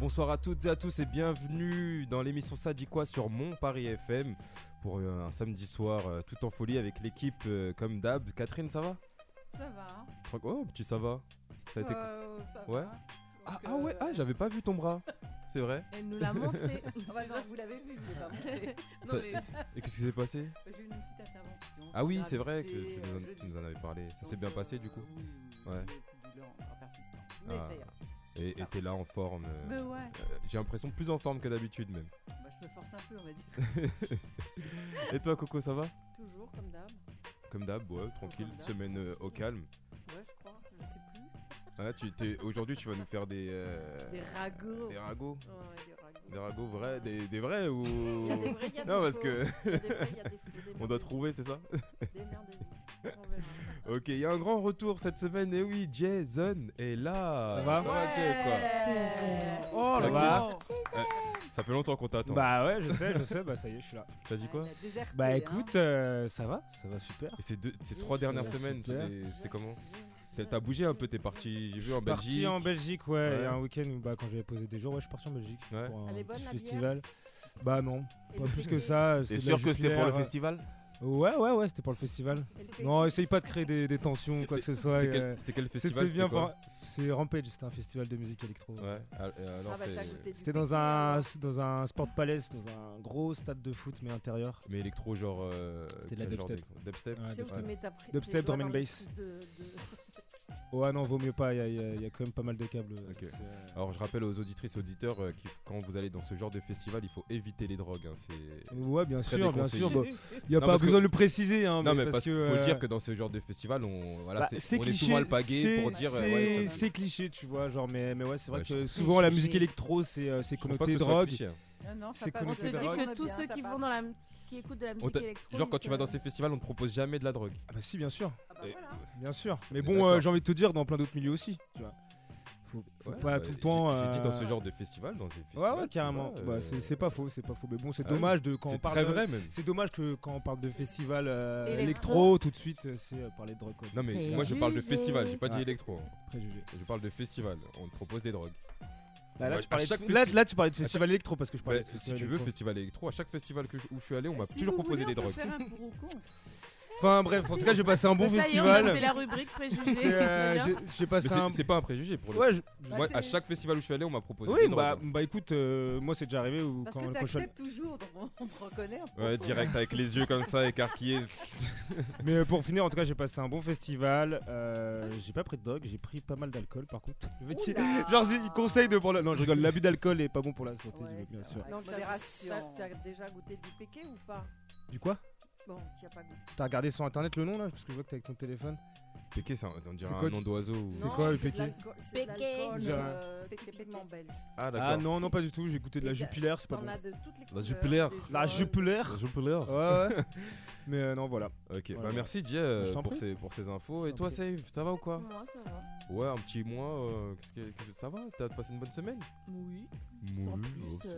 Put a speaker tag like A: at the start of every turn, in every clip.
A: Bonsoir à toutes et à tous et bienvenue dans l'émission Ça dit quoi sur Mon Paris FM pour euh, un samedi soir euh, tout en folie avec l'équipe euh, comme d'hab. Catherine, ça va
B: Ça va. hein.
A: Tran- Oh, petit ça va. Ça a été...
B: Euh, ça
A: Ouais.
B: va.
A: Ah,
B: Donc,
A: ah ouais,
B: euh,
A: ah, j'avais pas vu ton bras. C'est vrai
C: Elle nous l'a montré.
B: ah bah, genre, vous l'avez vu, je l'ai pas montré.
A: Ça-
B: non, mais Bah,
A: Et qu'est-ce qui s'est passé
B: j'ai eu une petite intervention.
A: Ah oui,
B: J'ai
A: c'est vrai que tu,
B: invité,
A: nous en,
B: euh, jeudi.
A: tu nous en avais parlé. Ça s'est
B: Donc,
A: bien
B: euh,
A: passé du coup
B: oui, oui,
A: Ouais.
B: des petites douleurs en persistance. Mais
A: Ah.
B: ça
C: hein.
B: ira.
A: Et et t'es là en forme. euh,
B: Mais Bah, ouais,
A: euh, J'ai l'impression plus en forme que d'habitude même.
B: bah, je me force un peu, on va dire.
A: Et toi Coco, ça va
C: Toujours comme d'hab.
A: Comme d'hab, ouais, tranquille,
B: Comme d'hab.
A: semaine euh, au calme.
C: Ouais, je crois. Je sais plus.
A: Ah, tu, t'es- Aujourd'hui tu vas nous faire des... euh,
C: Des ragots.
A: Des ragots
C: Ouais, des ragots.
A: Des ragots vrais, des, des vrais ou
C: Il y a des vrais, il y a des
A: Non parce
C: faux.
A: que
C: Il y a des vrais, il y a des faux, des
A: on doit
C: merdes.
A: trouver, c'est ça
C: Démerdez-vous. On verra.
A: OK, il y a un grand retour cette semaine et oui, Jason est là. Ça va Jay, quoi
B: Ouais.
A: Oh
D: Ça
A: Euh,
D: va
A: Ça fait longtemps qu'on t'attend.
D: Bah ouais, je sais, je sais, bah ça y est, je suis là.
A: T'as dit quoi
B: Ah, il a déserté,
D: Bah
B: hein.
D: écoute, euh, ça va, ça va super.
A: Et ces, deux, ces trois dernières
D: Super.
A: semaines, c'était c'était comment T'as- T'as bougé un peu, t'es parti, j'ai vu en Belgique.
D: Parti en Belgique, ouais,
A: Ouais.
D: il y a un week-end où bah, quand j'avais posé des jours, ouais, je suis parti en Belgique
A: Ouais.
D: pour un
C: Elle est bonne,
D: petit
C: la
D: festival. Bah non,
C: Et
D: pas
C: le
D: plus
C: PV,
D: que ça.
E: T'es
D: de la
E: sûr que c'était pour le
D: jupilère.
E: festival
D: Ouais, ouais, ouais, c'était pour le festival.
C: et le
D: Non,
C: PV.
D: essaye pas de créer des, des tensions ou quoi que ce soit.
A: C'était
D: euh,
A: quel, c'était quel festival
D: c'était bien.
A: quoi
D: par- C'est Rampage, c'était un festival de musique électro.
A: Ouais. Ah, et alors,
C: Ah bah,
A: c'est-
C: t'as goûté du
D: C'était
C: PV,
D: dans un,
C: alors.
D: dans un sport palace, dans un gros stade de foot, mais intérieur.
A: mais électro genre. euh,
D: C'était de la
A: quel genre
D: dubstep.
A: d'é- Dubstep.
D: Ouais,
C: Tu sais où tu
A: ouais.
C: mets ta pri-
D: Dubstep,
C: tes doigts
D: drum and
C: dans les
D: bass.
C: prises de- de-
D: Ouais, non, vaut mieux pas, il y, a- il y a- il y a quand même pas mal de câbles.
A: Ok.
D: C'est, euh,
A: Alors je rappelle aux auditrices auditeurs euh, que quand vous allez dans ce genre de festival, il faut éviter les drogues. hein, c'est-
D: Ouais, bien
A: Très
D: sûr, bien
A: déconseillé.
D: sûr. bah, Il n'y a
A: Non,
D: pas
A: parce que-
D: besoin de le préciser. Hein,
A: Non mais,
D: parce
A: parce
D: que,
A: faut
D: euh,
A: le dire que dans ce genre de festival, on voilà,
D: bah,
A: c'est-
D: c'est
A: on est
D: cliché,
A: souvent mal pagué
D: c'est-
A: pour dire. euh,
D: c'est
A: ouais, ça-
D: c'est cliché, tu vois. Genre, mais, mais ouais, c'est vrai
A: Ouais, je
D: que
A: trouve-
D: souvent la
C: Cliché.
D: musique électro, c'est euh, c'est
A: je trouve pas que
D: connoté
A: ce soit
D: drogue.
A: cliché, hein.
C: Euh,
B: Non, non, ça
D: C'est
B: passe
C: On
D: connoté
C: se
B: de
C: dit
D: drogue.
B: drogue,
C: que tous
B: bien,
C: ceux
B: ça
C: qui
B: passe.
C: vont dans la qui écoutent de la
A: On
C: musique
A: t'a-
C: électro.
A: Genre
C: ils
A: quand tu
C: se-
A: vas dans ces festivals, on te propose jamais de la drogue.
D: Ah bah si, bien sûr,
B: Ah bah
A: Et-
B: voilà.
D: bien sûr.
A: est
D: Mais bon,
A: d'accord.
D: euh, j'ai envie de te dire, dans plein d'autres milieux aussi. Tu vois. Faut, faut
A: Ouais,
D: pas
A: bah,
D: tout le
A: j'ai-
D: temps.
A: J'ai dit dans
D: euh,
A: ce genre de festival, dans ces
D: Ouais,
A: festivals.
D: ouais,
A: tu
D: carrément.
A: vois, euh,
D: Bah, c'est c'est pas faux, c'est pas faux. Mais bon, c'est
A: ah oui.
D: dommage de quand on
A: C'est
D: parle.
A: très
D: de-
A: vrai même.
D: C'est dommage que quand on parle de festival euh,
C: Électro.
D: électro, tout de suite, euh, c'est euh, parler de drogue. quoi.
A: Non mais
F: C'est
A: moi je parle de
F: abusé.
A: festival, j'ai pas dit
D: Ouais.
A: électro.
D: Préjugé.
A: Je parle de festival. On te propose des drogues.
D: Bah, Là, là,
A: Ouais,
D: tu
A: à
D: parlais de-
A: chaque
D: là-
A: festi-
D: là, tu parlais de festival électro parce que je parlais
A: Mais
D: de
A: si
D: festival
A: tu veux
D: électro.
A: festival électro, à chaque festival que je- où je suis allé, on m'a
B: Si
A: toujours
B: vous
A: proposé
B: voulez,
A: des
B: on peut
A: drogues.
B: faire un pour ou contre.
D: Enfin bref, en tout cas j'ai passé un bon
C: Ça y est, on a fait
D: festival.
C: la rubrique préjugée.
D: C'est, euh,
C: Très bien.
D: j'ai- J'ai
A: Mais
D: passé
A: c'est-
D: un.
A: c'est pas un préjugé pour le.
D: Ouais, je-
B: Bah,
A: Moi, à
B: c'est-
A: chaque festival où je suis allé, on m'a proposé
D: Oui,
A: des
D: bah,
A: drogues.
D: bah écoute, euh, moi c'est déjà arrivé où
B: Parce
D: quand
B: que
D: quand je suis allé-
B: t'acceptes toujours, donc on, on te reconnaît. un peu.
A: Ouais, direct avec les yeux comme ça écarquillés.
D: Mais euh, pour finir, en tout cas j'ai passé un bon festival. euh, j'ai pas pris de drogue, j'ai pris pas mal d'alcool par contre. Le mec, il-
C: Oula.
D: Genre il conseille de prendre. Non, je rigole, l'abus d'alcool est pas bon pour la santé,
C: Ouais,
D: bien
C: c'est
D: sûr.
C: vrai.
B: Donc,
C: Avec
B: modération.
C: t'as- T'as déjà goûté du PK ou pas
D: Du quoi
C: Bon, tu as pas goûté.
D: T'as regardé sur internet le nom là Parce que je vois que t'es avec ton téléphone.
A: Péqué, ça, ça on dirait
D: C'est
A: un
D: quoi
A: nom
D: qui-
A: d'oiseau. ou-
D: C'est quoi, le
C: de
D: PK?
C: l'alcool- C'est de
F: PK.
C: l'alcool
D: J'ai un-
C: euh, typiquement belge.
A: Ah
D: Ah
A: d'accord.
D: non, non, pas du tout, j'ai goûté de la
C: Et t'as-
D: jupilère, c'est pas
C: T'en
D: bon.
C: as de toutes les couleurs.
A: La Jupiler.
C: des euh.
D: La
C: jaunes,
D: jupilère
A: Je peux l'air.
D: Ouais, ouais. Mais euh, non, voilà.
A: Ok,
D: Voilà.
A: bah merci Jay
D: Je
A: euh,
D: t'en
A: pour
D: prie.
A: ces, pour ces infos.
D: Je
A: Et
D: t'en
A: toi,
D: prie.
A: Save, ça va ou quoi
C: Moi, ça va.
A: Ouais, un petit mois. euh, qu'est-ce que, qu'est-ce que- ça va T'as passé une bonne semaine
C: Oui.
A: Oui.
C: Sans plus, euh,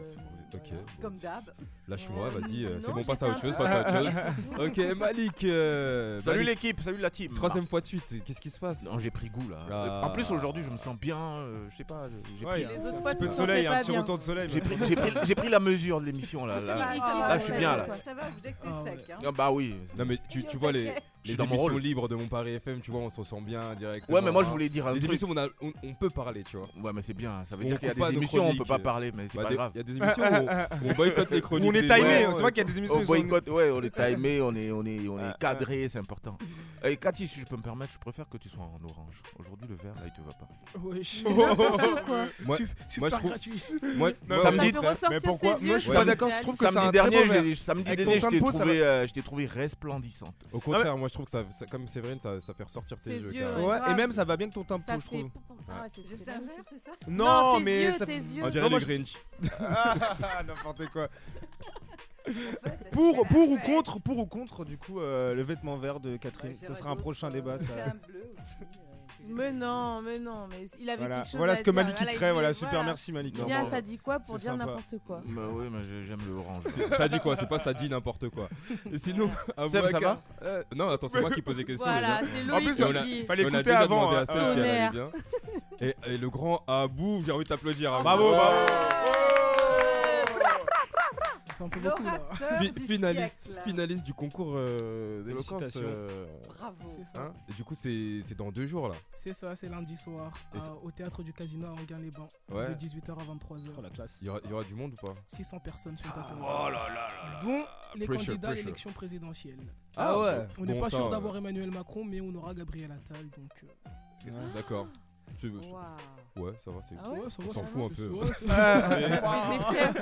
A: ok.
C: voilà.
A: bon.
B: Comme d'hab.
A: Lâche-moi, vas-y. euh, c'est
C: Non,
A: bon, passe à autre
C: j'étais
A: chose,
C: un-
A: passe à autre chose. ok, Malik. euh,
E: Salut
A: Malik,
E: l'équipe, salut la team.
A: Troisième fois de suite, c'est- qu'est-ce qui se passe
E: Non, j'ai pris goût là.
A: Ah.
E: En plus aujourd'hui, je me sens bien. euh, je sais pas. J'ai
D: Ouais,
E: pris,
D: y a
C: Les
D: un
C: autres
D: petit
C: fois,
D: peu de
C: tu
D: soleil,
C: sentais
D: un
C: pas
D: petit
C: bien.
D: retour de soleil.
E: j'ai
D: mais-
E: pris, j'ai pris- j'ai pris la mesure de l'émission là. là.
B: Ah,
C: Là,
B: ah,
E: là, je suis
B: ouais,
E: bien,
B: ouais,
E: là.
B: ouais, Ça va, objecté
E: Ah, ouais.
B: sec. Hein.
E: Ah, bah oui.
A: Non, mais tu, tu vois les,
E: Je
A: les
E: suis dans mon
A: émissions
E: rôle.
A: libres de mon Paris FM, tu vois, on s'en sent bien direct.
E: Ouais, mais moi je voulais dire un
A: Les
E: truc.
A: émissions où on, a- on- on peut parler, tu vois.
E: Ouais, mais c'est bien. Ça veut
A: On
E: dire qu'il y a
A: coupe pas
E: des
A: nos
E: émissions où on peut
A: chroniques.
E: pas parler, mais c'est
A: Bah,
E: pas
A: des-
E: grave.
A: Il y a des
D: Ah,
A: émissions où
D: ah, ah,
A: on boycotte les
D: ah.
A: chroniques.
D: on est
A: des-
D: timé,
A: Ouais,
D: c'est vrai qu'il y a des émissions
E: On
D: qui sont-
E: boycotte, ouais, on est timé, on est, on est, on
D: Ah,
E: est cadré, c'est important. Et Cathy, si je peux me permettre, je préfère que tu sois en orange. Aujourd'hui, le vert, là, il te va pas.
A: Moi, moi, je trouve. Moi,
D: Non,
A: moi,
D: ça
C: Ça
D: me
C: me
D: dit-
C: fait ressortir
D: mais pourquoi- moi,
C: ses
D: je
C: yeux,
D: suis pas
C: ça
D: d'accord,
C: me
D: je trouve que-
C: fait
D: c'est un
E: Samedi
D: très
E: dernier,
D: bon vert.
E: j'ai- samedi
D: Avec
E: dernier,
D: ton
E: je t'ai
D: tempo, ça va.
E: trouvé, euh, je t'ai trouvé resplendissante.
A: Au contraire, moi je trouve que ça, ça- comme Séverine, ça, ça fait ressortir tes
F: Ses
A: yeux.
F: yeux,
A: carrément.
F: ouais.
D: Ouais, et même ça va bien que ton
F: Ça
D: tempo, je
F: fait.
D: trouve.
F: Ah, ouais, c'est c'est
B: Juste un
F: magnifique.
B: verre, c'est ça
F: Non, tes
D: mais
F: yeux,
D: ça
F: tes yeux.
A: On dirait
D: Non, moi,
A: les Grinch.
D: Ah, N'importe quoi.
G: Pour, pour ou contre, pour ou contre, du coup, euh, le vêtement vert de Catherine.
B: Ça
G: ça sera un
C: euh,
G: prochain débat, ça.
H: Mais non, mais non, mais il avait
G: Voilà,
H: quelque chose
G: voilà
H: à
G: ce que
H: dire.
G: Malik
H: Voilà,
G: crée.
H: il
G: Voilà,
H: voulait-
G: super,
H: voilà.
G: merci Malik.
E: Non,
H: Viens,
E: bon.
H: ça dit quoi pour
G: C'est
H: dire
G: sympa.
H: n'importe quoi
E: Bah oui, mais j'ai- j'aime le orange.
A: Ça dit quoi C'est pas ça dit n'importe quoi. Et sinon, à
E: Seb,
A: vous,
E: ça
A: Aka-
E: va
A: euh, Non, attends, c'est moi qui pose les questions.
H: Voilà,
A: les
H: c'est
E: En plus,
A: on
H: Loïc
A: a-
H: qui dit.
A: gars.
G: Fallait
A: On a
G: écouter
A: déjà
G: avant.
A: demandé
G: hein.
A: à Seb si elle allait
H: Tonnerre.
A: bien. Et, et le grand Abou, j'ai envie de t'applaudir. Abou.
G: Bravo, bravo.
I: Ça fait un peu beaucoup. là.
B: L'orateur
A: Fi-
B: du
A: finaliste,
B: siècle.
A: finaliste du concours euh, d'éloquence.
I: Félicitations.
A: euh,
B: Bravo.
I: C'est ça.
A: hein. Et du coup, c'est c'est dans deux jours là.
I: C'est ça, c'est lundi soir
A: Et
I: à-
A: c'est-
I: au théâtre du Casino à Anguin-les-Bains de
A: Ouais. Oh,
I: 18h à 23h.
G: la classe.
A: Il y aura, il y aura du monde ou pas
I: 600 personnes
B: Ah.
I: sont attendues.
B: Oh
I: Dont les
A: Pressure,
I: candidats à
A: pressure.
I: l'élection présidentielle.
G: Ah ouais.
I: On n'est
A: Bon,
I: pas
A: ça,
I: sûr
A: euh,
I: d'avoir Emmanuel Macron, mais on aura Gabriel Attal. Donc, euh,
A: D'accord. C'est-
B: Waouh.
A: Ouais, ça va, c'est
H: Ah ouais Ah,
I: ça
A: On s'en
I: c'est-
A: fout un
I: c'est-
A: peu.
I: ouais, c'est- ouais, c'est
H: Mais
I: pas-
H: frère,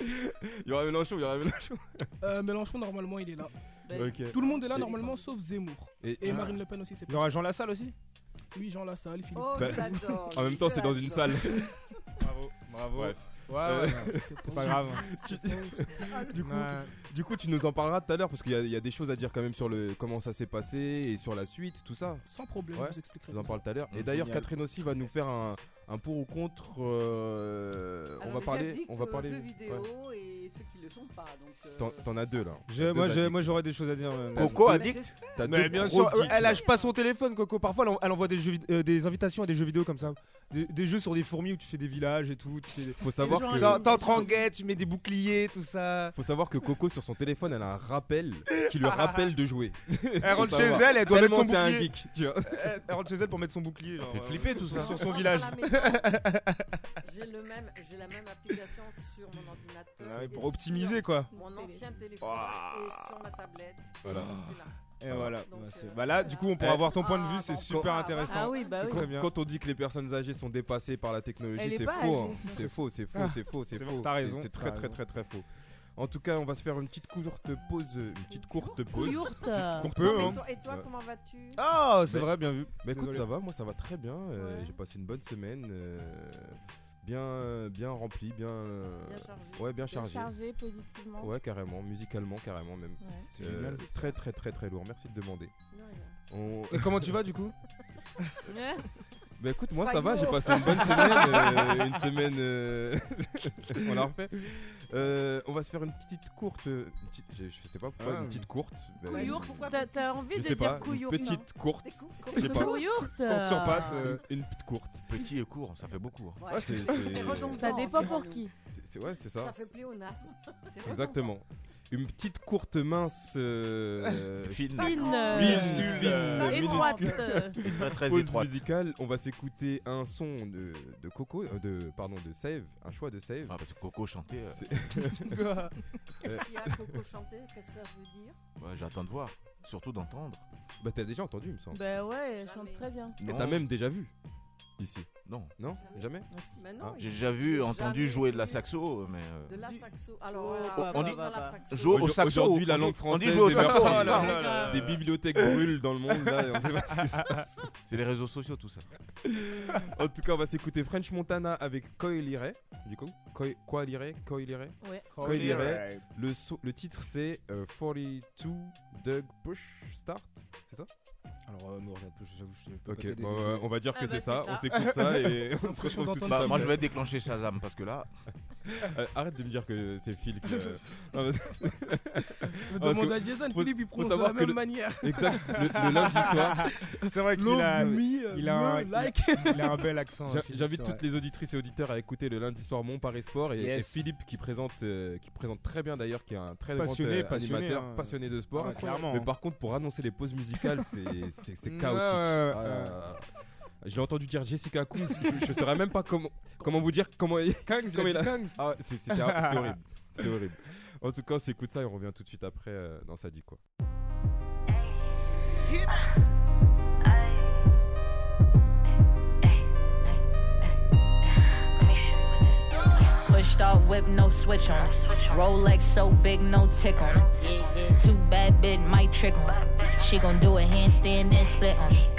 A: Il y aura Mélenchon, il y aura Mélenchon.
I: Euh, Mélenchon, normalement, il est là.
H: Ben,
A: Ok. Ah.
I: Tout le monde est là,
A: Et-
I: normalement, sauf Zemmour. Et
A: tu-
I: Marine Le Pen aussi, c'est
G: Il y aura
I: pas.
G: Jean Lassalle aussi
I: Oui, Jean Lassalle, Philippe.
B: Oh,
A: Bah,
B: j'adore.
A: En même temps, c'est dans une salle.
G: Bravo, bravo.
A: Bref.
G: Ouais, ouais, ouais.
I: C'était
G: c'est pas grave.
I: c'était pas ouf, ça.
A: Ah, Du coup,
G: Ouais.
A: du coup, tu nous en parleras tout à l'heure parce qu'il y, a- il y a des choses à dire quand même sur le comment ça s'est passé et sur la suite, tout ça.
I: Sans problème,
A: Ouais.
I: je vous
A: Je
I: expliquerai.
A: vous en
I: tout ça.
A: parle tout à l'heure. Et
G: Mmh,
A: d'ailleurs,
G: génial.
A: Catherine aussi va nous faire un, un pour ou contre. euh, on va parler. On va
B: Jeux
A: parler.
B: vidéo
A: ouais.
B: et ceux qui le sont pas. Donc, euh,
A: T'en t'en as deux là.
G: Je-
A: T'as
G: moi,
A: deux
G: je-
A: addicts.
G: moi, j'aurais des choses à dire. euh,
E: Coco
B: bah,
E: addict
B: j'espère.
A: T'as
G: Mais
A: deux
G: bien
A: gros
G: sûr,
A: geeks,
G: elle
A: là.
G: lâche pas son téléphone, Coco. Parfois, elle, en- elle envoie des, jeux vid- euh, des invitations à des jeux vidéo comme ça. Des, des jeux sur des fourmis où tu fais des villages et tout. Tu fais des...
A: Faut savoir
H: gens,
A: que.
H: ils-
G: T'en- T'entranguettes, tu mets des boucliers, tout ça.
A: Faut savoir que Coco sur son téléphone, elle a un rappel qui lui rappelle de jouer.
G: Elle rentre
A: Ça
G: chez
A: va.
G: elle, elle doit mettre son
A: c'est un
G: bouclier.
A: geek. Tu vois.
G: Elle, elle rentre chez elle pour mettre son bouclier. genre,
E: fait
G: euh,
E: flipper tout ça.
G: Sur son
C: Encore
G: village.
A: Ah,
C: la même- J'ai le même, j'ai la même application sur mon
A: Ah
C: ordinateur.
G: Ouais,
C: et
G: Pour
C: sur
G: optimiser, quoi.
C: Mon
H: Télé.
C: ancien téléphone
B: euh,
C: et sur ma tablette.
A: Voilà.
G: Ah.
C: Là.
G: Et
A: Voilà.
G: voilà.
C: Donc,
G: Bah, c'est-
C: euh,
G: bah là, du coup, on pourra
A: Eh.
G: voir ton point de
B: Ah,
G: vue, c'est
B: bah,
G: super
B: bah,
H: Ah
G: intéressant.
H: oui, bah oui.
G: Très bien.
A: Quand on dit que les personnes âgées sont dépassées par la technologie,
H: Elle est
A: c'est
H: pas
A: faux, hein.
H: âgée.
A: c'est faux, c'est faux,
G: Ah,
A: c'est faux, c'est
G: c'est
A: faux.
G: bon, t'as
A: C'est-
G: raison,
A: C'est
G: t'as
A: très très
G: raison.
A: très très faux. En tout cas, on va se faire une petite courte pause, une petite courte pause.
H: Yourte.
G: On
C: Non,
G: peut,
C: mais
G: hein.
C: toi- et toi,
A: Ouais.
C: comment vas-tu
G: Ah, c'est
A: Mais-
G: vrai, bien vu.
A: Bah écoute,
G: Désolé.
A: ça va, moi ça va très bien. euh,
C: Ouais.
A: J'ai passé une bonne semaine, euh, bien, bien remplie, bien, euh,
C: Bien chargé.
A: ouais, bien chargée.
H: Chargé positivement.
A: Ouais, carrément, musicalement, carrément même.
H: Ouais.
G: C'est
A: Euh,
G: génial.
A: très très très très lourd. Merci de demander.
C: Non, rien.
A: On-
G: Et comment tu vas, du coup
H: Ouais.
A: Bah écoute, moi ça
C: Pas
A: va,
C: lourd.
A: j'ai passé une bonne semaine, euh, une semaine, euh, on la refait. Euh, on va se faire une petite courte, une petite, je, je sais pas pourquoi,
G: Ah.
A: une petite courte. bah,
C: Couille
H: Yourte,
A: une-
H: t'as- T'as envie
A: je
H: de
A: sais
H: dire
A: pas, une
H: couillourte.
A: petite courte,
C: Des coups-
A: je sais pas,
H: Couillourte.
G: Compte sur pattes.
A: une,
G: euh,
A: une petite courte.
E: Petit et court, ça fait beaucoup. hein.
A: Ouais, c'est, c'est-
B: C'est redondant.
H: Ça
B: Non,
H: dépend
B: c'est
H: pour
B: pas
H: qui.
A: c'est- c'est- ouais, c'est ça.
C: Ça fait pléonasme.
B: C'est
A: Exactement. Une petite courte mince, euh,
E: Fine,
H: Fine.
A: fine,
G: minuscule,
A: fine,
G: euh,
H: Étroite.
A: minuscule.
E: très très
A: Pause
E: étroite.
A: musicale. On va s'écouter un son de, de Coco, euh, de pardon, de Save, un choix de Save.
E: Ah, parce que Coco chantait, euh,
A: C'est- Euh,
C: Qu'est-ce qu'il y a, Coco chanté Qu'est-ce que ça veut dire
E: ouais, j'attends de voir. Surtout d'entendre.
A: Bah t'as déjà entendu, il me semble.
H: Bah ouais, elle
C: Jamais.
H: chante très bien.
A: Et
E: Non,
A: t'as même déjà vu ici,
E: Non.
A: non Jamais
C: Jamais.
D: Bah,
C: Mais non,
A: Ah,
C: il-
E: J'ai déjà vu,
C: j'ai
E: entendu
C: jamais
E: jouer de la
C: vu
E: saxo, mais. euh,
C: De la saxo. Alors,
B: euh,
H: Oh, bah,
C: voilà,
E: On
C: on
E: dit-
C: dit dans la saxo.
E: Jouer au
A: Aujourd'hui-
E: saxo.
A: aujourd'hui, la
E: on dit-
A: langue
E: On dit
A: française
E: jouer au
A: est
E: saxo.
A: meurtrière.
E: c'est ça.
H: là là.
A: Des bibliothèques brûlent dans le monde là, et on sait pas ce qui se passe.
E: C'est les réseaux sociaux, tout ça.
A: En tout cas, on va s'écouter French Montana avec Coilire. Du coup, Coi- quoi l'irait Coilire
H: Ouais.
A: Quand il irait, le, so- le titre c'est euh, 42 Doug Push Start, c'est ça
G: Alors, euh, me regarde plus, j'avoue, je te peux pas
A: Ok,
G: t'aider.
A: bah, ouais, on va dire que
H: Ah
A: c'est ça,
H: bah, c'est
A: on
H: ça.
A: s'écoute ça et on se
I: Impression
A: retrouve tout de
I: d'entendre
E: Bah,
A: suite.
E: moi, je vais déclencher Shazam parce que là.
A: Euh, Arrête de me dire que c'est Phil qui. euh, non, parce que- parce
I: Demande
A: que-
I: à Jason,
A: faut-
I: Philippe, il
A: faut
I: prononce de
A: savoir
I: la
A: que
I: même
A: le-
I: manière.
A: exact, le, le lundi soir.
G: C'est vrai qu'il a,
I: me,
G: il a un-
I: me, like.
G: il a un bel accent.
A: j'a-
G: Philippe,
A: J'invite
G: c'est
A: toutes
G: vrai.
A: les auditrices et auditeurs à écouter le lundi soir Mon Paris Sport et, et
G: Yes.
A: Philippe qui présente, euh, qui présente très bien d'ailleurs, qui est un très
G: Passionné,
A: grand euh,
G: passionné,
A: animateur,
G: hein.
A: passionné de sport.
G: Ouais, clairement.
A: Mais par contre, pour annoncer les pauses musicales, c'est- c'est c'est
G: Ouais, Mm,
A: chaotique.
G: ouais, ouais,
A: Ah
G: ouais.
A: là là. Je l'ai entendu dire Jessica Kungs, je, je saurais même pas comment, comment vous dire comment.
G: Kangs, il a
A: Comme
G: dit
A: il a-
G: Kangs.
A: Ah, ouais, c'est- c'était c'était horrible. C'était horrible. En tout cas, on s'écoute ça et on revient tout de suite après euh, dans Ça dit quoi.
J: Pushed off whip, no switch on it. Rolex so big, no tick on it. Too bad, bit might trick on it. She gon' do a handstand and split on it.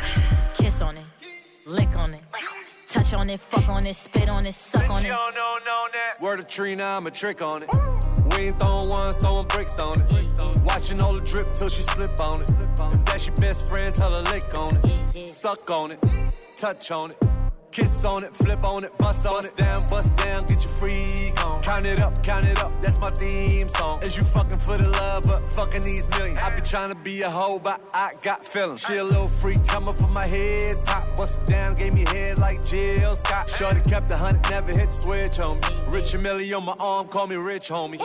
J: Kiss on it, lick on it. Touch on it, fuck on it, spit on it, suck on it.
K: Word of Trina, I'm a trick on it. We ain't throwing ones, throwing bricks on it. Watching all the drip till she slip on it. If that's your best friend, tell her lick on it. Suck on it, touch on it. Kiss on it, flip on it, bust on it. down, bust down, get your freak on. Count it up, count it up, that's my theme song. Is you fucking for the love of fucking these millions? I be trying to be a hoe, but I got feelings. She a little freak coming from my head top. Bust down, gave me head like Jill Scott. Shorty kept the hundred, never hit the switch on me. Rich and Millie on my arm, call me rich, homie.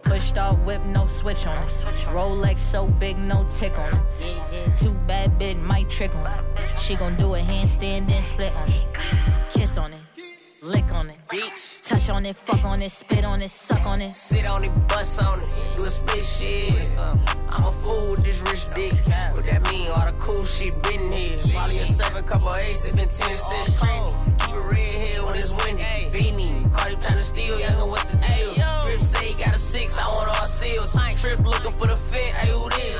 J: Pushed off whip, no switch on. Rolex so big, no tick on. Too bad bit might trick on. She gon' do a handstand then split on it. Kiss on it. Lick on it. Touch on it, fuck on it, spit on it, suck on it.
L: Sit on it, bust on it, do a split shit. I'm a fool with this rich dick. What that mean? All the cool shit been here. Molly a seven, couple ace, it been ten cents cold. Keep a red head when it's windy. Beanie, Cardi tryna steal, youngin' what's the deal? Rip say he got a six, I want all seals. Trip looking for the fit, hey who this?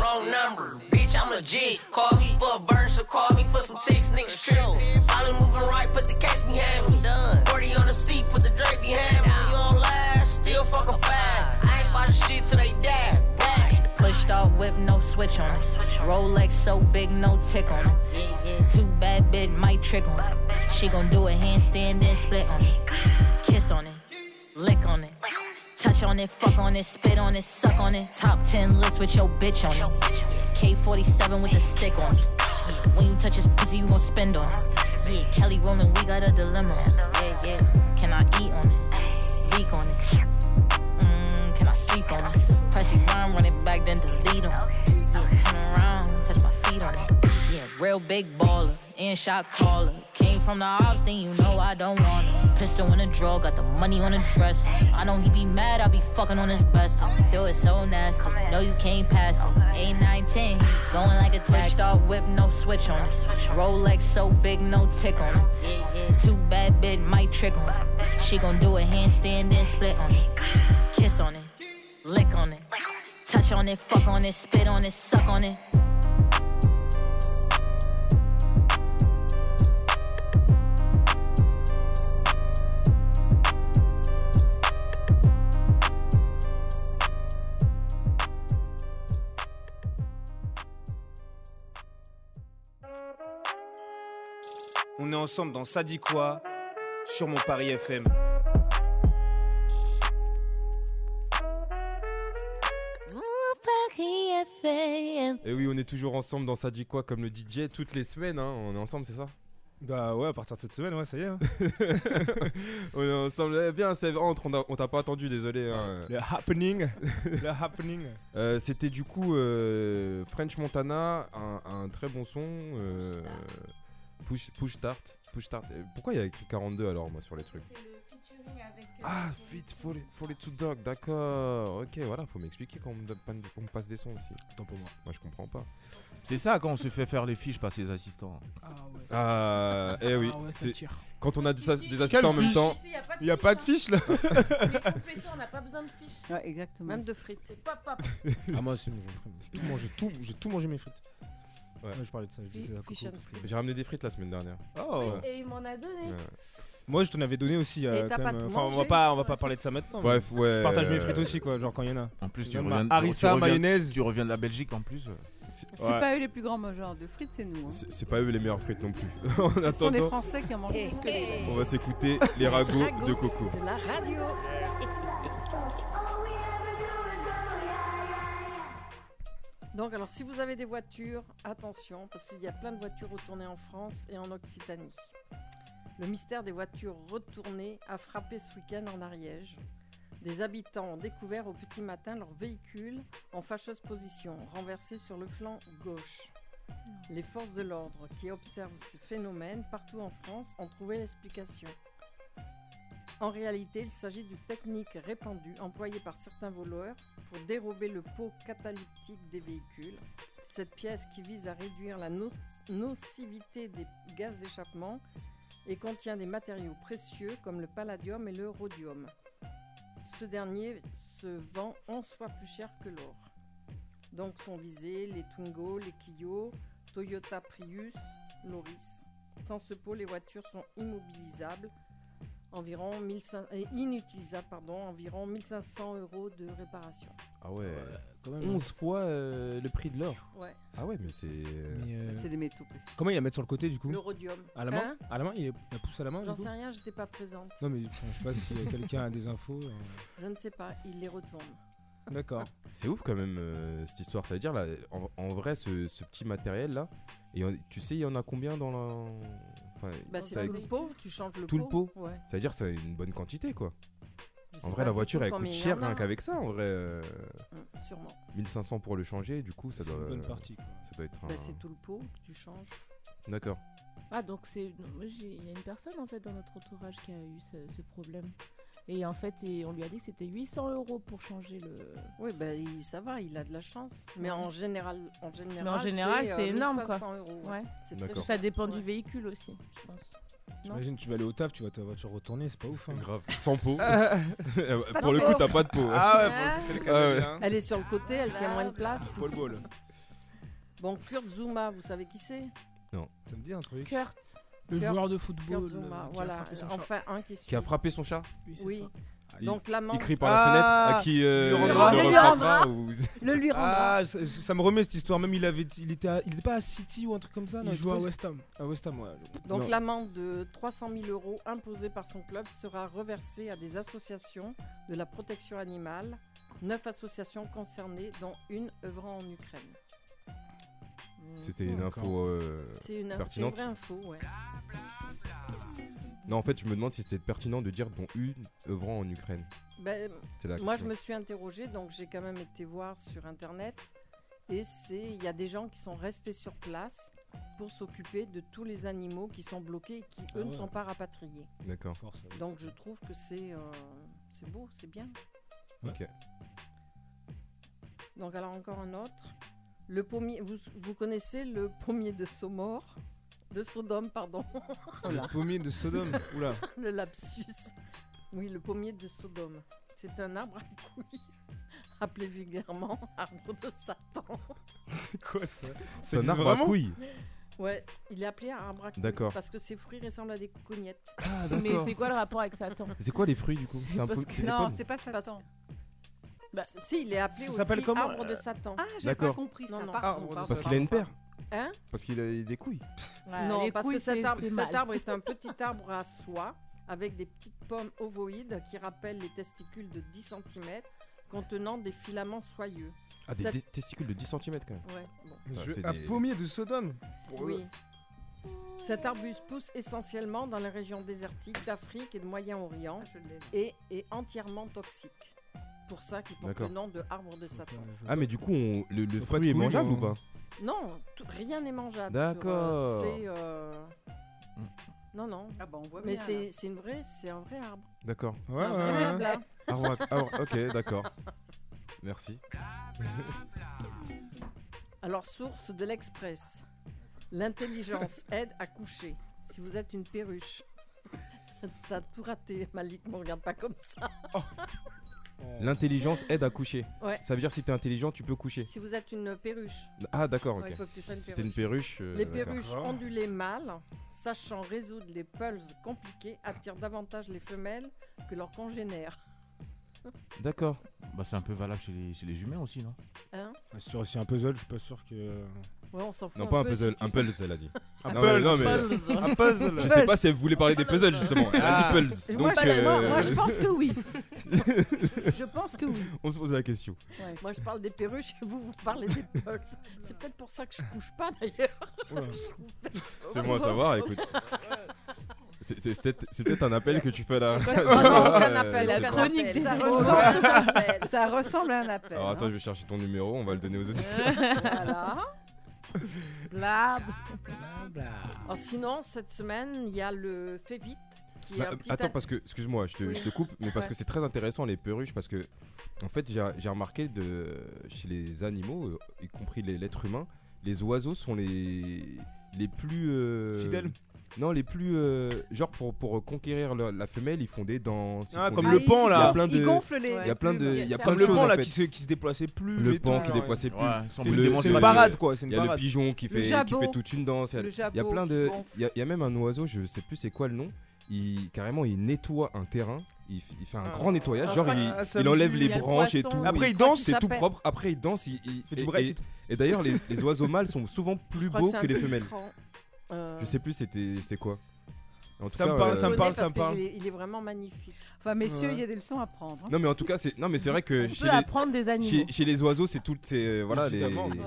L: Wrong number, bitch, I'm legit. Call me for a burn, so call me for some ticks, niggas trip. Probably moving right, put the case behind me. 40 on the seat, put the Drake behind me. You don't last, still fucking fine. I ain't spotting shit till they die.
J: Pushed off whip, no switch on. Rolex so big, no tick on. Too bad bit might trick on. She gon' do a handstand then split on it. Kiss on it, lick on it. Touch on it, fuck on it, spit on it, suck on it. Top 10 list with your bitch on it. K47 with the stick on it. When you touch his pussy, you gon' spend on it. Yeah, Kelly rolling, we got a dilemma. Yeah, yeah. Can I eat on it? Leak on it. Mm, can I sleep on it? Press rewind, run it back, then delete 'em. Yeah, turn around, touch my feet on it. Yeah, real big baller, in shot caller. Came from the ops, then you know I don't want it. Pistol in the drawer, got the money on the dresser. I know he be mad, I be fucking on his best. Do it so nasty, no you can't pass it. Eight, nine, ten, he be going like a tax. Star whip, no switch on it. Rolex so big, no tick on it. Too bad bit might trick on it. She gon' do a handstand then split on it. Kiss on it, lick on it. Touch on it, fuck on it, spit on it, suck on it.
M: On est ensemble dans Ça dit quoi sur mon Paris FM.
F: Paris FM.
A: Et oui, on est toujours ensemble dans Ça dit quoi comme le DJ toutes les semaines. hein. On est ensemble, c'est ça
G: Bah ouais, à partir de cette semaine, ouais, ça y est. hein.
A: On est ensemble. Eh bien, c'est entre. On t'a- on t'a pas attendu, désolé. hein.
G: Le happening. Le happening.
A: Euh, C'était du coup euh, French Montana, un, un très bon son. euh, push, push Start. Push Start. Euh, Pourquoi il y a écrit 42 alors, moi, sur les trucs
B: euh,
A: Ah, fit, faut les, faut les two dog, d'accord. Ok, voilà, faut m'expliquer quand on me, donne pas- qu'on me passe des sons aussi. Tant pour moi. Moi, je comprends pas.
E: C'est ça quand on se fait faire les fiches par ses assistants.
A: Ah, eh oui.
E: Ah ouais, ça
A: c'est-
E: tire.
A: quand on a des, as- des
E: Quelle
A: assistants en même
E: fiche
A: temps.
E: Si,
G: Il y a
B: hein.
G: pas de fiche hein. là.
H: Pétant, on n'a pas besoin de fiches.
C: Ouais, exactement. Même de frites.
H: C'est pas papa.
G: Ah moi c'est bon, j'ai faim. J'ai tout mangé, tout, j'ai tout mangé mes frites.
A: Ouais.
G: Ouais, je parlais de ça, je
H: Fi-
G: disais à
H: fish
G: Coco
H: and
G: parce que-
A: J'ai ramené des frites la semaine dernière.
G: Oh.
A: Ouais.
H: Et il m'en a donné.
A: Ouais.
G: Moi je t'en avais donné aussi. euh,
H: Et t'as
G: quand
H: pas
G: même,
H: tout
G: Enfin on va
H: mangé
D: Ah,
G: pas, on va pas parler de ça maintenant. mais
A: Bref, ouais,
G: Je partage mes
A: euh,
G: frites aussi quoi, genre quand il y en a.
E: En plus, tu
G: Même
E: reviens,
G: ma harissa,
E: tu reviens-
G: mayonnaise.
E: Tu reviens de la Belgique en plus.
G: Ouais.
C: C'est pas eux les plus grands mangeurs de frites, c'est nous. hein.
A: C'est c'est pas eux les meilleures frites non plus. en
C: Ce sont les
A: attendant,
C: Français qui en mangent plus que les.
A: on va s'écouter les ragots de Coco.
C: La radio. Donc alors si vous avez des voitures, attention parce qu'il y a plein de voitures retournées en France et en Occitanie. Le mystère des voitures retournées a frappé ce week-end en Ariège. Des habitants ont découvert au petit matin leur véhicule en fâcheuse position, renversé sur le flanc gauche. Les forces de l'ordre qui observent ces phénomènes partout en France ont trouvé l'explication. En réalité, il s'agit d'une technique répandue employée par certains voleurs pour dérober le pot catalyptique des véhicules. Cette pièce qui vise à réduire la no- nocivité des gaz d'échappement et contient des matériaux précieux comme le palladium et le rhodium. Ce dernier se vend 11 fois plus cher que l'or. Donc sont visés les Twingo, les Clio, Toyota Prius, Loris. Sans ce pot, les voitures sont immobilisables environ 1500, euh, inutilisable pardon, environ 1500 euros de réparation.
A: Ah ouais.
D: quand même. 11 fois euh, le prix de l'or.
C: Ouais.
A: Ah ouais, mais c'est.
D: Mais, euh,
C: C'est des métaux précieux.
D: Comment il la met sur le côté du coup
C: Le rhodium.
D: À la main
C: Hein
D: À la main Il est- il la pousse à la main du
C: J'en
D: coup
C: sais rien, j'étais pas présente.
D: Non, mais enfin, je sais pas si euh, quelqu'un a des infos. euh.
C: Je ne sais pas, il les retourne.
D: D'accord.
A: C'est ouf quand même euh, cette histoire. Ça veut dire, là, en, en vrai, ce, ce petit matériel là, et on- tu sais, il y en a combien dans la. Enfin,
C: Bah,
A: ça-
C: c'est tout le pot, tu changes le
A: tout le
C: pot.
A: pot
C: Ouais.
A: Ça veut dire, c'est une bonne quantité quoi.
C: Je sais
A: En
C: pas
A: vrai, la
C: du
A: voiture
C: tout
A: elle
C: combien
A: coûte
C: il y
A: cher
C: en a.
A: rien qu'avec ça en vrai. euh,
C: Mm, sûrement.
A: 1500 pour le changer, du coup, ça doit. euh,
D: une bonne partie, quoi.
A: Ça doit être
C: Bah,
A: un-
C: c'est tout le pot que tu changes.
A: D'accord.
H: Ah, donc c'est. non, moi, j'ai- Il y a une personne en fait dans notre entourage qui a eu ce, ce problème. Et en fait, et on lui a dit que c'était 800 euros pour changer le.
C: Oui, bah, il- ça va, il a de la chance. Mais
H: Ouais.
C: en général, en général,
H: Mais en général,
C: euh,
H: c'est énorme
C: 1500
H: quoi.
C: euros, ouais.
H: Ouais.
C: C'est très cher.
H: Ça dépend du véhicule aussi, je pense. Non
D: J'imagine, tu vas aller au taf, tu vois ta voiture retournée, c'est pas ouf. Hein.
A: Grave. Sans peau.
D: Ah.
A: Pas Pour de le coup, peau. t'as pas de peau.
D: Ah ouais, pour le coup, c'est le
A: Ah
D: cas de
A: ouais.
D: dire, hein.
C: Elle est sur le côté, elle tient moins de place.
D: Paul Ball.
C: Bon, Kurt Zuma, vous savez qui c'est
A: Non.
D: Ça me dit un truc.
C: Kurt.
I: Le
C: Kurt-
I: joueur de football,
C: Kurt Zuma,
I: euh, qui a
C: voilà.
I: frappé son chat.
C: enfin, un qui
A: Qui a
C: suit.
A: frappé son chat Ah,
I: Oui,
C: c'est ça.
A: Il-
C: Donc l'amende.
A: il crie par la Ah, fenêtre à qui, euh,
D: le
A: le
D: rendra.
A: Le lui
D: rendra.
A: rendra. ou-
C: Le lui rendra.
D: Ah, ça, ça me remet cette histoire. Même il avait, il était, à- il était pas à City ou un truc comme ça.
I: Il
D: non,
I: jouait à
D: suppose
I: West Ham.
D: À West Ham, ouais.
C: Donc
D: Non.
C: l'amende de 300 000 euros imposée par son club sera reversée à des associations de la protection animale. Neuf associations concernées, dont une œuvrant en Ukraine.
A: C'était une
C: D'accord.
A: info euh,
C: C'est une, c'est une
A: pertinente.
C: vraie info, ouais.
A: Non, en fait, je me demande si c'était pertinent de dire dont une œuvrant en Ukraine.
C: Ben,
A: C'est la
C: moi, je
A: question.
C: me suis interrogée, donc j'ai quand même été voir sur Internet. Et c'est, il y a des gens qui sont restés sur place pour s'occuper de tous les animaux qui sont bloqués et qui, eux,
A: Ah
C: ne
A: ouais.
C: sont pas rapatriés.
A: D'accord. Fort, ça.
C: Donc je trouve que c'est, euh, c'est beau, c'est bien.
A: Ok.
C: Donc alors encore un autre. Le pommier, vous, vous connaissez le pommier de Somore De Sodome, pardon.
D: Le pommier de Sodome. Oula.
C: le lapsus. Oui, le pommier de Sodome. C'est un arbre à couilles, appelé vulgairement arbre de Satan.
D: C'est quoi ça
A: C'est un arbre à couilles.
C: Ouais, il est appelé arbre à couilles.
A: D'accord. Ah,
C: Parce que ses fruits ressemblent à des cognettes.
H: Mais c'est quoi le rapport avec Satan
A: C'est quoi les fruits du coup
H: C'est
A: C'est un
H: parce
A: peu-
H: que-
A: c'est des
H: non,
A: pommes
H: c'est
C: pas Satan. Bah, si, il est appelé
D: Ça
C: aussi
D: s'appelle comment,
C: arbre de
D: euh,
C: Satan.
D: Ah, j'ai pas D'accord.
H: compris
C: Non,
H: ça,
C: non.
H: pardon, Arbre de pardon,
A: Parce qu'il a une paire.
C: Hein
A: Parce qu'il a des couilles.
H: Ouais,
C: non,
H: les
C: parce
H: couilles,
C: que cet
H: c'est-
C: arbre,
H: c'est
C: cet
H: mal.
C: arbre est un petit arbre à soie avec des petites pommes ovoïdes qui rappellent les testicules de 10 cm contenant des filaments soyeux.
A: Ah, des
C: Cette-
A: des testicules de 10 cm quand même.
C: Ouais, bon.
A: Ça
D: Je-
A: fait
D: un
A: des-
D: pommier de Sodome.
C: Oui. Cet arbuste pousse essentiellement dans les régions désertiques d'Afrique et de Moyen-Orient
H: Ah,
C: et est entièrement toxique. Pour ça qu'il porte le
A: D'accord.
C: nom de arbre de Satan.
A: Ah, mais du coup, on- le, le
D: Faut pas hein. de
A: fruit est
D: couilles,
A: mangeable
D: non.
A: ou pas
C: Non, tout- rien n'est mangeable. sur,
A: D'accord. Mm.
C: euh, c'est, euh, Non, non.
H: Ah, bah,
C: Mais
B: bien,
C: c'est c'est une vraie, c'est un vrai arbre.
A: D'accord. Ah,
C: C'est hein. un vrai blabla.
A: Arbre à- arbre- ok, d'accord. Merci.
C: Alors, source de l'Express. L'intelligence aide à coucher. Si vous êtes une perruche. T'as tout raté, Malik, me regarde pas comme ça.
A: Oh. L'intelligence aide à coucher.
C: Ouais.
A: Ça veut dire si t'es intelligent, tu peux coucher.
C: Si vous êtes une perruche.
A: Ah, d'accord, ok.
C: Ouais, il faut que tu sois une
A: Si
C: perruche.
A: t'es une perruche, euh,
C: les
A: d'accord.
C: perruches
A: D'accord.
C: ondulées mâles, sachant résoudre les pulses compliquées, attirent davantage les femelles que leurs congénères.
A: D'accord.
E: Bah, c'est un peu valable chez les, chez les humains aussi, non
C: Hein
D: Sur si un puzzle, je suis pas sûr que.
C: Ouais, on s'en fout.
A: Non, pas un puzzle,
C: si tu
A: un
C: veux.
A: puzzle, elle a dit.
D: Un
A: Non, mais-
D: puzzle.
A: non, mais-
D: Puzzle. Un puzzle.
A: Je sais pas si elle voulait parler des puzzles, justement. Elle a
D: Ah.
A: dit puzzles.
C: Moi,
A: Donc,
C: je- moi-
A: euh,
C: moi, je pense que oui. Je pense que oui.
A: On se pose la question.
C: Ouais, Moi, je parle des perruches et vous, vous parlez des pulses. C'est peut-être pour ça que je couche pas d'ailleurs.
A: Oula.
C: Je trouve ça-
A: C'est moi à savoir, écoute. C'est c'est peut-être c'est peut-être un appel que tu fais là.
C: Ouais, vraiment, c'est un
A: Euh,
C: appel,
A: je sais
C: la
A: pas.
C: chronique des
H: Ça
C: Oh.
H: ressemble, ça ressemble à un appel.
A: Alors attends,
H: hein.
A: je vais chercher ton numéro, on va le donner aux auditeurs.
H: voilà. Blab.
C: Alors, Oh, sinon, cette semaine, il y a le Fait Vite. Qui
A: Bah,
C: est un
A: euh,
C: petit
A: attends,
C: app-
A: parce que, excuse-moi, je te,
C: Oui.
A: je te coupe, mais parce
C: Ouais.
A: que c'est très intéressant les perruches, parce que, en fait, j'ai j'ai remarqué de, chez les animaux, euh, y compris les- l'être humain, les oiseaux sont les, les plus. euh,
D: Fidèles.
A: Non, les plus. euh, genre, pour, pour conquérir leur- la femelle, ils font des danses. ils
D: Ah,
A: font
D: comme
A: des-
D: le pan, là.
A: Il y a plein
D: Ils
A: de.
D: gonflent les-
A: Il y a plein de,
D: les
A: il y
D: plumes.
A: a plein de
D: Comme le
A: choses.
D: pan,
A: en
D: là,
A: fait.
D: qui se- qui se déplaçait plus
A: Le
D: et
A: pan
D: tout,
A: qui
D: ouais.
A: déplaçait plus.
D: Ouais, sans
A: C'est
D: plus
A: le-
D: démonter.
A: c'est
D: C'est une
A: le-
D: parade, quoi, c'est une
A: Il y a le
D: parade.
A: pigeon qui
D: Le
A: fait, qui
D: jabot.
A: fait toute une danse. il y a-
D: Le
A: Il y a
D: jabot
A: plein
D: qui
A: de.
D: gonfle.
A: Il y, a- il y a même un oiseau, je sais plus c'est quoi le nom, il, carrément, il nettoie un terrain. Il, f- il fait un
D: Ah.
A: grand nettoyage,
D: Ah,
A: genre
D: ah,
A: il,
D: ah, ça
A: il
D: me
A: enlève
D: dit,
A: les
D: il y a le
A: branches et
D: poisson,
A: tout.
D: je Après, il crois danse. qu'il
A: c'est tout
D: s'appelle.
A: propre. Après il danse, il, il-
D: fait du
A: et-
D: break.
A: et, et d'ailleurs les, les oiseaux mâles sont souvent plus
C: Je crois
A: beaux
C: c'est
A: que
C: un
A: les femelles.
C: tisserand. Euh,
A: Je sais plus c'était c'est quoi. En tout
D: Ça me
A: cas,
D: parle,
A: euh,
D: ça me parle, ça
C: parce
D: me
C: que
D: parle.
C: Il est, il est vraiment magnifique.
B: Enfin, messieurs,
C: Ouais.
B: il y a des leçons à prendre. hein.
A: Non mais en tout cas c'est non mais c'est vrai que
C: On peut
A: chez les...
C: apprendre des animaux.
A: Chez, chez les oiseaux c'est toutes ces euh, voilà les...
C: Évidemment, bien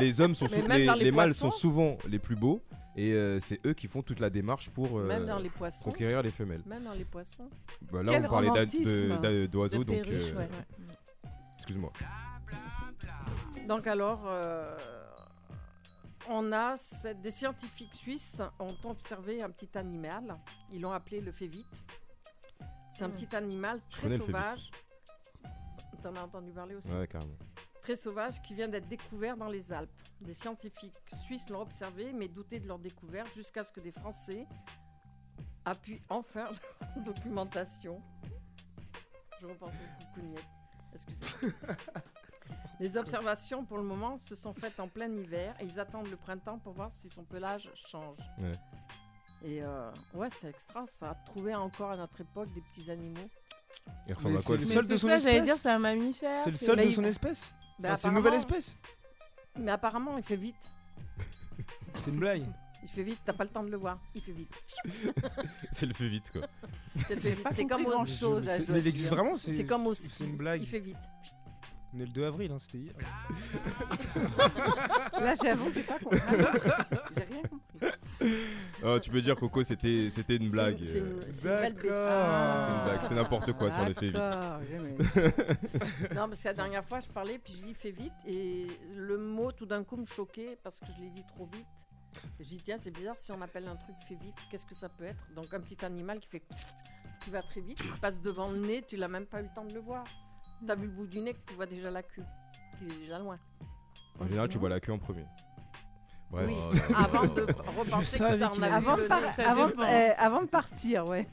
A: les hommes sont
C: Mais
A: sou-
C: même
A: les,
C: dans les
A: les mâles
C: poissons.
A: sont souvent les plus beaux et euh, c'est eux qui font toute la démarche pour euh,
C: Même dans les poissons.
A: conquérir les femelles.
C: Même dans les poissons.
A: Bah, là
C: Quel
A: on parlait d'a- de-
C: romantisme.
A: d'a- d'oiseaux
C: De
A: donc
C: perruche,
A: euh,
C: ouais.
A: excuse-moi.
C: Donc alors, euh, on a cette- des scientifiques suisses ont observé un petit animal. Ils l'ont appelé le févite. C'est un
B: Mm.
C: petit animal
A: Je
C: très
A: connais le févite.
C: sauvage. T'en as entendu parler aussi
A: Ouais carrément.
C: Très sauvage qui vient d'être découvert dans les Alpes. Des scientifiques suisses l'ont observé mais doutaient de leur découverte jusqu'à ce que des Français appuient enfin leur documentation. Je repense aux coucougnettes. Excusez-moi. Les observations, pour le moment, se sont faites en plein hiver et ils attendent le printemps pour voir si son pelage change.
A: Ouais.
C: Et euh, ouais, c'est extra, ça. Trouver encore à notre époque des petits animaux.
A: Il ressemble
D: Mais
A: à quoi
D: c'est
A: lui
D: le seul
H: C'est ça, j'allais dire, c'est un mammifère.
D: C'est le seul
C: Mais
D: de
C: il-
D: son espèce.
C: Mais
D: Enfin, c'est une nouvelle
C: apparemment-
D: espèce.
C: Mais apparemment, il fait vite.
D: C'est une blague.
C: Il fait vite, t'as pas le temps de le voir. Il fait vite.
A: C'est le fait vite quoi.
C: C'est le fait
B: J'ai
C: vite.
B: pas
C: C'est comme
B: compris
C: au-
B: grand-chose,
D: Mais il existe vraiment, c'est-
C: C'est comme au
D: c'est
C: ski.
D: une blague.
C: Il fait vite.
D: On est le 2 avril, hein, c'était hier.
B: Là, j'avoue que j'ai pas compris. J'ai rien compris.
A: Oh, tu peux dire Coco c'était c'était une blague.
B: c'est une-
A: euh,
B: c'est une belle bêtise.
A: D'accord. C'est une blague, c'était n'importe quoi sur le
C: Ah,
A: fait
B: D'accord,
A: vite.
B: j'aimais.
C: non, parce que la dernière fois, je parlais, puis je dis fais vite, et le mot tout d'un coup me choquait parce que je l'ai dit trop vite. J'ai dit, tiens, c'est bizarre si on appelle un truc fait vite, qu'est-ce que ça peut être Donc, un petit animal qui fait qui va très vite, qui passe devant le nez, tu l'as même pas eu le temps de le voir. T'as vu le bout du nez que tu vois déjà la queue, qui est déjà loin.
A: En général, tu vois la queue en premier. Bref.
C: Oui, Ah, avant de repenser que t'en avais le
B: Avant, de
C: nez.
B: par- avant, de- euh, avant de partir, ouais.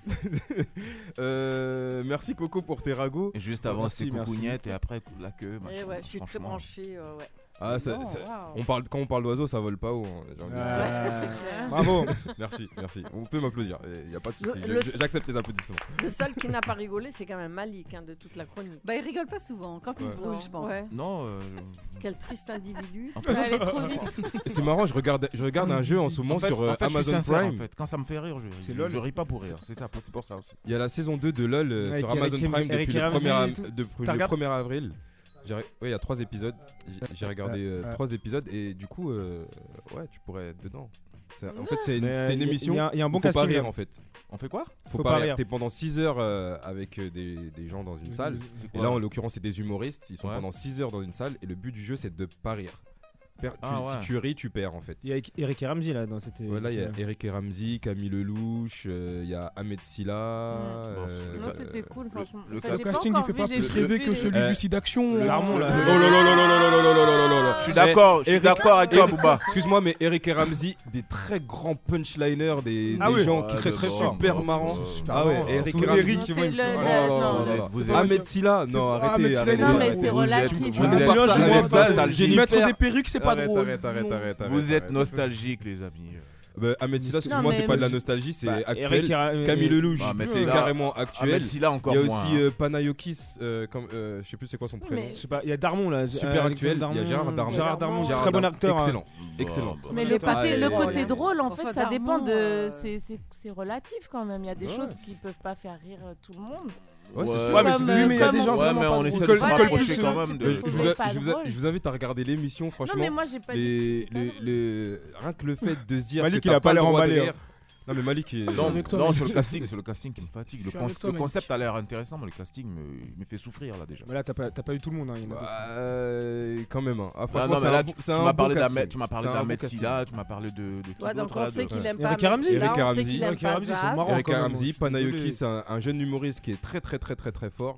A: Euh, merci Coco pour tes ragots.
E: Juste avant,
A: Merci,
E: c'est
A: merci.
E: coucougnette et après la queue.
C: Et
E: machin,
C: Eh ouais, je suis très
E: franchement.
C: branchée, euh, ouais.
A: Ah, ça-
C: Non,
A: ça-
C: waouh.
A: on parle, quand on parle d'oiseaux, ça vole pas haut. hein, j'ai envie de dire.
C: Ouais, c'est clair.
D: Bravo.
A: merci, merci. On peut m'applaudir. Il n'y a pas de souci.
C: Le-
A: Je-
C: le-
A: je- J'accepte les applaudissements.
C: Le seul qui n'a pas rigolé, c'est quand même Malik hein, de toute la chronique.
B: Bah, il rigole pas souvent quand il se
A: Ouais.
B: brûle, je pense.
C: Ouais.
E: Non, euh,
C: Quel triste individu.
E: En fait- Ça allait trop vite.
A: C'est marrant, je regarde, je regarde un jeu en ce moment
E: en fait-
A: sur
E: en
A: euh,
E: fait, je suis
A: Amazon
E: sincère,
A: Prime.
E: En fait. Quand ça me fait rire, je,
D: C'est
E: je,
D: LOL.
E: je ris pas pour rire. C'est ça, c'est pour ça aussi.
A: Il y a la saison 2 de LOL euh,
D: Avec
A: sur
D: Eric
A: Amazon
D: Ramsey
A: Prime
D: et
A: depuis le
D: tout.
A: 1er am-
D: T'as
A: depuis le
D: regardé
A: 1er avril. J'ai re- ouais, il y a 3 épisodes. J'ai- J'ai regardé
D: Ouais.
A: 3 épisodes et du coup, euh, ouais, tu pourrais être dedans. C'est- En
D: Ouais.
A: fait, c'est une,
D: Mais, euh,
A: c'est une
D: y a-
A: émission.
D: y a un- y a un bon
A: où faut pas
D: casting,
A: rire
D: hein.
A: en fait.
E: On fait quoi
A: Faut, pas, rire. T'es pendant 6 heures euh, avec euh, des, des gens dans une
D: Mais
A: salle.
D: nous- c'est
A: Et
D: quoi
A: là, en l'occurrence, c'est des humoristes. Ils sont
E: Ouais.
A: pendant 6 heures dans une salle et le but du jeu, c'est de pas rire. Per- tu-
E: Ah ouais.
A: Si tu ris, tu perds en fait.
D: Il y a Eric et Ramsey là dans cette.
A: Ouais, là, il y a
D: cette-
A: Eric et Ramsey, Camille Lelouch, euh, il y a Ahmed Silla. euh,
H: Non,
A: euh,
H: c'était cool,
A: le-
H: franchement.
A: le
H: Enfin,
A: ca-
H: j'ai pas encore vu, j'ai juste vu Ah, les-
A: Euh,
I: d'action.
A: le-
D: Larmon, là.
A: le- Oh là là là là là là là là là là là là.
E: Je suis
A: Mais
E: d'accord, je suis
A: Eric-
E: d'accord avec toi,
A: Eric-
E: Booba.
A: Excuse-moi, mais Eric et Ramsey, des très grands punchliners, des,
D: Ah
A: des
D: oui.
A: gens
D: Ouais,
A: qui
D: de
A: sont très
D: bon,
A: super
D: bon,
A: marrants.
D: c'est super
A: Ah ouais,
D: marrant.
A: Eric et
D: Surtout
A: Ramsey.
D: Eric,
H: C'est
D: tu vois, il
H: le-
D: faut-
H: le-
A: Oh
H: non,
A: là là
H: non,
A: là là.
E: vous êtes-
A: Ahmed Silla, non,
I: Ah,
A: arrêtez.
I: Ahmed Silla,
A: arrêtez,
I: non, mais
A: arrêtez.
H: c'est
A: Vous êtes-
H: relatif. hein.
A: vous
H: Je
A: êtes-
H: vois
A: Arrête
I: pas.
A: ça, arrête ça,
I: Mettre
A: Jennifer.
I: des perruques, c'est pas
A: Arrête,
I: drôle.
A: Arrête, arrête,
I: Non.
A: arrête, arrête,
E: Vous êtes
A: arrête.
E: nostalgique, les amis.
A: Bah, Ahmed Silla, excuse-moi,
H: mais-
A: c'est pas de la nostalgie, c'est
E: Bah,
A: actuel.
D: Eric euh, Ram-
A: Camille Lelouch,
E: Ah, mais
A: c'est
E: Silla-
A: carrément
E: Ah, mais
A: actuel.
E: Silla encore
A: Il y a
E: moins,
A: aussi
E: hein.
A: euh, Panayokis, euh, comme, euh, je sais plus c'est quoi son prénom.
H: mais-
D: Je sais pas, il y a Darmon là.
A: Super
D: Alexandre
A: actuel, il y a Gérard Darmon.
D: Gérard Darmon,
A: Gérard
D: très bon
A: Darmon,
D: acteur. hein.
A: Excellent, excellent.
E: Bah,
H: Mais le,
A: Ah,
H: pâté-
A: et-
H: le
A: et-
H: côté
A: et-
H: drôle, en fait,
B: Parfois,
H: ça dépend
B: Darmon,
H: de.
B: euh,
H: c'est- C'est c'est relatif quand même. Il y a des
A: Ouais.
H: choses qui peuvent pas faire rire euh, tout le monde. euh,
A: Ouais, c'est sûr.
H: Ouais, mais c'est- oui, mais il y a des gens
E: Ouais,
H: vraiment
E: mais
H: pas
E: on
H: drôles.
E: essaie de
H: Colle-
E: se
H: colle
E: rapprocher
H: plus,
E: quand
H: tu
E: même
H: peux
E: de.
A: Je
H: trouver
A: vous, a-
H: pas
A: je vous a-
H: drôle.
A: je vous invite à regarder l'émission, franchement.
H: mais moi, j'ai pas
A: les-
H: dit que c'était pas
A: le, le- Rien que le fait de se dire
D: Malik,
A: que
D: il
A: t'as
D: a pas l'air
A: le droit de
D: emballé, hein.
A: rire. Non, mais Malik, il est-
E: Non,
I: avec toi,
E: non
I: Malik.
E: sur le casting, c'est le casting qui me fatigue.
I: Je
E: Le,
I: suis
E: con-
I: avec toi,
E: le
I: Malik.
E: concept a l'air intéressant, mais le casting me, me fait souffrir là déjà.
D: Mais là, t'as pas, t'as pas eu tout le monde. hein, il y en a d'autres.
A: Euh, quand même. hein. Ah,
E: Ah,
A: franchement,
E: non,
A: c'est
E: mais
A: un
E: là,
A: bon-
E: tu, tu
A: c'est un
E: m'as
A: bon
E: parlé
A: casting.
E: d'Ahmed, tu m'as parlé
A: C'est un
E: d'Ahmed
A: bon casting.
E: Silla, tu m'as parlé de, de qui
C: Ouais, donc
E: d'autre,
C: on
E: là,
C: sait
E: de-
C: qu'il
A: Ouais.
C: aime pas
D: Eric
C: Ahmed
D: Ramsey.
C: Silla,
A: Eric
C: on sait
A: Ramsey.
C: qu'il aime
D: Eric
C: pas
D: Ramsey, c'est
C: Zaz.
D: marrant.
A: Eric
D: quand même,
A: Ramsey,
D: je suis désolé.
A: Panayokis, un, un jeune humoriste qui est très très très très très fort.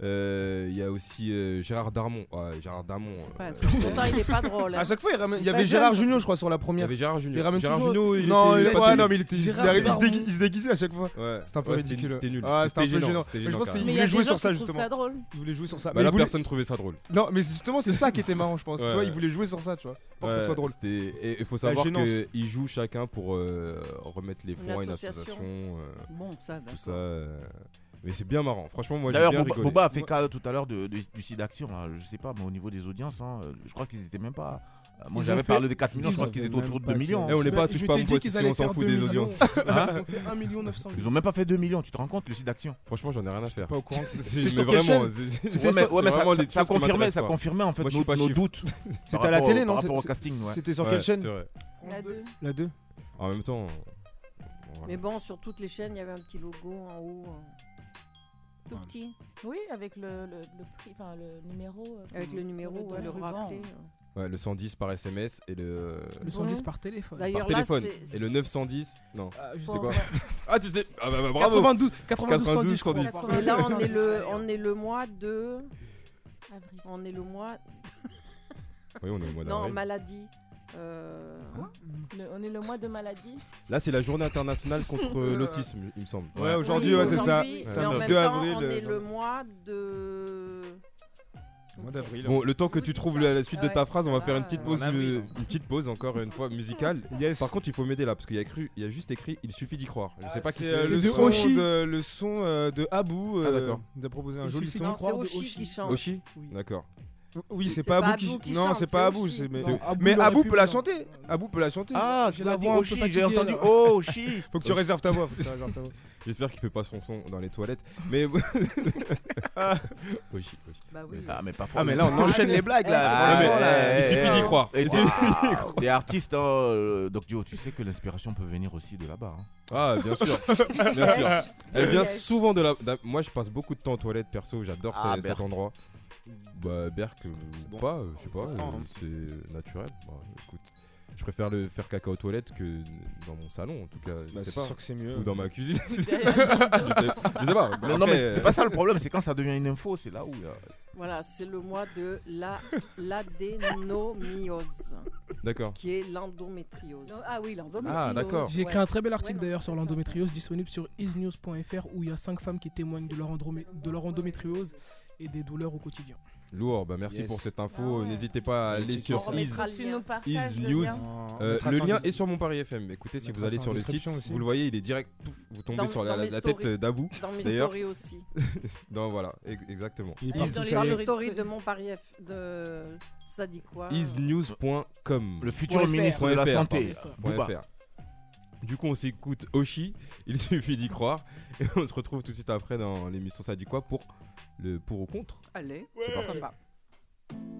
A: Euh, Il y a aussi euh, Gérard Darmon. Ouais, Gérard Darmon.
C: pas
A: euh,
C: tout. Pourtant, il est pas drôle, hein.
D: À chaque fois, il, ramène... il y
A: Bah,
D: avait Gérard
A: Gérard-
D: Junior, je crois, sur la première.
A: Il y avait Gérard Junior.
D: Il ramène
A: Gérard
D: toujours-
A: Junior, il
D: non,
A: était-
D: il,
A: il était-
D: ouais, non, mais il, était- il
A: Gérard
D: arrive- il se
A: Darmon.
D: dé- il se déguisait à chaque fois.
A: Ouais.
D: C'était un peu
A: Ouais, c'était-
D: ridicule.
A: c'était nul.
D: Ah, c'était un
A: C'était
D: peu
A: gênant,
D: gênant.
A: c'était
D: Mais je
A: gênant,
D: pense qu'il
A: carrément.
D: voulait
A: Mais il y a
D: jouer
A: des gens
D: sur ça,
A: qui trouvent
D: justement.
A: ça drôle.
D: Il voulait jouer sur ça.
A: Bah
D: Mais
A: là,
D: il voulait-
A: personne trouvait ça drôle.
D: Non, mais justement, c'est ça qui était marrant, je pense.
A: Ouais.
D: Tu vois, il voulait jouer sur ça, tu vois, pour que
A: Ouais,
D: ça soit drôle.
A: c'était- Et il faut
D: La
A: savoir
D: gênance.
A: qu'ils jouent chacun pour euh, remettre les fonds à une
B: L'association.
A: association. euh,
B: Bon, ça,
A: Tout
B: d'accord.
A: ça. euh, Mais c'est bien marrant. Franchement, moi, j'ai
E: D'ailleurs,
A: bien
E: Boba,
A: rigolé.
E: Boba a fait cas tout à l'heure de, de- du site d'action. hein. Je sais pas, mais au niveau des audiences, hein, euh, je crois qu'ils étaient même pas. euh, Moi,
A: Ils
E: j'avais
A: ont fait-
E: parlé des 4 millions,
A: ils
E: je crois
A: ont
E: qu'ils
A: fait
E: étaient autour
A: même
E: de
A: pas
E: 2 millions. Hein
A: Eh, on est pas-
I: Bah, touche je pas à t'ai dit Boba, qu'ils si allaient on s'en faire fout des 2 millions. audiences. Ils ont fait 1 million 900
E: Ils ont même pas fait 2 millions, tu te rends compte, le site d'action
A: Franchement, j'en ai rien à faire.
E: pas au courant
A: que c'était- sur quelle chaîne
E: Ouais, mais, ouais, mais ça, ça- ça confirmait, ça confirmait en fait
A: Moi, je
E: nos,
A: suis pas
E: nos
A: chiffre.
E: doutes.
D: C'était
E: par
D: à la
E: rapport-
D: télé, non,
E: Par rapport
D: c'est-
E: au casting, ouais.
D: c'était sur
A: Ouais,
D: quelle chaîne
A: c'est vrai.
C: La deux.
D: La 2.
A: En même temps.
C: Mais bon, sur toutes les chaînes, il y avait un petit logo en haut. euh, Tout petit.
H: Oui, avec le, le, le prix, enfin le numéro. euh,
C: Avec
H: pour-
C: le
H: pour
C: numéro, ouais,
H: donner
C: le
H: au ruban.
C: rappeler.
A: Ouais, le 110 par SMS et le.
I: Le 110 par téléphone.
A: Par
C: D'ailleurs, là,
A: téléphone.
C: c'est-
A: Et le 910 Non.
I: Ah,
A: je
I: je
A: sais
I: sais
A: quoi.
I: pas.
A: Ah, tu sais. Ah, bah, bah, bravo.
I: 92, 92, 110, je crois.
C: Et là, on est le, on est le mois de. On est le mois.
A: Oui, on est au mois
C: Non,
A: d'avril.
C: maladie. Euh,
H: Hein
E: Hein
H: Le- on est le mois de maladie.
A: Là, c'est la journée internationale contre euh, l'autisme, il me semble.
D: Ouais, aujourd'hui, ouais, c'est ça.
C: oui, mais en
D: Samedi
C: même
D: 2
C: temps,
D: avril.
C: on
D: euh,
C: est le
D: genre-
C: mois de.
D: Mois d'avril.
A: Bon, le temps que tu trouves la, la suite de ta phrase, on va faire une petite pause,
D: En avril,
A: euh, une petite pause encore une fois musicale. Par contre, il faut m'aider là parce qu'il y a cru, il y a juste écrit, il suffit d'y croire. Je sais pas qui
D: C'est euh, le,
A: de
D: son de, le son euh, de Abou.
A: Ah, d'accord.
D: Il nous a proposé un
A: Il
D: joli
A: suffit
D: son.
A: d'y Non,
C: croire c'est de Oshi Oshi. qui chante.
A: Oshi D'accord.
D: Oui, c'est pas Abou qui. Non, c'est pas Abou. c'est- Mais,
A: Non,
I: Abou
D: mais
I: l'aurait
D: Abou
I: pu
D: peut la
I: faire.
D: chanter. Abou peut la chanter.
E: Ah,
D: J'ai
E: tu
D: la
E: as dit
D: voix un peu
E: Oshi, j'ai
D: fatiguée,
E: entendu
D: là.
E: Oshi.
D: Faut que tu réserves ta voix. faut que tu réserves ta voix.
A: J'espère qu'il fait pas son son dans les toilettes. Mais
D: Ah.
A: Oshi, Oshi.
C: Bah oui.
E: Ah, mais parfois.
D: Ah, mais là, on enchaîne les blagues, là.
E: Ah,
D: Franchement,
E: mais,
D: là,
E: eh,
D: il suffit d'y
E: eh,
D: croire.
E: eh,
D: Il suffit d'y
E: waouh.
D: croire.
E: Les artistes, hein, euh, Doc Dio, tu sais que l'inspiration peut venir aussi de là-bas. hein.
A: Ah, bien sûr, bien sûr.
D: Eh,
A: Elle vient souvent de la. d'a- Moi, je passe beaucoup de temps aux toilettes perso. J'adore ce-
E: Ah,
A: cet
E: Berk.
A: endroit. Bah, Berk, euh, ou pas, euh, je sais pas. euh,
E: Attends, hein.
A: c'est euh, naturel. Bah, écoute, je préfère le faire caca aux toilettes que dans mon salon, en tout cas. je
D: Bah,
A: sais
D: c'est
A: pas.
D: sûr que c'est mieux.
A: Ou dans ma cuisine. je, sais,
C: derrière le rideau.
A: je sais pas. euh,
E: Non, non, mais c'est- c'est pas ça le problème, c'est quand ça devient une info, c'est là où. euh,
C: Voilà, c'est le mois de la l'adénomiose.
A: D'accord.
C: Qui est l'endométriose.
H: Ah oui,
C: l'endométriose.
I: J'ai écrit un très bel article d'ailleurs sur l'endométriose disponible sur isnews.fr où il y a 5 femmes qui témoignent de leur, endromé- de leur endométriose et des douleurs au quotidien.
A: Lourd, bah merci
D: Yes.
A: pour cette info.
D: Ah ouais.
A: N'hésitez pas à
D: Et
A: aller
D: tu
A: sur
D: nous
A: Is,
D: remettras le
A: Is
D: lien. Tu nous partages le
A: News.
D: lien.
A: Euh,
D: On mettra
A: le
D: ça en
A: lien
D: dis-
A: est sur mon Paris FM. Écoutez, si
D: mettra
A: vous allez
D: ça en
A: sur le site,
D: description aussi.
A: vous le voyez, il est direct. pouf, vous tombez
C: Dans-
A: sur la,
C: dans
A: la-
C: mes
A: la
C: stories.
A: tête euh, d'Abou.
C: Dans mes
A: d'ailleurs.
C: stories aussi.
A: non, voilà, ex- exactement.
D: Il est
C: Et dans les dans les stories de mon pari F de Sadikwa.
A: isnews.com.
E: Le futur Point ministre fr. de la
A: Point fr,
E: Santé,
A: pardon.
E: Booba.
A: Point fr. Du coup, on s'écoute Oshi, il suffit d'y croire. Et on se retrouve tout de suite après dans l'émission Ça dit quoi pour le pour ou contre.
C: Allez, Bah,
A: C'est parti.
C: ça va.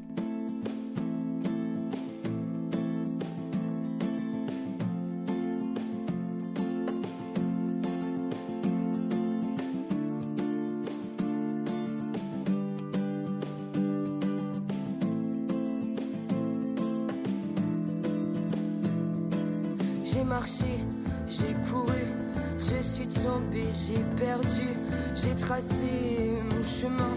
N: J'ai marché, j'ai couru, je suis tombée, j'ai perdu, j'ai tracé mon chemin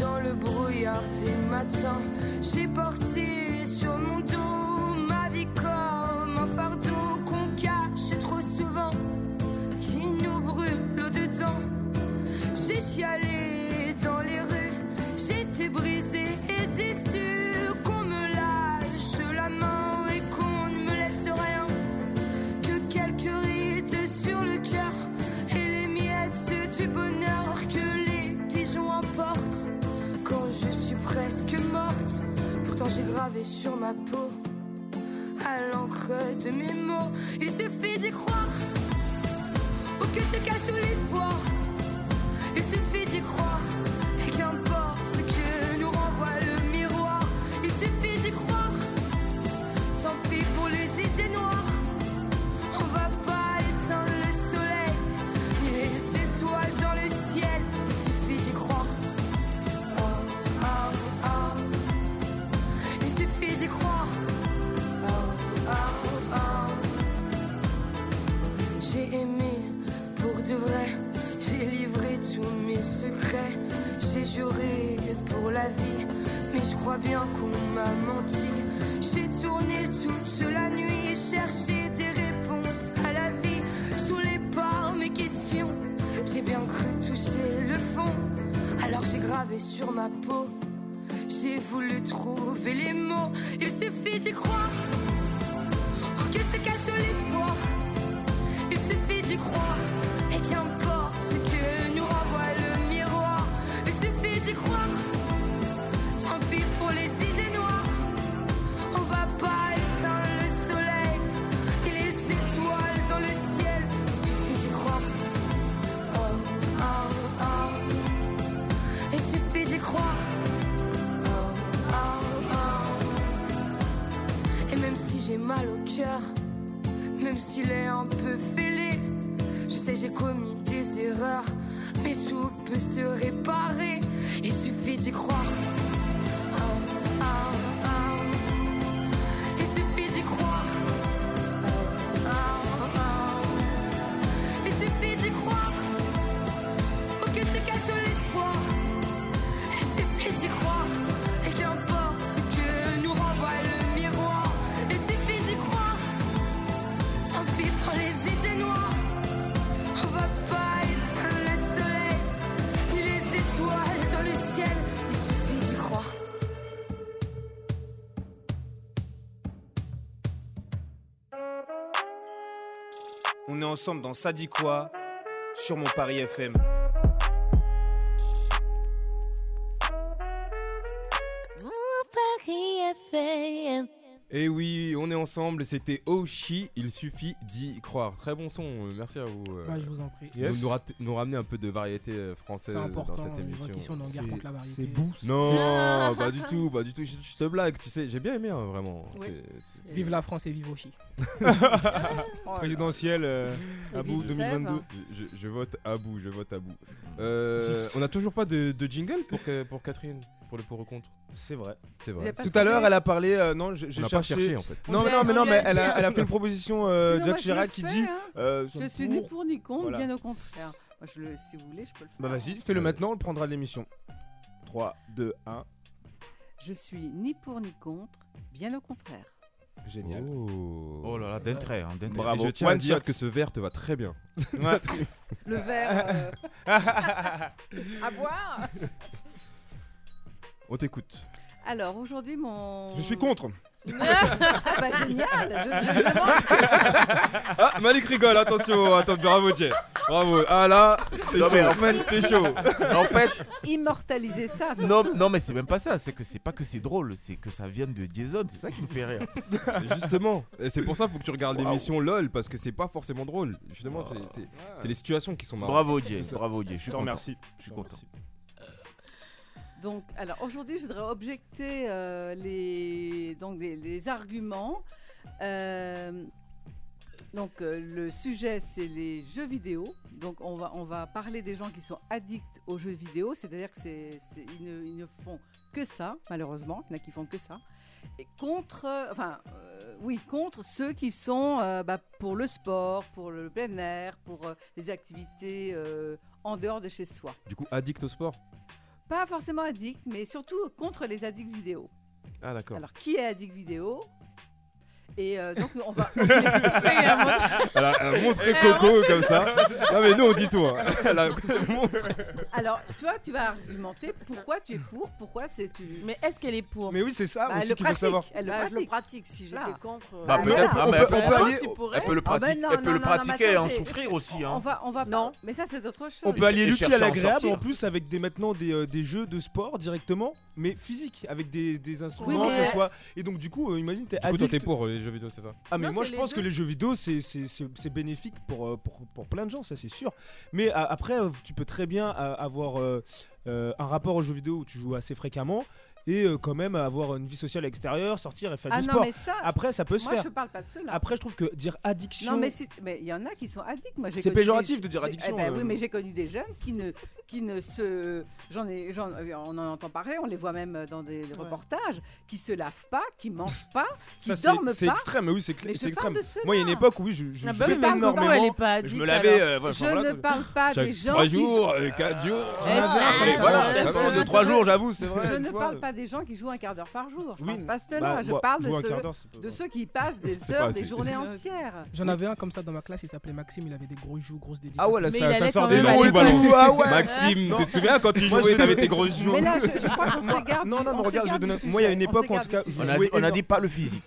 N: dans le brouillard des matins. J'ai porté sur mon dos ma vie comme un fardeau qu'on cache trop souvent, qui nous brûle au-dedans. J'ai chialé dans les rues, j'étais brisée et déçue qu'on me lâche la main et qu'on ne me laisse rien. Que quelques rides sur le cœur et les miettes du bonheur que les pigeons emportent. Quand je suis presque morte, pourtant j'ai gravé sur ma peau à l'encre de mes mots. Il suffit d'y croire pour que se cache sous l'espoir. Il suffit d'y croire, et qu'importe ce que nous renvoie le miroir. Il suffit d'y croire, tant pis pour les idées noires. On va pas éteindre le soleil, ni les étoiles dans le ciel. Il suffit d'y croire. Oh, oh, oh. Il suffit d'y croire. Oh, oh, oh. J'ai aimé pour de vrai, j'ai J'ai juré pour la vie, mais je crois bien qu'on m'a menti. J'ai tourné toute la nuit, cherché des réponses à la vie. Sous les par mes questions, j'ai bien cru toucher le fond. Alors j'ai gravé sur ma peau, j'ai voulu trouver les mots. Il suffit d'y croire, que se cache l'espoir. Il suffit d'y croire, et qu'importe ce que nous renvoie le miroir. Il suffit d'y croire, tant pis pour les idées noires. On va pas éteindre le soleil et les étoiles dans le ciel. Il suffit d'y croire. Oh, oh, oh. Il suffit d'y croire. Oh, oh, oh. Et même si j'ai mal au cœur, même s'il est un peu fêlé, je sais j'ai commis des erreurs, mais tout peut se réparer. Il suffit d'y croire. Oh, oh, oh. Il suffit d'y croire. Oh, oh, oh. Il suffit d'y croire. Pour que se cache l'espoir. Il suffit d'y croire. Et qu'importe ce que nous renvoie le miroir. Il suffit d'y croire. Tant pis pour les idées noires. On va pas éteindre le soleil. Ni les étoiles dans le ciel. Il suffit d'y croire.
M: On est ensemble dans Ça dit quoi sur mon Paris FM.
F: Mon Paris FM.
A: Et oui, on est ensemble, c'était Oshi, il suffit d'y croire. Très bon son, euh, merci à vous. euh,
I: Bah, je vous en prie.
A: de
I: Yes.
A: Nous, rate- nous ramener un peu de variété euh, française
I: C'est
A: dans
I: important,
A: cette
I: je vois
A: émission.
I: qu'ici, on est en guerre C'est- contre la variété. c'est
A: boost.
I: Boost.
A: Non, pas du tout, pas du tout, je, je te blague, tu sais, j'ai bien aimé hein, vraiment.
I: Oui.
A: C'est- c'est- c'est-
I: Vive la France et vive Oshi.
G: Présidentielle euh, à bout
I: vive Sèvres.
G: 2022.
A: Je, je- je vote à bout, je vote à bout. Euh, on n'a toujours pas de, de jingle pour, que- pour Catherine, pour le pour ou contre
G: C'est vrai.
A: C'est
G: Il y
A: vrai.
G: a pas
A: C'est-
G: de-
D: Tout à l'heure, elle a parlé. euh, non, j'ai
A: On
D: j'ai
A: n'a
D: cherché.
A: pas cherché, en fait.
D: Non,
B: On
D: mais non,
B: dirait-
D: mais,
B: on
D: non, mais
B: dirait
D: elle,
B: dire.
D: a, elle a fait une proposition
B: Sinon,
D: euh,
B: moi,
D: Jacques
B: je
D: Chirac
B: le
D: qui
B: fais,
D: dit.
B: hein.
D: euh, nous
B: je
D: sommes
B: suis ni
D: pour.
B: pour ni contre,
D: Voilà.
B: bien au contraire. Moi, je le, si vous voulez, je peux le faire.
D: Bah vas-y,
A: Euh.
D: fais-le maintenant, on le prendra de l'émission. 3, 2, 1.
B: Je suis ni pour ni contre, bien au contraire.
D: Génial.
A: Oh,
E: là là, d'un trait, hein, d'un trait.
A: Bravo.
E: Et
A: je tiens à dire que ce verre te va très bien.
D: Ouais.
B: Le verre. euh, à boire.
A: On t'écoute.
B: Alors aujourd'hui, mon.
A: Je suis contre.
B: ah, bah génial. Je, je demande
A: ah, Malik rigole, attention, attends, bravo Jay. Bravo. Ah là, t'es
E: Non, mais
A: chaud.
E: en fait-
A: t'es chaud.
E: En fait,
B: immortaliser ça. surtout.
E: non, non, mais c'est même pas ça. C'est que c'est pas que c'est drôle, c'est que ça vient de Jason. C'est ça qui me fait rire.
A: Justement, et c'est pour ça faut que tu regardes
E: Waouh.
A: l'émission LOL parce que c'est pas forcément drôle. Justement, c'est- c'est c'est les situations qui sont marrantes.
E: Bravo Jay, bravo Jay. Je suis
A: Attends,
E: content.
A: merci.
E: Je suis content.
B: Donc, alors aujourd'hui, je voudrais objecter euh, les, donc, des- les arguments. Euh, donc, euh, le sujet, c'est les jeux vidéo. Donc, on va, on va parler des gens qui sont addicts aux jeux vidéo, c'est-à-dire que c'est, c'est- ils, ne, ils ne font que ça, malheureusement. Il y en a qui font que ça. Et contre, enfin, euh, oui, contre ceux qui sont euh, bah, pour le sport, pour le plein air, pour euh, les activités euh, en dehors de chez soi
A: Du coup, addict au sport
B: pas forcément addict, mais surtout contre les addicts vidéo.
A: Ah, d'accord.
B: Alors, qui est addict vidéo Et euh, donc, on va. Oui, elle montre-
A: Elle a, elle a montré
B: Elle a
A: Coco
B: montré-
A: comme ça. Non, mais nous, on dit tout. hein. Elle a-
B: Alors, tu vois, tu vas argumenter pourquoi tu es pour, pourquoi c'est tu.
H: Mais est-ce qu'elle est pour
D: Mais oui, c'est ça
B: Bah,
D: aussi
B: elle le
D: qu'il faut
B: pratique,
D: savoir.
B: Elle le
C: Bah, je
B: pratique.
C: le pratique, si j'étais
B: Voilà.
C: contre, euh,
E: Bah,
C: Ah,
E: peut-être,
C: non,
E: ah, mais
D: on
E: elle
D: peut-
E: peut,
D: on peut
E: elle peut-
D: aller-
E: elle peut
B: pourrais.
E: le
B: Ah, bah,
E: pratiquer,
B: non,
E: elle peut le
B: non, non, mais
E: pratiquer et en
B: attendez.
E: souffrir aussi. Hein.
B: On va, on va. Non. Mais ça, c'est autre chose.
D: On peut allier
E: Et
D: l'utile
E: chercher
D: à
E: à en
D: l'agréable
E: sortir.
D: en plus avec des maintenant des, euh, des jeux de sport directement, mais physiques, avec des, des instruments,
E: mais-
D: que ce soit. Et donc, du coup, euh, imagine, t'es
A: Du coup, toi,
D: addict.
A: t'es pour euh, les jeux vidéo, c'est ça
D: Ah mais
A: Non,
D: moi
A: c'est
D: je
A: les
D: pense
A: deux.
D: que les jeux vidéo c'est- c'est c'est- c'est bénéfique pour, euh, pour, pour plein de gens ça c'est sûr. Mais a- après euh, tu peux très bien euh, avoir euh, euh, un rapport aux jeux vidéo où tu joues assez fréquemment et euh, quand même avoir une vie sociale extérieure, sortir et faire
B: Ah
D: du
B: non,
D: sport.
B: mais ça,
D: après ça peut se
B: moi,
D: faire.
B: je parle pas de cela.
D: Après je trouve que dire addiction
B: Non, mais si- mais il y en a qui sont addicts. Moi, j'ai
D: C'est
B: connu des-
D: péjoratif de dire
B: j'ai- eh
D: addiction,
B: ben
D: euh.
B: oui, mais j'ai connu des jeunes qui ne qui ne se. J'en ai, j'en- euh, on en entend parler, on les voit même dans des reportages, qui se lavent pas, qui mangent pas, qui
D: Ça, c'est-
B: dorment pas.
D: c'est extrême, mais oui, c'est cl-
B: Mais je
D: c'est extrême.
B: parle de
D: Moi, il y a une
B: ceux-là.
D: époque où oui, je- je-
B: Ah
D: je
B: bah oui,
D: fais
B: mais pourquoi
D: énormément,
B: elle est pas
D: je me
B: addict,
D: lavais,
B: alors
D: euh, voilà,
B: Je
D: enfin, voilà,
B: ne
D: quoi.
B: parle pas
D: Chaque
B: des gens.
D: trois
B: qui-
D: jours, euh, quatre jours,
B: Eh
D: voilà.
B: ben,
D: Après,
B: ça
D: Ah, voilà,
B: va,
D: ça va,
B: ça
D: de
B: va.
D: trois
B: Je-
D: jours, j'avoue, c'est vrai,
B: Je
D: une
B: ne
D: fois.
B: parle pas des gens qui jouent un quart d'heure par jour. Je
D: Oui,
B: parle pas de cela.
D: bah,
B: je
D: moi,
B: parle de
D: jouer un
B: ceux,
D: quart d'heure, c'est pas-
B: de ceux qui passent des
D: C'est
B: heures,
D: pas
B: des
D: assez.
B: journées entières.
I: J'en avais un comme ça dans ma classe, il s'appelait Maxime, il avait des gros joues, grosses dédicaces.
D: Ah ouais, là, Mais ça- il ça allait sort quand des même noms à et tout, l'école. balance. Ah ouais. Maxime, tu te souviens quand tu
I: Moi,
D: jouais,
I: je-
D: t'avais tes grosses joues
B: Mais là, je, je crois qu'on s'égare.
D: Non, non, mais
B: on
D: regarde, je vais
B: s'égare
D: donner.
B: du
D: Moi, il y a
B: sujet,
D: une
B: on
D: époque, en
B: s'égare
D: tout cas.
B: du
D: où je
B: sujet.
E: On a-
D: jouais
E: on a dit
D: énorme-
E: pas le physique.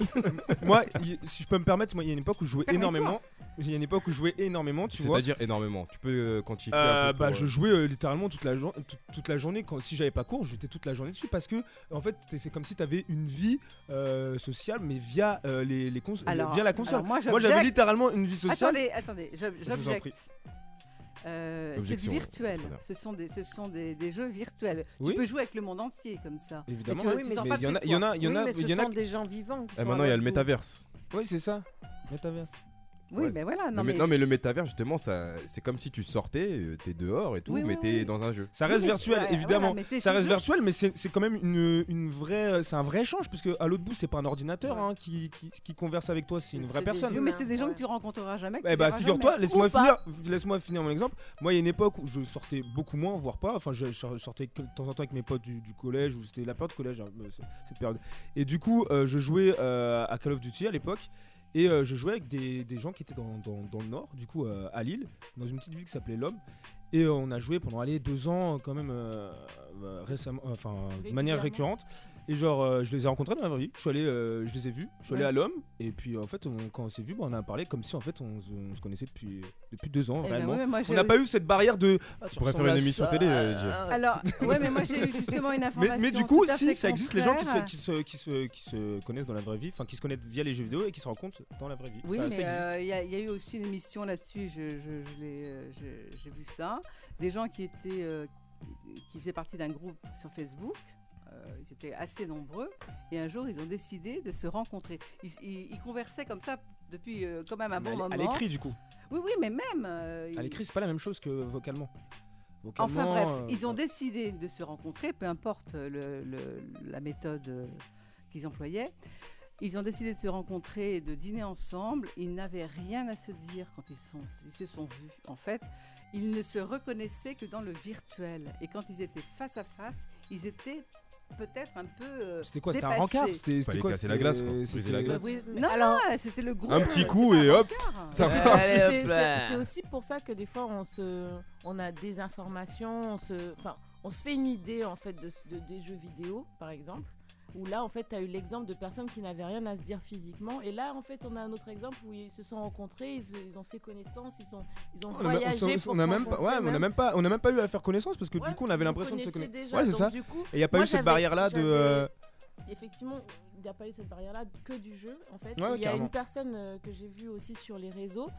D: moi, il- si je peux me permettre, moi, il y a une époque où je jouais
E: Permets-toi.
D: énormément. Il y a une époque où je jouais énormément, tu vois.
A: C'est-à-dire énormément. Tu peux euh, quantifier. un
D: Euh,
A: peu
D: bah,
A: pour,
D: je jouais euh, littéralement toute la, jour- toute, toute la journée. Quand, si j'avais pas cours, j'étais toute la journée dessus parce que, en fait, c'était- c'est comme si t'avais une vie euh, sociale, mais via, euh, les, les cons-
B: Alors,
D: via la console.
B: alors moi,
D: j'avais
B: j'objecte.
D: littéralement une vie sociale.
B: Attendez, attendez, j'ob-
D: Je vous en prie.
B: j'objecte. Euh, c'est du
D: Objection,
B: virtuel.
D: entraîneur.
B: Ce sont des, ce sont des, des jeux virtuels.
D: Oui.
B: Tu peux jouer avec le monde entier comme ça.
D: Évidemment,
B: mais
D: oui,
B: tu,
D: mais
B: tu sors
D: c'est-
B: pas
D: mais il y
B: de
D: en a-
B: chez
D: il y en a-
B: toi.
D: il y en
B: Oui,
D: a-
B: mais
D: il y
B: ce
D: en a
B: sont
D: qui-
B: des gens vivants. qui
A: Eh,
B: sont
A: maintenant,
B: à
A: il y a
B: leur
A: le
B: tour.
A: métaverse.
D: Oui, c'est ça. Métaverse.
B: Oui,
A: Ouais.
B: mais voilà.
A: Le
B: Ah, Non,
A: mé-
B: mais,
A: non, mais le métavers, justement, ça- c'est comme si tu sortais, euh, t'es dehors et tout,
B: Oui,
A: mais
B: oui,
A: t'es
B: oui.
A: dans un jeu.
D: Ça reste virtuel, évidemment.
B: mais t'es
D: ça
B: chez
D: reste
B: eux.
D: virtuel, mais c'est c'est quand même une, une vraie, c'est un vrai échange parce que à l'autre bout, c'est pas un ordinateur hein, qui, qui, qui converse avec toi, c'est une vraie personne.
B: Oui, mais c'est des gens que tu rencontreras jamais. que
D: Eh
B: tu
D: bah
B: verras
D: figure-toi,
B: jamais.
D: laisse-moi
B: Ou pas.
D: finir, laisse-moi finir mon exemple. Moi, il y a une époque où je sortais beaucoup moins, voire pas. Enfin, je je sortais que de temps en temps avec mes potes du, du collège, ou c'était la période collège, hein, euh, c- cette période. Et du coup, euh, je jouais euh, à Call of Duty à l'époque, et euh, je jouais avec des, des gens qui étaient dans, dans- dans le nord, du coup euh, à Lille, dans une petite ville qui s'appelait L'Homme. Et euh, on a joué pendant allez, deux ans quand même euh, euh, récemment, enfin de manière
G: Régulièrement.
D: récurrente. Et genre, euh, je les ai rencontrés dans la vraie vie. Je suis allé, euh, je les ai vus. Je suis allé
G: Ouais.
D: à l'homme. Et puis, en fait, on- quand on s'est vus, bah, on a parlé comme si, en fait, on, se- on se connaissait depuis, euh, depuis deux ans,
B: Eh ben
D: réellement.
B: ouais, moi, j'ai
D: on n'a pas
B: eu-
D: eu cette barrière de. Ah,
A: Tu pourrais
D: ressembles
A: faire une
D: à
A: émission
D: ça.
A: télé, euh, DJ.
D: Ah.
B: Alors, ouais, mais moi j'ai eu justement une
D: Mais,
B: information.
D: mais du coup,
B: tout à
D: si
B: fait
D: ça existe, les gens qui se,
B: contraire.
D: qui, se, qui, se, qui se connaissent dans la vraie vie, enfin qui se connaissent via les jeux vidéo et qui se rencontrent dans la vraie vie.
B: Oui,
D: ça,
B: mais
D: ça existe.
B: euh, il y, a- il y a eu aussi une émission là-dessus, je- je- je l'ai, euh, je- j'ai vu ça. Des gens qui, étaient, euh, qui faisaient partie d'un groupe sur Facebook, euh, ils étaient assez nombreux, et un jour ils ont décidé de se rencontrer. Ils, ils- ils conversaient comme ça depuis euh, quand même un
D: Mais
B: bon
D: à l-
B: moment.
D: à l'écrit, du coup.
B: Oui, oui, mais même. euh,
D: À
B: ils-
D: l'écrit, c'est pas la même chose que vocalement.
B: Enfin
D: Vocalement,
B: bref,
D: euh,
B: ils ont décidé de se rencontrer, peu importe le- le- la méthode euh, qu'ils employaient. Ils ont décidé de se rencontrer et de dîner ensemble. Ils n'avaient rien à se dire quand ils, sont- ils se sont vus. En fait, ils ne se reconnaissaient que dans le virtuel. Et quand ils étaient face à face, ils étaient peut-être un peu. euh,
D: C'était quoi C'était un
B: dépassés.
D: rencard C'était c'était
A: Fallait
D: quoi
A: casser
D: C'était-
A: la glace, quoi.
D: c'était-
A: Briser la glace.
B: Oui, non, alors, c'était le groupe.
A: Un petit coup et hop, ça
H: C'est-
A: part.
H: c'est- c'est- C'est aussi pour ça que des fois on se, on a des informations, on se, enfin, on se fait une idée en fait de, de- des jeux vidéo, par exemple. Où là, en fait, tu as eu l'exemple de personnes qui n'avaient rien à se dire physiquement. Et là, en fait, on a un autre exemple où ils se sont rencontrés, ils, se- ils ont fait connaissance, ils, sont, ils ont
D: On a, même-
H: voyagé.
D: on s'en-
H: pour
D: on
H: se
D: a même pas,
H: rencontrer
D: ouais, mais on a même pas, on a même pas eu à faire connaissance parce que du coup on avait
H: vous
D: l'impression de se
H: connaissez
D: connaître.
H: déjà,
D: ouais, c'est
H: donc
D: ça.
H: du coup,
D: Et il n'y a pas
H: moi,
D: eu cette
H: j'avais-
D: barrière là de.
H: j'avais-
D: euh,
H: Effectivement, il n'y a pas eu cette barrière-là que du jeu, en fait.
D: Ouais, ouais,
H: il y a
D: carrément.
H: une personne euh, que j'ai vue aussi sur les réseaux.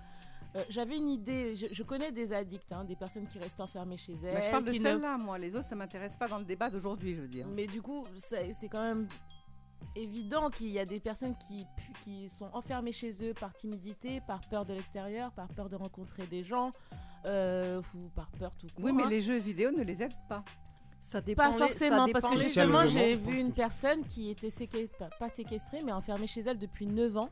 H: Euh, J'avais une idée, je, je connais des addicts, hein, des personnes qui restent enfermées chez elles.
B: Mais Bah, je parle de
H: qui ne-
B: celle-là, moi. Les autres, ça m'intéresse pas dans le débat d'aujourd'hui, je veux dire.
H: Mais du coup, c'est c'est quand même évident qu'il y a des personnes qui, pu- qui sont enfermées chez eux par timidité, par peur de l'extérieur, par peur de rencontrer des gens, euh, ou par peur tout court.
B: Oui, mais
H: hein.
B: les jeux vidéo ne les aident pas.
C: Ça
H: Pas forcément, parce que justement, j'ai vu une
B: personne
H: personne qui était séqué- pas- pas séquestrée, mais enfermée chez elle depuis 9 ans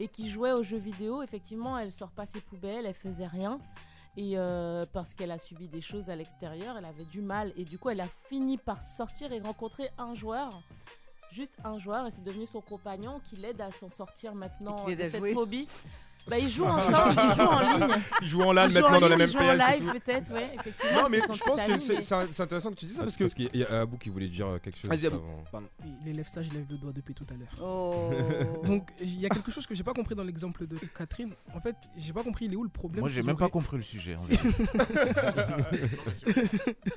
H: et qui jouait aux jeux vidéo. Effectivement, elle sort pas ses poubelles, elle faisait rien. Et euh, parce qu'elle a subi des choses à l'extérieur, elle avait du mal. Et du coup, elle a fini par sortir et rencontrer un joueur. Juste un joueur, et c'est devenu son compagnon qui l'aide à s'en sortir maintenant
B: Et qui l'aide
H: de
B: à
H: cette
B: jouer.
H: phobie. Bah, ils jouent ensemble, ils jouent en ligne.
D: Ils jouent en live maintenant dans la
H: ligne,
D: même
H: ils jouent en
D: PS et
H: live,
D: tout.
H: peut-être, ouais, effectivement.
D: Non mais
H: ils se
D: je
H: sont
D: pense que
H: titanisés.
D: c'est c'est- c'est intéressant que tu dis ça parce que.
A: Parce qu'il y a Abou qui voulait dire euh, quelque chose.
D: Vas-y, Abou.
A: avant.
I: Oui, l'élève sage lève le doigt depuis tout à l'heure.
B: Oh.
I: Donc il y a quelque chose que j'ai pas compris dans l'exemple de Catherine. En fait, j'ai pas compris il est où le problème.
E: Moi, j'ai
I: qu'ils
E: même
I: ont
E: pas
I: ré-
E: compris le sujet, en
I: Si.
E: vrai.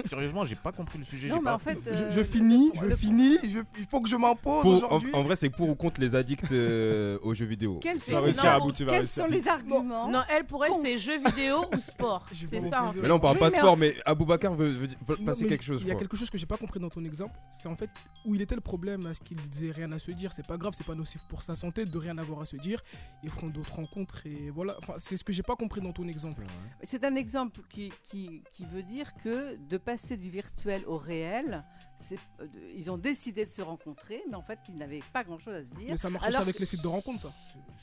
E: Sérieusement, j'ai pas compris le sujet. j'ai pas-
I: euh,
B: euh,
I: je, je finis, je finis, je- il faut que je m'impose
A: Pour- en,
I: aujourd'hui.
A: en vrai, c'est pour ou contre les addicts euh, aux jeux vidéo.
I: Quel
A: C'est
I: serait-
A: réussir
I: non,
A: à aboutir,
I: quel
A: réussir.
B: sont les arguments
H: Non, elle, pour elle, c'est jeux vidéo ou sport. C'est ça, en fait.
A: Mais là, on parle
I: Oui,
A: pas de
I: mais
A: sport,
I: en-
A: mais Aboubacar veut, veut- veut
I: Non,
A: passer
I: mais
A: quelque chose.
I: Il y a
A: quoi.
I: quelque chose que j'ai pas compris dans ton exemple, c'est en fait où il était le problème à ce qu'il disait rien à se dire, c'est pas grave, c'est pas nocif pour sa santé de rien avoir à se dire, ils feront d'autres rencontres et voilà, enfin c'est ce que j'ai pas compris dans ton exemple.
B: C'est un exemple qui, qui- qui veut dire que de passer du virtuel au réel, c'est- euh, de- ils ont décidé de se rencontrer, mais en fait, ils n'avaient pas grand-chose à se dire.
I: Mais ça marche aussi
B: Alors
I: avec
B: que-
I: les sites de rencontres ça.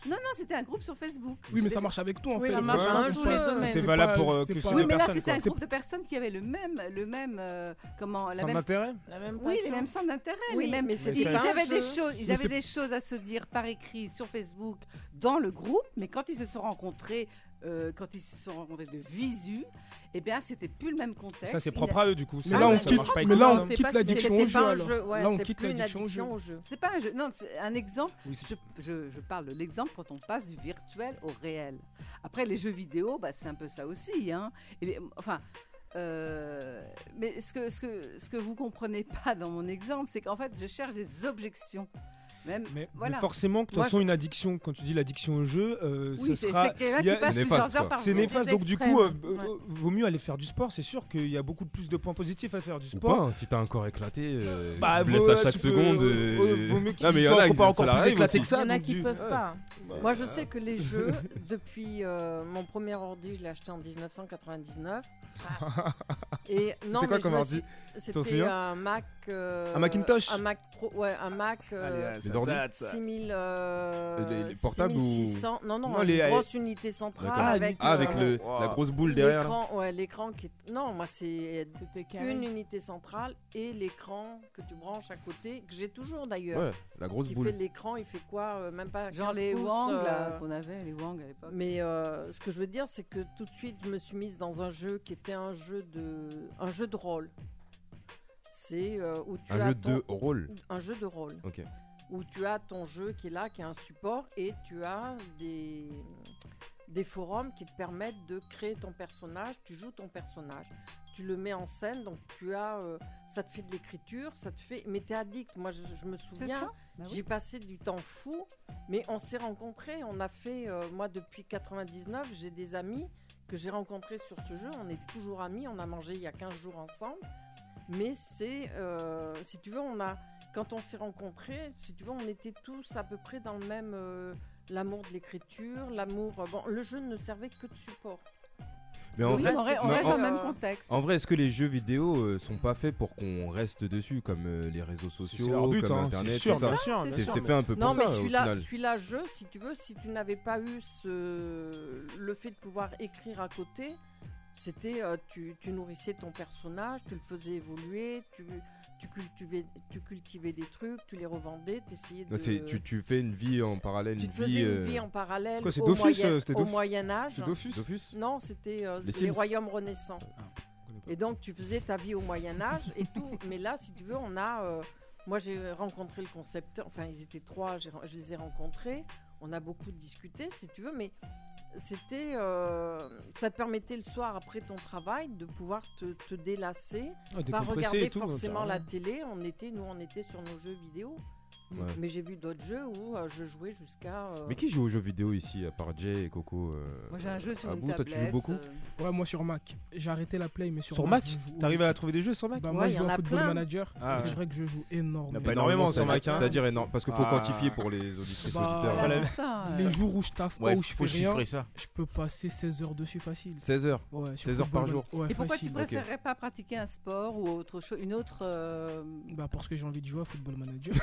B: Non, non, c'était un groupe sur Facebook.
I: Oui, mais ça marche avec tout en
B: Oui,
I: fait.
B: ça
I: C'est
B: marche
I: pas-
B: dans
I: c'est
B: tous
I: pas-
B: les
I: c'est
B: domaines.
I: pas-
G: C'était valable pour,
I: c'est
G: euh,
I: pas-
G: que ce
B: Oui, mais là,
G: personne,
B: c'était un
G: quoi.
B: groupe de personnes qui avaient le même, le même, euh, comment, la
G: Centre
B: même
G: d'intérêt
H: La même
B: oui, les
H: passion.
B: mêmes centres d'intérêt.
H: Oui,
B: les mêmes-
H: mais
B: ils,
H: c'est
B: ils
H: pas un
B: avaient
H: jeu.
B: des choses, ils
H: Mais
B: avaient
H: c'est-
B: des choses à se dire par écrit sur Facebook, dans le groupe, mais quand ils se sont rencontrés, euh, quand ils se sont rencontrés de visu, eh bien, c'était plus le même contexte.
G: Ça, c'est
B: Il
G: propre
B: a-
G: à eux, du coup.
I: Mais là, on quitte- mais là, on quitte l'addiction au
B: c'était
I: jeu,
B: pas un
I: alors.
B: ouais,
I: Là, on
B: c'est
I: quitte
B: plus une
I: l'addiction au
B: addiction
I: jeu.
B: C'est pas un jeu. Non, c'est un exemple.
G: Oui,
B: je, je- je parle de l'exemple quand on passe du virtuel au réel. Après, les jeux vidéo, bah, c'est un peu ça aussi. hein. Et les- enfin. euh, mais ce que, ce, que, ce que vous comprenez pas dans mon exemple, c'est qu'en fait, je cherche des objections. Même, voilà.
D: Mais forcément, que de toute
B: Moi,
D: façon,
B: je-
D: une addiction, quand tu dis l'addiction au jeu, euh, ça
B: Oui, c'est-
D: sera.
B: c'est quelqu'un
D: il y a-
B: qui passe plusieurs
D: néfaste,
B: heures
D: quoi.
B: par
D: C'est
B: jour.
D: néfaste,
B: Des
D: donc du
B: extrêmes,
D: coup, euh, euh,
B: ouais.
D: vaut mieux aller faire du sport. C'est sûr qu'il y a beaucoup plus de points positifs à faire du
A: Ou
D: sport.
A: pas, hein, si t'as un corps éclaté, euh,
D: Bah,
A: tu te blesses
D: vaut-
A: à chaque
D: tu peux-
A: seconde.
D: vaut-
A: euh,
D: vaut mieux qu'il
A: non, mais il y en
D: soit
A: a, ils-
D: encore
A: ça
D: plus
A: leur arrive
D: éclaté que
A: aussi.
D: ça,
C: Il y en a
D: donc
C: qui
D: du-
C: peuvent
D: ouais.
C: pas.
D: Bah,
C: Moi, je
D: euh,
C: sais que les jeux, depuis euh, mon premier ordi, je l'ai acheté en 1999. Et
D: Ah. C'était
C: non,
D: quoi
C: mais je
D: comme
C: me
D: ordi
C: suis-
D: T'en
C: C'était
D: souviens
C: un Mac. euh,
D: Un Macintosh
C: Un Mac Pro. Ouais, un Mac. euh,
D: Allez, ah, ça Les ordi date, ça.
C: 6000. euh,
A: Euh, les- les portables ou-
C: 6600, Non, non,
A: Non,
C: une
A: les-
C: grosse unité centrale.
A: D'accord. Ah,
C: avec, euh,
A: ah, avec le- la grosse boule derrière, là.
C: l'écran- Ouais, l'écran qui. est- Non, moi, c'est
H: carré.
C: une unité centrale et l'écran que tu branches à côté, que j'ai toujours d'ailleurs.
A: Ouais, la grosse
C: qui
A: boule.
C: fait l'écran, il fait quoi euh, Même pas
B: Genre
C: 15
B: les
C: pouces,
B: Wang
C: euh,
B: là, qu'on avait, les Wang à l'époque.
C: mais euh, ce que je veux dire, c'est que tout de suite, je me suis mise dans un jeu qui était un jeu de, un jeu de rôle. C'est euh, où tu
A: Un
C: as
A: jeu
C: ton-
A: de rôle
C: Un jeu de rôle.
A: Ok.
C: Où tu as ton jeu qui est là, qui est un support, et tu as des des forums qui te permettent de créer ton personnage. Tu joues ton personnage, tu le mets en scène, donc tu as, euh, ça te fait de l'écriture, ça te fait, mais t'es addict. Moi, je, je me
B: ça
C: souviens,
B: Bah oui.
C: j'ai passé du temps fou, mais on s'est rencontrés, on a fait, euh, moi depuis 99, j'ai des amis que j'ai rencontrés sur ce jeu, on est toujours amis, on a mangé il y a 15 jours ensemble, mais c'est, euh, si tu veux, on a, quand on s'est rencontrés, si tu veux, on était tous à peu près dans le même, euh, l'amour de l'écriture, l'amour, euh, bon, le jeu ne servait que de support.
A: Mais en
C: Oui,
A: vrai,
C: on reste- on
A: non,
C: reste
A: en-
C: dans le même contexte.
A: En vrai, est-ce que les jeux vidéo euh, sont pas faits pour qu'on reste dessus, comme euh, les réseaux sociaux,
D: c'est leur but,
A: comme
D: hein,
A: Internet,
D: c'est sûr,
A: tout ça
D: bien sûr, bien
A: C'est
D: sûr,
A: c'est
D: mais-
A: fait un peu
C: non,
A: pour
C: mais
A: ça. au
C: celui-là,
A: final.
C: celui-là, jeu, si tu veux, si tu n'avais pas eu ce, le fait de pouvoir écrire à côté, c'était, euh, tu, tu nourrissais ton personnage, tu le faisais évoluer, tu, tu cultivais, tu cultivais des trucs, tu les revendais, t'essayais de.
A: Non, c'est- tu, tu fais une vie en parallèle,
C: tu
A: une
C: te faisais
A: vie.
C: une
A: euh,
C: vie en parallèle
A: Quoi, c'est
C: au,
A: Dofus,
C: moyen,
A: euh, c'était
C: au
A: Dofus
C: Moyen Âge. hein.
A: C'est Dofus
C: Non, c'était euh,
A: Les
C: les,
A: Sims. Ah,
C: Royaumes Renaissants. et donc tu faisais ta vie au Moyen Âge et tout. Mais là, si tu veux, on a. euh, moi, j'ai rencontré le concepteur. Enfin, ils étaient trois. j'ai- Je les ai rencontrés. On a beaucoup discuté, si tu veux. Mais c'était, euh, ça te permettait le soir après ton travail de pouvoir te, te délasser,
D: Ah,
C: pas
D: décompresser
C: regarder
D: et tout,
C: forcément la
D: carrément.
C: télé. On était, nous, on était sur nos jeux vidéo.
A: Ouais.
C: Mais j'ai vu d'autres jeux où euh, je jouais jusqu'à. euh,
A: Mais qui joue aux jeux vidéo ici, à part Jay et Coco euh, Abou, toi, tu joues beaucoup
I: Ouais, moi sur Mac. J'ai arrêté la Play, mais sur,
D: Sur Mac
I: je joue-
D: T'arrives à trouver des jeux sur Mac
I: Bah,
D: Ouais,
I: moi,
D: y
I: je joue
D: en
I: à
D: a
I: Football
D: plein.
I: Manager.
D: Ah,
I: c'est
D: ouais.
I: vrai que je joue énormément.
D: Bah, énormément sur Mac, hein.
A: C'est-à-dire énorme, parce qu'il faut
D: Ah.
A: quantifier pour les auditrices
I: Bah,
A: auditeurs.
I: voilà, c'est ça. Les jours où je taffe pas,
A: Ouais,
I: où je
A: faut
I: fais rien,
A: chiffrer ça.
I: je peux passer 16 heures dessus facile.
A: 16 heures
I: Ouais, sur
A: 16 heures
I: Football
A: par jour.
I: Man- ouais,
B: Et pourquoi
I: facile.
B: tu préférerais pas pratiquer un sport ou autre chose, une autre euh,
I: Bah parce que j'ai envie de jouer à Football Manager.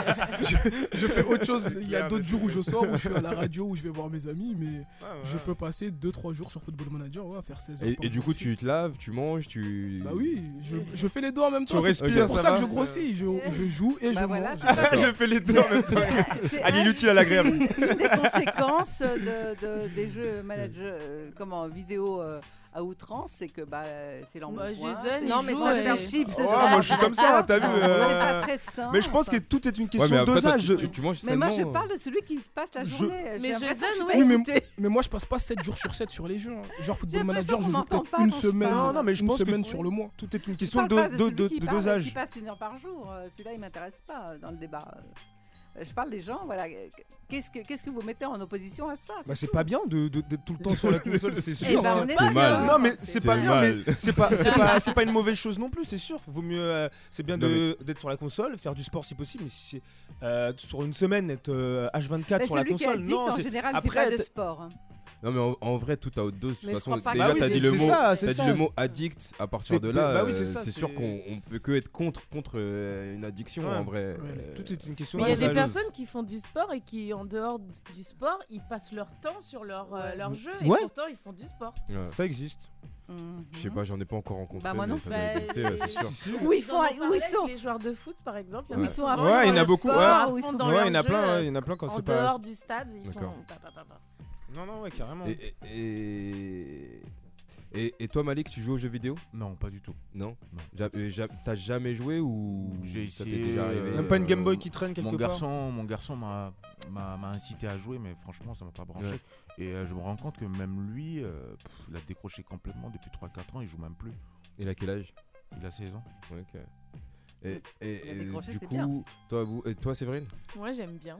I: je, je fais autre chose.
D: C'est
I: Il y
D: clair,
I: a d'autres
D: mais
I: jours où
D: c'est
I: je
D: clair.
I: sors, où je suis à la radio, où je vais voir mes amis, mais
D: ouais.
I: je peux passer 2-3 jours sur Football Manager, ouais, à faire 16 heures.
A: Et,
I: par
A: et du
I: jour.
A: coup, tu te laves, tu manges, tu.
I: Bah oui, je, je fais les deux en même
A: Tu
I: temps. C'est
A: respires,
I: c'est pour
A: ça
I: ça, que
A: va,
I: je
A: ça-
I: grossis. Je, je joue et
B: Bah
I: je
B: voilà,
I: mange.
D: Ah,
B: c'est ça. Je fais les deux en même temps. C'est un-
I: l'agréable.
B: une des conséquences de, de- des jeux manager, euh, comment, vidéo euh, à outrance, c'est que bah, euh, c'est l'embauche.
H: Jason, il
B: non, mais
H: joue
B: ça,
H: et-
B: c'est un chips.
H: Ouais,
B: de
D: Ah, moi je suis
B: droite.
D: comme ça, hein, t'as vu.
B: C'est
D: euh,
B: pas très sain.
D: Mais je pense que tout est une question
A: Ouais, mais après, toi,
D: d'osage.
A: tu- tu- tu manges euh.
B: Mais moi, je
A: seulement,
B: parle de celui qui passe la journée. euh, J'ai l'impression que
I: Oui, mais,
B: écouter.
I: mais moi je passe pas 7 jours sur 7 sur les jeux. hein. Genre Football
B: l'impression
I: Manager, je
B: qu'on
I: joue
B: m'entend
I: peut-être
B: pas
I: une
B: quand je
I: semaine,
B: parle. Non, non, mais je
I: une
B: pense que-
I: semaine sur le mois.
D: Tout est une
B: Je
D: question
B: parle
D: de,
B: pas de
D: de-
B: celui
D: de-
B: qui
D: de
B: parle et
D: dosage.
B: Qui passe une heure par jour. Euh, Celui-là, il m'intéresse pas euh, dans le débat. Je parle des gens, voilà. euh, Qu'est-ce que, qu'est-ce que vous mettez en opposition à ça
D: Bah c'est pas bien de, de- d'être tout le temps sur la console, c'est
B: Eh
D: sûr.
B: ben,
D: hein.
B: on est C'est pas mal. bien.
D: Non mais
B: C'est
D: c'est pas bien,
B: mal.
D: mais c'est pas, c'est pas, c'est pas une mauvaise chose non plus, c'est sûr. Vaut mieux, euh, c'est bien
G: Non,
D: de- d'être sur la console, faire du sport si possible, mais si c'est, euh, sur une semaine être euh, H24
B: Mais
D: sur la
B: celui qui a
D: console,
B: dit
D: non.
B: en
D: c'est-
B: général ne fait
D: après,
B: pas de
D: t'as-
B: sport. hein.
A: Non, mais en, en vrai, tout à haute dose. De toute
B: Mais je
A: façon,
B: crois pas
A: déjà,
B: que- Bah
A: t'as
B: oui,
A: dit,
B: c'est-
A: le
B: c'est
A: mot-
B: ça,
A: t'as
B: c'est
A: dit
B: ça.
A: le mot addict. À partir
D: C'est-
A: de là,
D: bah oui, c'est
A: euh,
D: ça,
A: c'est sûr
D: c'est-
A: qu'on on peut que être contre, contre euh, une addiction
D: Ouais.
A: en vrai.
D: Ouais,
A: Euh,
D: tout est une question
H: Mais il y a des
A: Dangereuse.
H: personnes qui font du sport et qui, en dehors d- du sport, ils passent leur temps sur leur, euh, leur jeu et
A: Ouais.
H: pourtant ils font du sport.
D: Ça existe.
A: Je sais pas, j'en ai pas encore rencontré.
H: Bah, moi
A: mais
H: non.
A: ça doit
H: Bah,
A: exister, ouais, c'est sûr.
B: Où ils font-
H: Dans nos
B: où ils
H: parallèles,
B: sont
H: Les joueurs de foot, par exemple, il y en a
A: Ouais.
H: qui sont à fond
D: Ouais, il y
H: dans
D: en a
H: le
D: beaucoup,
H: sport,
D: ouais.
H: à fond dans
D: Ouais,
H: leur
D: il y en a
H: jeu,
D: plein,
H: euh,
D: ouais, il y en a plein quand
H: en
D: c'est pas-
H: dehors du stade, ils sont.
A: D'accord.
H: pa, pa, pa, pa.
D: Non non ouais carrément.
A: Et, et, et- et toi, Malik, tu joues aux jeux vidéo
E: Non, pas du tout.
A: Non, Ja- euh, ja- T'as jamais joué ou
E: J'ai
A: ça
E: essayé.
A: t'est déjà arrivé
E: euh,
D: Même pas une Game Boy qui traîne quelque
E: mon
D: part
E: Garçon, mon garçon m'a m'a m'a incité à jouer, mais franchement, ça m'a pas branché.
A: Ouais.
E: Et euh, je me rends compte que même lui, euh, pff, il a décroché complètement depuis 3-4 ans, il joue même plus.
A: Il a quel âge
E: Il a 16 ans.
A: Ok. Et, et-
H: Il a
A: et
H: décroché,
A: du
H: c'est
A: coup,
H: bien.
A: toi, vous, et toi, Séverine
H: Ouais, j'aime bien.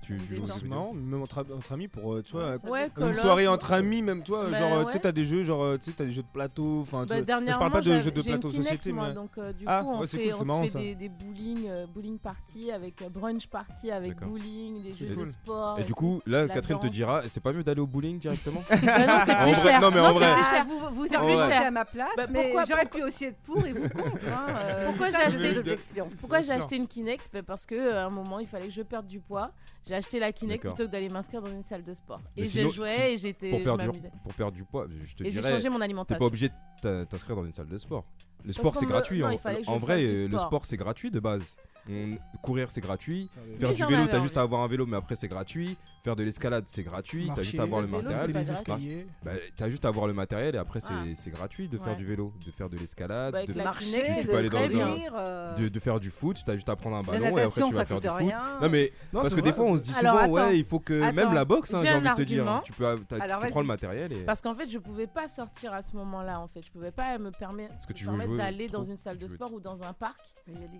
A: Tu joues aux jeux
D: C'est
A: vidéo
D: marrant, même entre, entre amis pour euh, tu vois,
H: ça Ouais, dépend.
D: une
H: Call of.
D: soirée entre amis même toi,
H: Bah,
D: genre euh, tu sais
H: ouais.
D: t'as des jeux genre euh, tu sais t'as des jeux de plateau, enfin tu vois,
H: Bah,
D: je parle
H: dernièrement,
D: pas de
H: j'avais-
D: jeux de
H: j'ai une
D: plateau
H: Kinect,
D: société
H: moi,
D: mais
H: donc euh, du
D: ah,
H: coup on
D: ouais,
H: se
D: c'est
H: fait,
D: cool,
H: on
D: c'est
H: se
D: marrant
H: fait
D: ça.
H: des, des bowling, euh, bowling party avec euh, brunch party avec
A: D'accord.
H: bowling, des
A: C'est
H: jeux de
A: cool.
H: sport.
A: Et du coup, là,
H: la
A: Catherine te
H: danse.
A: dira, c'est pas mieux d'aller au bowling directement
H: Bah non, c'est
A: En
H: plus
A: vrai-
H: cher.
A: Non, mais en
H: c'est
A: vrai.
H: plus cher.
B: Vous, vous
H: C'est
B: êtes
H: plus cher.
B: à ma place,
H: Bah,
B: mais
H: pourquoi-
B: j'aurais pu aussi être pour et vous contre. hein, euh,
H: Pourquoi
B: c'est
H: j'ai
B: ça, mes
H: acheté
B: objections.
H: Pourquoi j'ai acheté une Kinect Ben Parce que euh, à un moment il fallait que je perde du poids. J'ai acheté la Kinect
A: D'accord.
H: plutôt que d'aller m'inscrire dans une salle de sport.
A: Mais
H: Et
A: sinon,
H: je jouais
A: si-
H: et j'étais
A: pour
H: je
A: perdre, du,
H: m'amusais.
A: pour perdre du poids, je te
H: Et j'ai
A: dirais,
H: changé mon
A: T'es pas
H: alimentation.
A: obligé de t'a- t'inscrire dans une salle de sport. Le
H: Parce
A: sport
H: qu'on
A: c'est
H: me-
A: gratuit.
H: non,
A: en
H: il fallait que je
A: en
H: fasse
A: vrai,
H: du
A: euh, le
H: sport.
A: sport c'est gratuit de base. On- Courir c'est gratuit.
H: oui.
A: Faire
H: Mais
A: du
H: j'en
A: vélo,
H: avais
A: t'as
H: envie.
A: juste à avoir un vélo, mais après c'est gratuit. Faire de l'escalade c'est gratuit. T'as
D: Marcher.
A: juste à avoir le,
D: Le vélo,
A: matériel.
D: c'est pas gratuit.
A: Marche- bah, t'as juste à avoir le matériel et après c'est
B: Ah.
A: c'est gratuit de faire
B: Ouais.
A: du vélo, de faire de l'escalade,
B: Bah, avec
A: de
B: la
A: marcher,
B: Kinect,
A: tu
B: de
A: peux aller dans le bain,
B: courir, euh,
A: de, de faire du foot. T'as juste à prendre un ballon et après
B: natation,
A: tu vas
B: ça
A: faire du
B: coûte
A: foot.
B: rien.
A: Non mais
B: Non,
A: parce
B: c'est
A: que des
B: vrai.
A: fois on se dit
H: Alors,
A: souvent
H: attends.
A: ouais il faut que même
H: Attends.
A: la boxe hein,
H: J'ai
A: j'ai
H: un
A: envie de te dire hein,
H: argument.
A: tu peux t'as-
H: Alors,
A: tu prends le
H: vas-y.
A: matériel et
H: Parce qu'en fait, je pouvais pas sortir à ce moment-là. En fait, je pouvais pas me permettre,
A: que tu
H: me
A: veux
H: permettre
A: jouer
H: d'aller
A: trop.
H: dans une salle de
A: Tu veux-
H: sport ou dans un parc.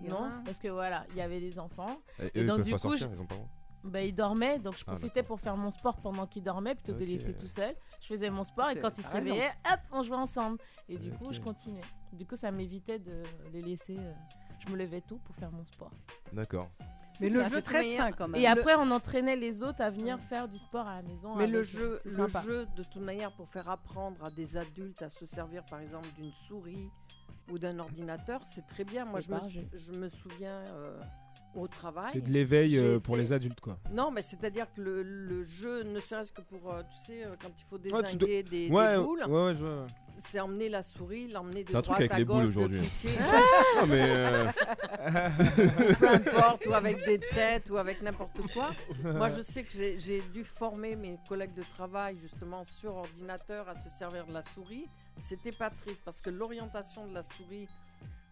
H: Non,
B: gamins.
H: parce que voilà, il y avait des enfants.
A: Et eux, ils peuvent pas sortir,
H: je-
A: ils ont pas le droit.
H: Bah, ils dormaient, donc je
A: Ah,
H: profitais pour faire mon sport pendant qu'ils dormaient plutôt que de les
A: Ok. ah,
H: laisser tout seul. Je faisais mon sport et
B: C'est-
H: quand ils se
B: t'as raison.
H: réveillaient, hop, on jouait ensemble. Et du coup,
A: Ok.
H: je continuais. Du coup, ça m'évitait de les laisser. euh, Je me levais tôt pour faire mon sport.
A: D'accord.
B: Mais le jeu très sain quand même.
H: Et après, on entraînait les autres à venir faire du sport à la maison.
C: Mais le
H: avec-
C: jeu,
H: c'est
C: le
H: sympa.
C: jeu, de toute manière, pour faire apprendre à des adultes à se servir, par exemple, d'une souris ou d'un ordinateur, c'est très bien. Moi,
H: C'est
C: je me,
H: pas un
C: sou-
H: jeu.
C: je me souviens euh, au travail.
D: C'est de l'éveil
C: j'ai
D: euh, pour
C: été-
D: les adultes quoi.
C: Non, mais c'est-à-dire que le, le jeu, ne serait-ce que pour, euh, tu sais, euh, quand il faut
D: dois-
C: désinguer des, des
D: Ouais,
C: boules,
D: ouais, ouais, je vois, ouais.
C: c'est emmener la souris, l'emmener de
D: T'as un
C: droite
D: truc avec
C: à
D: les boules
C: gauche, de
D: aujourd'hui.
C: cliquer.
D: Non, mais, euh.
C: Peu importe, ou avec des têtes, ou avec n'importe quoi. Moi, je sais que j'ai- j'ai dû former mes collègues de travail justement sur ordinateur à se servir de la souris. C'était pas triste parce que l'orientation de la souris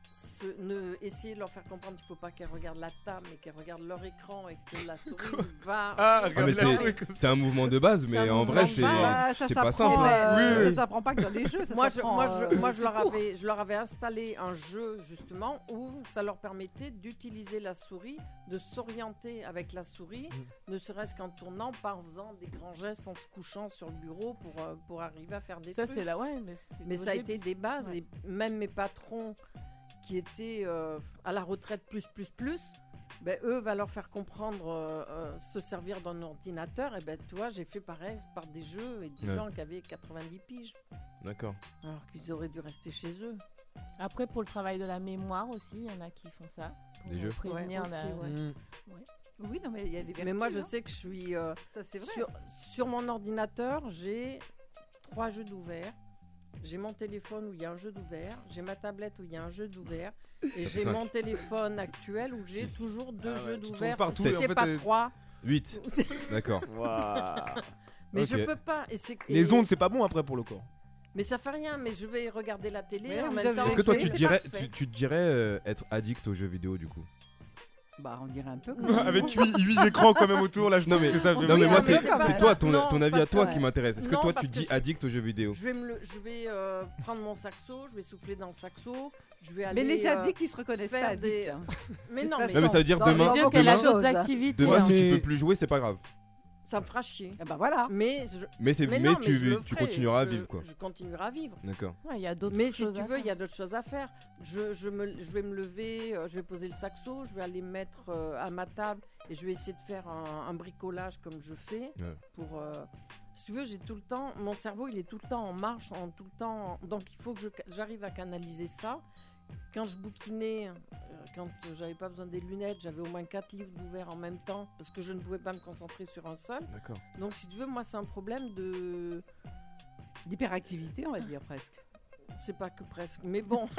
C: se- ne, essayer de leur faire comprendre qu'il ne faut pas qu'elles regardent la table, mais qu'elles regardent leur écran et que la souris va.
D: Ah,
A: Ah, mais c'est- c'est un mouvement de base, mais en vrai, c'est
B: Bah, ça
A: c'est pas
B: s'apprend,
A: simple.
B: euh, ça s'apprend pas que dans les jeux. Ça
C: moi, je,
B: s'apprend,
C: moi, je,
B: euh,
C: moi, je
B: tout
C: leur
B: court.
C: avais, je leur avais installé un jeu justement où ça leur permettait d'utiliser la souris, de s'orienter avec la souris, ne serait-ce qu'en tournant, pas en faisant des grands gestes, en se couchant sur le bureau pour, euh, pour arriver à faire des
H: Ça,
C: trucs.
H: c'est là, ouais, mais c'est au
C: ça a
H: début.
C: été des bases. Et même mes patrons qui étaient euh, à la retraite plus, plus, plus, ben, eux, va leur faire comprendre euh, euh, se servir d'un ordinateur. Et ben, tu vois, j'ai fait pareil par des jeux et des
A: Ouais.
C: gens qui avaient 90 piges.
A: D'accord.
C: Alors qu'ils auraient dû rester chez eux.
H: Après, pour le travail de la mémoire aussi, il y en a qui font ça. Pour
A: Des jeux
H: prévenir
C: Ouais,
H: la-
C: aussi, ouais.
H: ouais.
B: Oui, non, mais il y a des
C: Mais moi, je
B: vertus, hein.
C: sais que je suis. euh,
B: Ça, c'est vrai.
C: Sur, sur mon ordinateur, j'ai trois jeux d'ouvert. J'ai mon téléphone où il y a un jeu d'ouvert. J'ai ma tablette où il y a un jeu d'ouvert. Et
A: fait
C: j'ai
A: cinq.
C: mon téléphone actuel où j'ai toujours deux
D: Ah ouais,
C: jeux
D: tu tournes
C: d'ouvert.
D: partout,
C: Si
D: et en
C: c'est
D: fait, euh,
C: pas
D: t'es-
C: trois.
A: 8. D'accord.
C: Mais
D: Ok.
C: je peux pas. Et c'est-
D: Les
C: et-
D: ondes, c'est pas bon après pour le corps.
C: Mais ça fait rien. Mais je vais regarder la télé.
B: Mais
C: en
B: vous
C: même
B: avez-
C: temps,
A: Est-ce que toi,
C: je
A: tu
C: vais-
A: te dirais,
C: c'est
A: tu,
C: parfait.
A: tu te dirais euh, être addict aux jeux vidéo du coup
B: Bah, on dirait un peu quand même.
G: Avec huit- huit écrans quand même autour, là, je
A: non
G: pense
A: mais,
G: que ça fait-
A: non mais
G: Oui, un
A: moi
C: Ah,
G: peu
A: c'est
G: comme
A: c'est
G: ça.
A: toi ton,
G: Non,
A: ton avis
G: parce
A: à toi
G: que-
A: qui m'intéresse. Est-ce que
C: Non,
A: toi tu
C: parce que
A: dis
C: je-
A: addict aux jeux vidéo
C: Je vais, me le- je vais euh, prendre mon saxo, je vais souffler dans le saxo, je vais aller.
B: Mais les
C: euh,
B: addicts, ils se reconnaissent
C: faire
B: pas
C: des-
B: addicts, hein.
C: Mais
B: De
C: non,
B: toute
C: mais,
A: Non mais ça veut dire demain, demain,
C: demain,
A: demain,
C: hein.
A: si tu
C: Mais-
A: peux plus jouer c'est pas grave.
C: ça me fera chier.
B: Ah bah voilà.
C: Mais, je-
A: Mais c'est- mais
C: non,
A: tu-
C: je le
A: tu
C: ferai,
A: continueras à
C: je-
A: vivre, quoi.
C: Je continuerai à vivre.
A: D'accord.
H: Ouais, il y a d'autres
C: Mais
H: choses
C: si
H: à
C: tu veux, il y a
H: faire.
C: d'autres choses à faire. Je, je me, je vais me lever, euh, je vais poser le saxo, je vais aller me mettre euh, à ma table et je vais essayer de faire un, un bricolage comme je fais.
A: Ouais.
C: Pour, euh, si tu veux, j'ai tout le temps, mon cerveau il est tout le temps en marche, en tout le temps. Donc il faut que je ca- j'arrive à canaliser ça. Quand je bouquinais, euh, quand j'avais pas besoin des lunettes, j'avais au moins quatre livres ouverts en même temps parce que je ne pouvais pas me concentrer sur un seul.
A: D'accord.
C: Donc si tu veux, moi c'est un problème de
B: D'hyperactivité, on va dire presque.
C: C'est pas que presque, mais bon.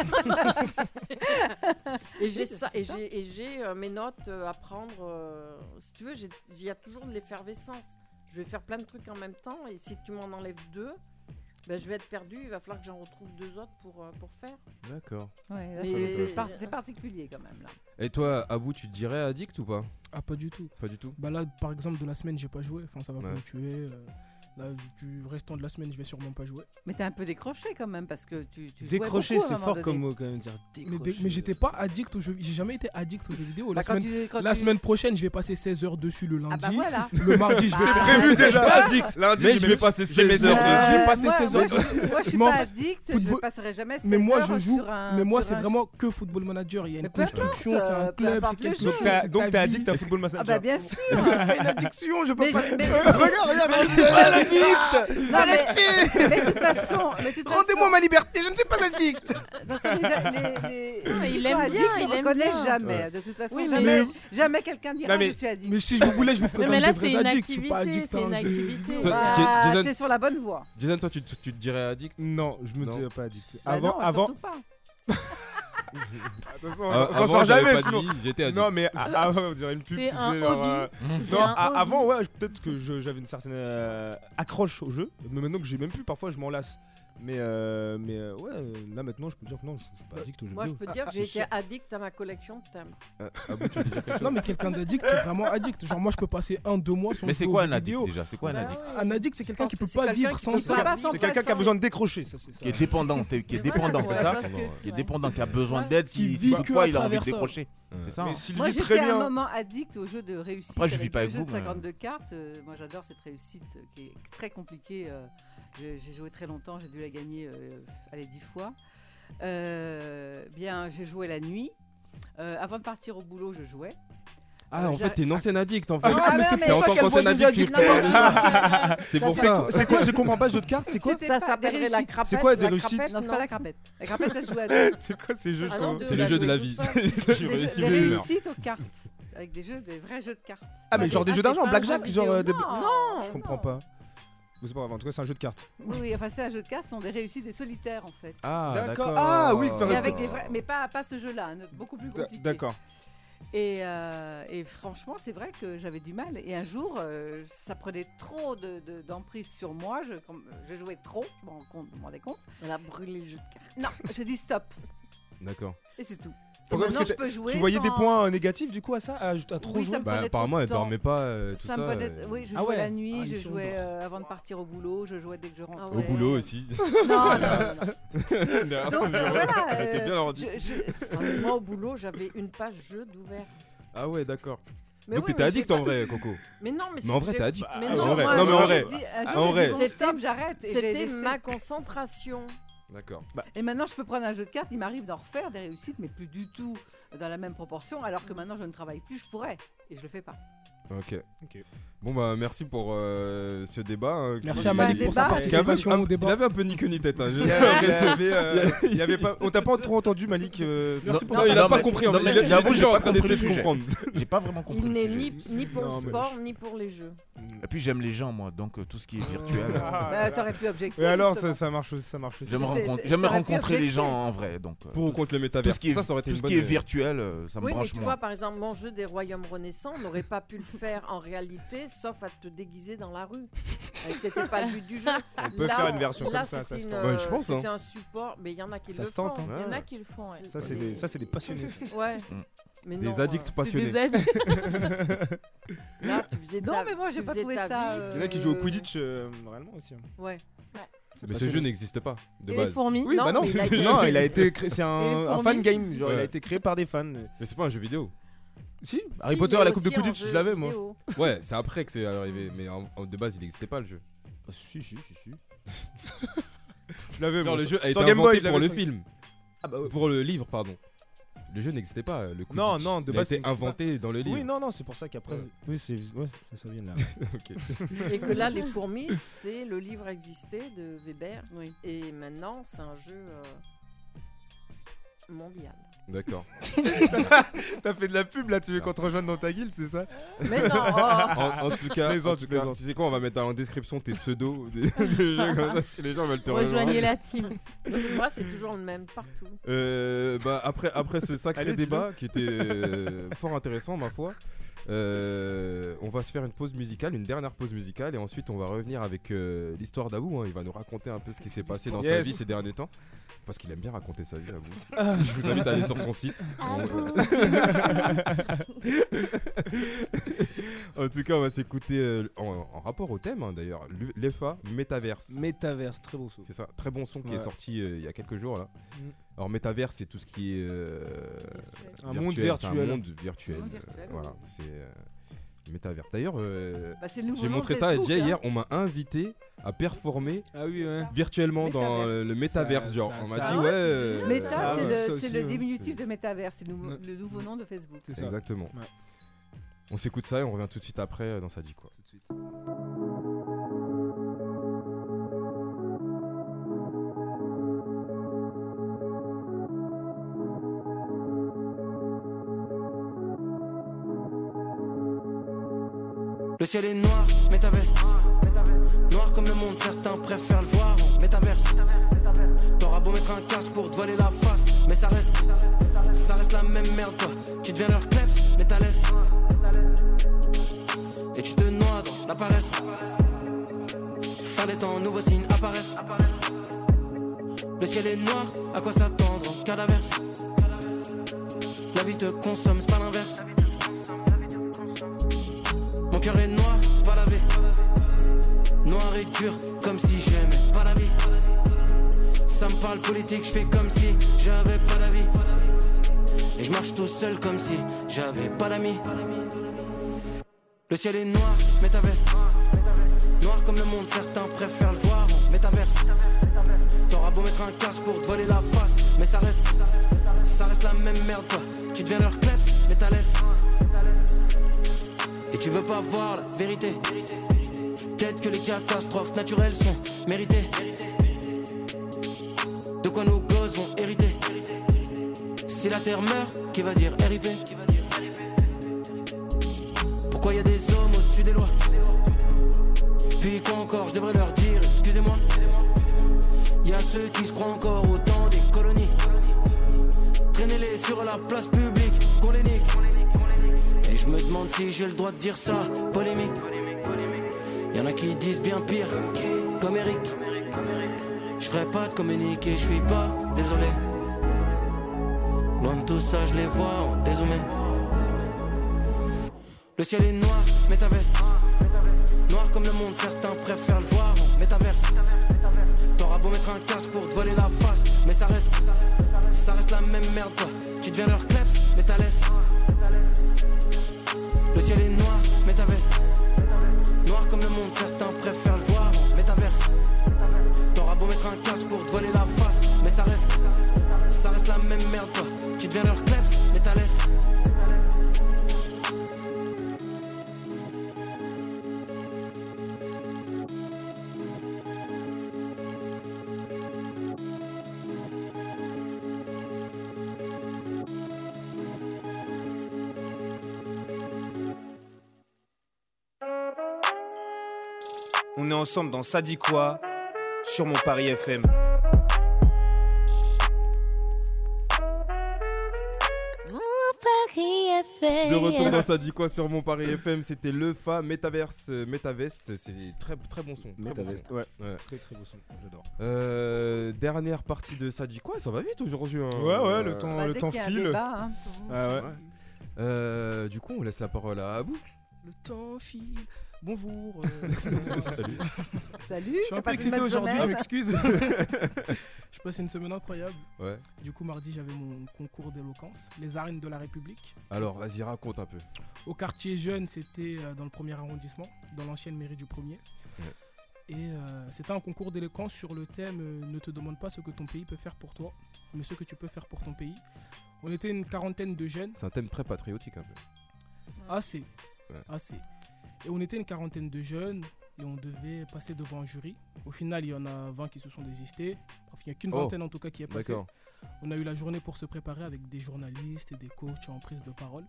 C: et j'ai ça, et j'ai, et j'ai euh, mes notes euh, à prendre. euh, si tu veux, j'ai- il y a toujours de l'effervescence. Je vais faire plein de trucs en même temps, et si tu m'en enlèves deux, ben, je vais être perdu. Il va falloir que j'en retrouve deux autres pour, euh, pour faire.
A: D'accord.
B: Ouais, là,
C: Mais-
B: c'est- c'est par- c'est particulier quand même. Là.
A: Et toi Abou tu te dirais addict ou pas
I: Ah pas du tout.
A: Pas du tout.
I: Bah là, par exemple, de la semaine, j'ai pas joué. Enfin, ça va pas
A: Ouais.
I: me tuer. euh, Là, du du restant de la semaine, je vais sûrement pas joué.
B: Mais t'es un peu décroché quand même parce que tu, tu jouais
I: Décroché,
B: beaucoup à un moment donné.
I: même. Dire mais dé-
B: décroché.
I: mais j'étais pas addict aux jeux. J'ai jamais été addict aux jeux vidéo. La,
B: euh. Bah, quand
I: semaine,
B: tu- quand
I: la
B: tu-
I: semaine prochaine, je vais passer 16 heures dessus le lundi.
B: bah voilà.
I: Le mardi, je vais
B: C'est
I: faire-
B: prévu déjà.
I: Je suis pas addict.
A: Lundi,
I: mais
A: je
I: je
A: vais
I: vais
A: passer
I: je-
A: 16 heures
I: Je vais
A: dessus.
I: passer
B: moi,
I: 16
B: moi,
I: heures dessus.
B: je- Euh, moi, je suis
I: M'en-
B: pas addict, je
I: football-
B: passerai jamais 16
I: mais moi, je
B: heures
I: joue,
B: sur un-
I: mais moi,
B: sur
I: c'est
B: un-
I: vraiment que football manager. Il y a une
B: peu importe,
I: construction, c'est un
B: euh, peu
I: club,
B: importe
I: c'est
B: le
I: quelque
B: jeu.
I: chose.
B: Donc t'as-
I: c'est
G: donc
I: ta
G: t'es
I: vie.
G: addict à Football
B: Ah
G: Manager.
B: bah bien sûr
G: Est-ce que c'est pas une addiction Je peux
B: Mais
G: pas
B: je-
G: le
B: mais-
G: dire. Regarde, regarde,
B: Mais
G: on
B: c'est
G: dirait
B: pas-
G: l'addict.
B: Non, mais-
G: Arrêtez.
B: mais de toute façon- mais de toute
G: Rendez-moi
B: façon-
G: ma liberté, je ne suis pas addict.
B: De toute façon, les- les- les-
H: Non, mais il
B: ils sont
H: aime bien,
B: addicts,
H: il
B: ils
H: aime
B: reconnaissent
H: bien.
B: jamais.
H: Ouais.
B: De toute façon,
H: Oui, mais-
B: jamais,
H: Mais-
B: jamais quelqu'un dira
I: Non, mais-
B: je suis addict.
I: mais si je vous voulais, je vous
H: Non,
I: présente
H: mais là,
I: des
H: c'est
I: vrais
H: une
I: addicts. Je suis pas
H: activité,
I: addict.
H: c'est
I: hein,
H: une
I: j'ai-
H: activité.
A: Toi,
B: Bah,
A: Jason-
B: t'es sur la bonne voie.
A: Jason toi tu, tu- tu te dirais addict
G: Non, je me
A: Non.
G: dirais pas addict.
B: Bah
G: avant,
B: non,
G: avant.
B: surtout pas.
G: Ah, Attention,
A: Ah,
G: on
A: avant,
G: s'en sort
A: j'avais
G: jamais
A: pas de
G: sinon.
A: vie, j'étais addict.
G: Non, mais ah, ah, ouais, on dirait une pub.
H: C'est
G: tu
H: un
G: sais, genre,
H: hobby.
G: euh,
H: C'est
G: Non,
H: un
G: ah,
H: hobby.
G: avant, ouais, je- peut-être que je- j'avais une certaine euh, accroche au jeu, mais maintenant que j'ai même plus, parfois je m'en lasse. Mais, euh, mais euh, ouais, là maintenant, je peux dire que non, je je suis pas addict au jeu
C: Moi, je peux te dire que j'ai été
I: sûr.
C: addict à ma collection de timbres.
D: Euh,
A: Euh,
I: Non, mais quelqu'un d'addict, c'est vraiment addict. Genre, moi, je peux passer un, deux mois sans
E: Mais c'est
I: jouer
E: quoi
I: aux
E: un
I: jeux
E: addict
I: vidéo.
E: déjà C'est
A: Bah,
E: quoi un addict
I: Un addict, c'est quelqu'un qui peut pas
C: quelqu'un
I: vivre
C: qui
I: sans
C: peut pas
I: ça.
C: vivre sans
G: C'est quelqu'un qui a besoin de décrocher, ça, c'est ça.
E: Qui est dépendant, t'es- qui est
G: Voilà,
E: dépendant,
G: c'est
E: c'est
G: ça,
E: ça
G: parce que-
E: Qui est dépendant, qui a besoin d'aide
G: Qui
E: si
G: vit que
E: toutefois
G: à
E: il a envie
G: travers
E: de
G: ça.
E: décrocher. C'est ça
G: Mais
E: hein.
G: Sylvie,
B: Moi,
G: très
B: j'étais à un
G: bien.
B: moment addict aux jeux de réussite.
E: Après, je
B: avec
E: vis pas
B: le
E: avec
B: jeu
E: vous,
B: de
E: mais-
B: 52 cartes. Euh, moi, j'adore cette réussite euh, qui est très compliquée. euh, j'ai j'ai joué très longtemps, j'ai dû la gagner, euh, allez, 10 fois. Euh, bien, j'ai joué la nuit. Euh, avant de partir au boulot, je jouais.
A: Ah
B: Euh,
A: en fait
B: j'arri-
A: t'es une ancienne addict en fait.
B: Ah, mais c'est pour
A: en
B: ça
A: tant
B: qu'elle
A: qu'ancienne
B: voit des
A: addict tu te
B: addicts.
A: parles de ça.
B: Non,
A: C'est
B: ça,
A: pour
B: c'est
A: ça.
B: quoi-
D: C'est quoi Je comprends pas ce jeu de cartes, c'est quoi
B: C'était pas- des réussites.
C: crapette,
D: C'est quoi des
C: la
D: réussites
C: crapette,
B: Non, c'est pas la crapette. La crapette, ça se joue à deux.
G: C'est quoi ces jeux
B: Ah
G: je
B: non,
G: comprends-
B: de-
A: C'est le jeu de la vie.
B: Des,
A: Tu
B: jeux-
A: réussis,
B: des
A: tu meurs.
B: réussites aux cartes. Avec des jeux, des vrais jeux de cartes.
G: Ah, mais genre des jeux d'argent,
B: c'est pas un jeu
G: blackjack, genre.
B: vidéo.
G: euh, des-
B: Non,
G: Je comprends pas. Bon, c'est pas grave, en tout cas, c'est un jeu de cartes.
B: Oui, oui, enfin, c'est un jeu de cartes, ce sont des réussites, des solitaires en fait.
A: Ah,
G: D'accord.
A: d'accord.
G: Ah, oui, faire
B: Mais,
G: un-
B: avec des vrais- mais pas, pas ce jeu-là, un autre beaucoup plus
G: D'a-
B: compliqué.
G: D'accord.
B: Et, euh, et franchement, c'est vrai que j'avais du mal. Et un jour, euh, ça prenait trop de- de- d'emprise sur moi. Je, comme- je jouais trop, je m'en compte- je m'en rendais compte.
C: On a brûlé le jeu de cartes.
B: Non, j'ai dit stop.
A: D'accord.
B: Et c'est tout.
G: Pourquoi
B: et
G: Parce
B: maintenant,
G: que
B: je peux
G: t'as-
B: jouer
G: tu voyais des
B: sans-
G: points euh, négatifs du coup à ça À, à trop
B: Oui, ça
G: jouer
B: me prenait trop
A: Bah, apparemment,
B: de
A: elle
B: temps.
A: dormait pas, euh, tout
B: me
A: ça,
B: prenait-
A: euh.
B: Oui, je
A: Ah
B: jouais
A: ouais.
B: la nuit,
A: Ah,
B: je
A: ils sont
B: jouais
A: dehors.
B: euh, avant de partir au boulot, je jouais dès que je rentrais.
A: Au
C: Ah
A: boulot aussi.
B: Non, non, non, non.
A: Non,
B: Donc,
A: mais
B: voilà,
A: elle était
B: euh,
A: bien l'ordi.
B: je- je-
C: Ah, mais Moi, au boulot, j'avais une page jeu d'ouvert.
A: Ah ouais, d'accord.
C: Mais
A: Donc
C: oui,
A: t'étais
C: mais
A: addict
C: j'ai
A: en
C: pas-
A: vrai, Coco.
C: Mais non, mais
A: mais en vrai t'es addict. Ah,
C: Mais
A: en vrai,
C: moi,
B: Ah,
A: non mais en
C: j'ai
A: vrai,
B: euh,
A: Ah,
C: dit- un jour,
A: en
C: j'ai
A: vrai.
C: dit,
B: Bon,
C: C'était-
B: stop, j'arrête. et j'ai
C: C'était
B: laissé.
C: ma concentration.
A: D'accord.
B: Et maintenant, je peux prendre un jeu de cartes. Il m'arrive d'en refaire des réussites, mais plus du tout dans la même proportion. Alors que maintenant, je ne travaille plus, je pourrais. Et je le fais pas.
A: Ok.
G: Ok.
A: Bon bah merci pour euh, ce débat. hein,
I: Merci
A: qui-
I: à Malik pour sa
A: qui avait-
I: participation
A: un-
I: au débat.
A: Il avait un peu niqué ni tête. Hein, j'ai
G: Il y avait- il
A: l'impression.
G: y avait, euh, il y avait pas, on t'a pas trop entendu, Malik. euh,
A: Merci
G: non,
A: pour
G: non,
A: ça.
G: mais-
A: Il a
G: non,
A: pas
G: mais-
A: compris, en
G: non,
A: fait.
G: mais
A: Il était
G: j'avoue,
A: déjà
G: j'ai
A: en
G: pas
A: train
G: compris
A: d'essayer
G: le
A: de
G: sujet.
A: comprendre.
E: J'ai pas vraiment compris.
C: Il
E: le
C: n'est
E: sujet.
C: ni, ni pour
E: Non,
C: le
E: mais-
C: sport, ni pour les jeux.
E: Et puis j'aime les gens, moi, donc euh, tout ce qui est virtuel. euh,
G: Ah,
B: Bah, t'aurais pu objecter.
G: Et alors, ça,
B: justement.
G: ça marche aussi. Ça marche aussi.
E: J'aime
B: C'est-
E: rencontrer,
B: c'est-
E: j'aime
B: t'aurais pu
E: rencontrer les
B: objecter.
E: gens en vrai. Donc, euh,
A: Pour ou
E: tout-
A: contre le
E: Tout ce
A: métaverse,
E: qui est,
A: ça, ça aurait été
E: tout
A: une
E: ce qui
A: bonne-
E: est virtuel, euh, ça me
C: oui, mais
E: branche
C: tu
E: moins.
C: vois, par exemple, mon jeu des royaumes renaissants, on n'aurait pas pu le faire en réalité, sauf à te déguiser dans la rue. Euh, C'était pas le but du jeu.
G: On peut
C: Là,
G: faire
C: on-
G: une version
C: là,
G: comme ça, ça
C: c'était
G: se
C: une,
G: tente.
C: euh,
G: Ouais, je pense, hein.
C: C'était un support, mais il y en a qui
G: Ça
C: le
G: se tente,
C: font.
G: hein. Il y en a
H: qui le font, ouais.
G: Ça, c'est des- ça, c'est des passionnés, ça.
C: Ouais.
E: Mm.
C: Mais
A: Des
C: non,
A: addicts
C: euh,
A: passionnés.
C: c'est des addicts. Là, tu faisais
B: Non,
C: ta-
B: mais moi, j'ai
C: tu
B: pas
C: faisais
B: trouvé
C: ta
B: ça,
C: vie.
B: euh,
G: Il y en a qui jouent au Quidditch euh, réellement aussi. hein.
C: Ouais.
A: Mais ce
G: passionné.
A: jeu n'existe pas de
G: Et les
A: base.
G: fourmis Oui, bah non,
A: mais
G: c'est-
A: a été-
G: non, il a été créé- c'est un-
A: Et les
G: un
A: fourmis
G: fan game, genre, il a été
A: créé par des fans. Mais c'est pas un jeu vidéo.
G: Si, Harry Potter et la Coupe de Quidditch, je l'avais moi.
A: Ouais, c'est après que c'est arrivé, mais en- en- de base il n'existait pas le jeu.
G: Ah, si, si, si, si. Je l'avais
A: Genre
G: moi.
A: le
G: sur-
A: jeu a
G: sur
A: été
G: Game Boy,
A: inventé
G: je l'avais
A: pour le
G: sur-
A: film.
G: Ah bah ouais.
A: Pour le livre, pardon. Le jeu n'existait pas, le Quidditch.
G: Non, non, de
A: Il a
G: base.
A: été
G: c'était
A: inventé
G: pas-
A: dans le livre.
G: Oui, non, non, c'est pour ça qu'après. Oui, c'est. Ouais, ça, ça vient de là.
A: Ok.
C: Et que là, Les Fourmis, c'est le livre existé de Weber. Et maintenant, c'est un jeu euh, mondial.
A: D'accord.
G: T'as fait de la pub là, tu veux qu'on te rejoigne dans ta guilde, c'est ça
A: en, en tout cas,
G: Plaisante,
A: en tout cas,
G: plaisante.
A: tu sais quoi, on va mettre en description tes pseudos des, des jeux comme ça si les gens veulent te rejoindre.
H: Rejoignez la team.
C: Moi, c'est toujours le même partout.
A: Euh, bah, après, après ce sacré
C: Allez, dis-le.
A: débat qui était euh, fort intéressant, ma foi, euh, on va se faire une pause musicale, une dernière pause musicale, et ensuite on va revenir avec euh, l'histoire d'Abou. hein. Il va nous raconter un peu ce qui s'est passé dans sa
G: Yes. Ah.
A: vie ces derniers temps. Parce qu'il aime bien raconter sa vie, Abou. Je vous invite à aller sur son site.
G: Abou.
A: en tout cas, on va s'écouter euh, en, en rapport au thème hein, d'ailleurs, l'U- l'EFA Metaverse.
G: Metaverse, très bon son.
A: C'est ça, très bon son qui est
G: Ouais.
A: sorti euh, il y a quelques jours là.
G: Mm.
A: Alors Metaverse, c'est tout ce qui est euh,
G: Un monde
A: c'est
G: virtuel.
A: Un monde virtuel.
G: Un monde
A: euh,
G: virtuel,
A: voilà, c'est euh, le Metaverse. D'ailleurs, euh,
B: Bah, c'est le nouveau
A: j'ai
B: nom
A: montré
B: de
A: ça à
B: Facebook,
A: Jay
B: hein.
A: hier. On m'a invité à performer virtuellement dans euh, le Metaverse.
G: Ah Ça-
A: Genre,
G: ça-
A: on m'a
G: ça- hein.
A: dit
G: Ah
A: ouais.
G: ouais,
A: euh,
B: Meta,
A: ça-
B: c'est
A: ça
B: le-
A: aussi,
B: c'est le,
A: euh,
B: diminutif de Metaverse, c'est le, nouveau- le nouveau nom de Facebook.
A: c'est- Exactement. On s'écoute ça et on revient tout de suite après euh, dans ça dit quoi.
O: Le ciel est noir, métaverse. Noir comme le monde, certains préfèrent le voir en métaverse. T'auras beau mettre un casque pour te voler la face, mais ça reste. Ça reste la même merde, toi. Tu deviens leur kleps, mais t'as laisse. Et tu te noies dans la paresse. Fin des temps, nouveaux signes apparaissent. Le ciel est noir, à quoi s'attendre en cas d'averse La vie te consomme, c'est pas l'inverse. Mon cœur est noir, pas lavé. Noir et dur, comme si j'aimais pas la vie. Ça me parle politique, je fais comme si j'avais pas d'avis. Et je marche tout seul comme si j'avais pas d'amis. Le ciel est noir, métaverse. Noir comme le monde, certains préfèrent le voir en métaverse. T'auras beau mettre un casque pour te voler la face, mais ça reste. Ça reste la même merde, toi. Tu deviens leur kleps, mais t'as l'aise. Et tu veux pas voir la vérité Peut-être que les catastrophes naturelles sont méritées De quoi nos gosses vont hériter Si la terre meurt, qui va dire RIP Pourquoi y a des hommes au-dessus des lois Puis quoi encore, je devrais leur dire excusez-moi Y a ceux qui se croient encore au temps des colonies Traînez-les sur la place publique, qu'on les nique et je me demande si j'ai le droit de dire ça, polémique. Y'en a qui disent bien pire, comme Eric. Je ferai pas de communiqué, je suis pas désolé. Loin de tout ça, je les vois en dézoomé. Le ciel est noir, métaverse. Noir comme le monde, certains préfèrent le voir en métaverse. T'auras beau mettre un casque pour te voler la face, mais ça reste. Ça reste la même merde, toi. Tu deviens leur kleps, mais t'as laisse. Le ciel est noir, métaverse. Noir comme le monde, certains préfèrent le voir en métaverse. T'auras beau mettre un casque pour te voler la face, mais ça reste. Ça reste la même merde, toi. Tu deviens leur kleps, mais t'as laisse.
M: On est ensemble dans Ça dit quoi sur mon Paris FM.
F: Mon Paris FM.
A: De retour dans ça dit quoi sur mon Paris FM, c'était le fa Metaverse euh, Metavest, c'est très très bon son. très bon
G: Metaverse,
A: son.
G: ouais. Très très beau son, j'adore.
A: Euh, dernière partie de ça dit quoi Ça va vite aujourd'hui. hein.
I: Bah,
G: Ouais, ouais, le temps- Bah, le dès temps qu'il y a un file. débat, hein. Ah ouais.
A: Euh, du coup, on laisse la parole à Abou.
I: Le temps file. Bonjour. euh,
A: Salut.
B: Salut,
I: Je suis
B: t'as
I: un peu
B: passé une
I: excité
B: bonne
I: aujourd'hui, je
B: semaine
I: m'excuse. je passais une semaine incroyable.
A: Ouais.
I: Du coup, mardi, j'avais mon concours d'éloquence, les arènes de la République.
A: Alors, vas-y, raconte un peu.
I: Au quartier jeune, c'était euh, dans le premier arrondissement, dans l'ancienne mairie du premier.
A: Ouais.
I: Et euh, c'était un concours d'éloquence sur le thème euh, Ne te demande pas ce que ton pays peut faire pour toi, mais ce que tu peux faire pour ton pays. On était une quarantaine de jeunes.
A: C'est un thème très patriotique un peu.
I: Assez.
A: Ouais.
I: Assez. Ah, Et on était une quarantaine de jeunes et on devait passer devant un jury. Au final, il y en a 20 qui se sont désistés. Bref, il n'y a qu'une
A: Oh,
I: vingtaine en tout cas qui est passée.
A: d'accord.
I: On a eu la journée pour se préparer avec des journalistes et des coachs en prise de parole.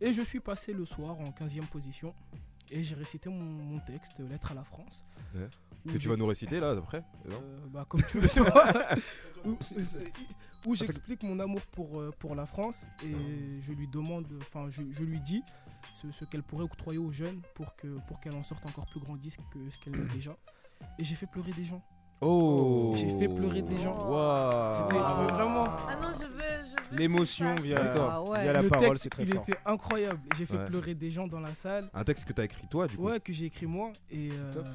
I: Et je suis passé le soir en 15e position et j'ai récité mon, mon texte, Lettre à la France.
A: Ouais.
I: Où
A: Que tu
I: j'ai-
A: vas nous réciter là après non
I: Euh, bah, comme tu veux, toi. où où j'explique mon amour pour, euh, pour la France et
A: Ah.
I: je lui demande, enfin, je, je lui dis ce, ce qu'elle pourrait octroyer aux jeunes pour qu'elle pour qu'elle en sorte encore plus grandie que ce qu'elle est déjà. Et j'ai fait pleurer des gens.
A: Oh
I: J'ai fait pleurer des gens.
A: Waouh.
I: C'était
A: Waouh.
I: mais vraiment.
H: Ah non, je veux. Je veux
G: L'émotion via,
A: D'accord.
G: via la
I: Ah, Le
G: parole,
I: texte,
G: c'est très
I: il
G: fort.
I: était incroyable. J'ai fait
A: Ouais.
I: pleurer des gens dans la salle.
A: Un texte que t'as écrit toi du coup.
I: Ouais, que j'ai écrit moi. Et euh,
A: top.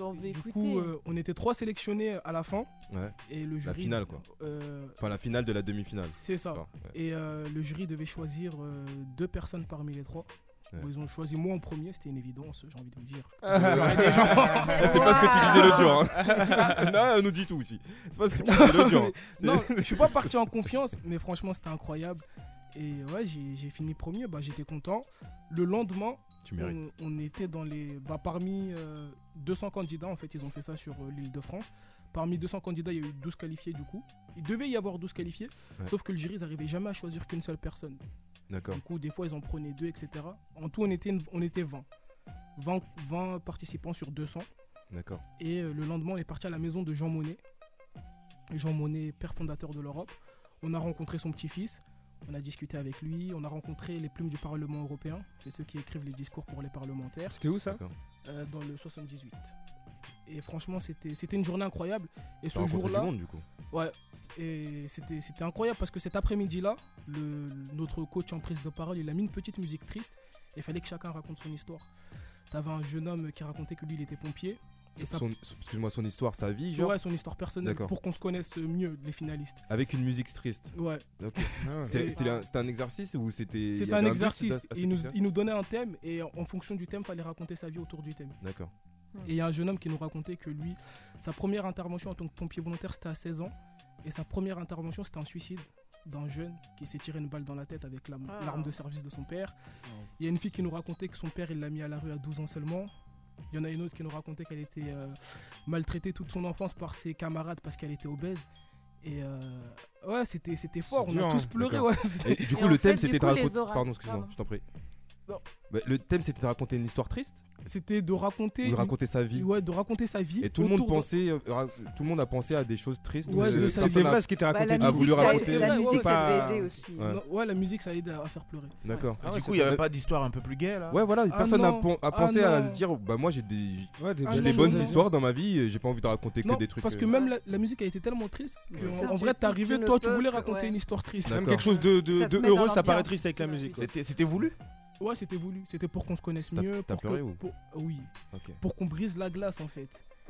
H: on veut
I: du
H: écouter.
I: coup, euh, on était trois sélectionnés à la fin.
A: Ouais.
I: Et le
A: La
I: jury.
A: finale quoi.
I: euh,
A: Enfin la finale de la demi-finale.
I: c'est ça.
A: D'accord, ouais.
I: Et euh, le jury devait choisir euh, deux personnes parmi les trois.
A: Ouais.
I: Bon, ils ont choisi moi en premier, c'était une évidence, j'ai envie de vous dire.
A: Ouais. C'est pas ce que tu disais l'autre jour, hein. Non, elle nous dit tout aussi. C'est pas ce que tu disais l'autre jour, hein.
I: Non, je suis pas parti en confiance, mais franchement, c'était incroyable. Et ouais, j'ai j'ai fini premier, bah, j'étais content. Le lendemain,
A: Tu mérites.
I: on, on était dans les. Bah, parmi euh, 200 candidats, en fait, ils ont fait ça sur euh, l'île de France. Parmi 200 candidats, il y a eu 12 qualifiés du coup. Il devait y avoir 12 qualifiés,
A: Ouais.
I: sauf que le jury, ils n'arrivaient jamais à choisir qu'une seule personne.
A: D'accord.
I: Du coup, des fois, ils en prenaient deux, etc. En tout, on était, une- on était 20. 20. 20 participants sur 200.
A: D'accord.
I: Et euh, le lendemain, on est parti à la maison de Jean Monnet. Jean Monnet, père fondateur de l'Europe. On a rencontré son petit-fils. On a discuté avec lui. On a rencontré les plumes du Parlement européen. C'est ceux qui écrivent les discours pour les parlementaires.
G: C'était où, ça D'accord.
I: Euh, Dans le 78. Et franchement, c'était c'était une journée incroyable. Et
A: T'as
I: ce
A: rencontré
I: jour-là.
A: du monde, du coup.
I: Ouais. Et c'était c'était incroyable parce que cet après-midi-là, le- notre coach en prise de parole, il a mis une petite musique triste. Il fallait que chacun raconte son histoire. T'avais un jeune homme qui racontait que lui, il était pompier. Et ça-
A: Son- son- Excuse-moi, son histoire, sa vie.
I: Ouais,
A: genre
I: son histoire personnelle
A: D'accord.
I: pour qu'on se connaisse mieux, les finalistes.
A: Avec une musique triste.
I: Ouais.
A: Ok.
I: Ah ouais.
A: C'est-
I: Et-
A: C'était un, c'était un exercice ou c'était. il y
I: C'était
A: avait
I: un
A: but
I: exercice.
A: à- à cet
I: il, nous,
A: exercice
I: il nous donnait un thème et en en fonction du thème, fallait raconter sa vie autour du thème.
A: D'accord.
I: Et il y a un jeune homme qui nous racontait que lui, sa première intervention en tant que pompier volontaire, c'était à 16 ans. Et sa première intervention, c'était un suicide d'un jeune qui s'est tiré une balle dans la tête avec la- l'arme
D: Ah.
I: de service de son père.
A: Ah.
I: Il y a une fille qui nous racontait que son père, il l'a mis à la rue à 12 ans seulement. Il y en a une autre qui nous racontait qu'elle était euh, maltraitée toute son enfance par ses camarades parce qu'elle était obèse. Et euh, ouais, c'était c'était fort. On
A: dur,
I: a
A: hein.
I: tous pleuré.
A: D'accord.
I: Ouais, c'était-
A: Et du coup, le thème, c'était de raconter. Pardon, excuse-moi, je t'en prie.
I: Non.
A: Bah, le thème, c'était de raconter une histoire triste.
I: C'était de raconter.
A: Ou de raconter sa vie.
I: Ouais, de raconter sa vie.
A: Et tout le monde
I: autour de-
A: pensait, euh, ra- tout le monde a pensé à des choses tristes.
I: Ouais, de sa vie.
A: personne a- a voulu raconter. euh, Ouais.
I: Non, Ouais, la musique, ça aide à à faire pleurer.
A: D'accord. Ah
E: Et du coup, il n'y avait pas d'histoire un peu plus gay là
A: Ouais, voilà,
I: Ah
A: personne n'a
I: non.
A: pon- a
I: Ah
A: pensé à
I: non.
A: se dire, bah moi j'ai des,
I: Ouais, des
A: j'ai
I: bonnes
A: des bonnes
I: choses.
A: histoires dans ma vie, euh, j'ai pas envie de raconter
I: Non,
A: que des trucs.
I: Parce que
A: euh,
I: même la, la musique a été tellement triste
D: Ouais.
I: qu'en
D: Ça,
I: en
D: tu-
I: vrai,
D: tu-
I: t'es arrivé,
D: tu ne
I: toi, tu
D: peux
I: voulais
D: que-
I: raconter
D: ouais.
I: une histoire triste.
D: Même quelque chose de, de- de heureux, ça paraît triste avec la musique.
E: C'était c'était voulu
I: Ouais, c'était voulu. C'était pour qu'on se connaisse mieux.
E: t'as
I: pour
E: pleuré
I: que-
E: ou
I: pour- euh, Oui.
E: Ok.
I: Pour qu'on brise la glace, en fait.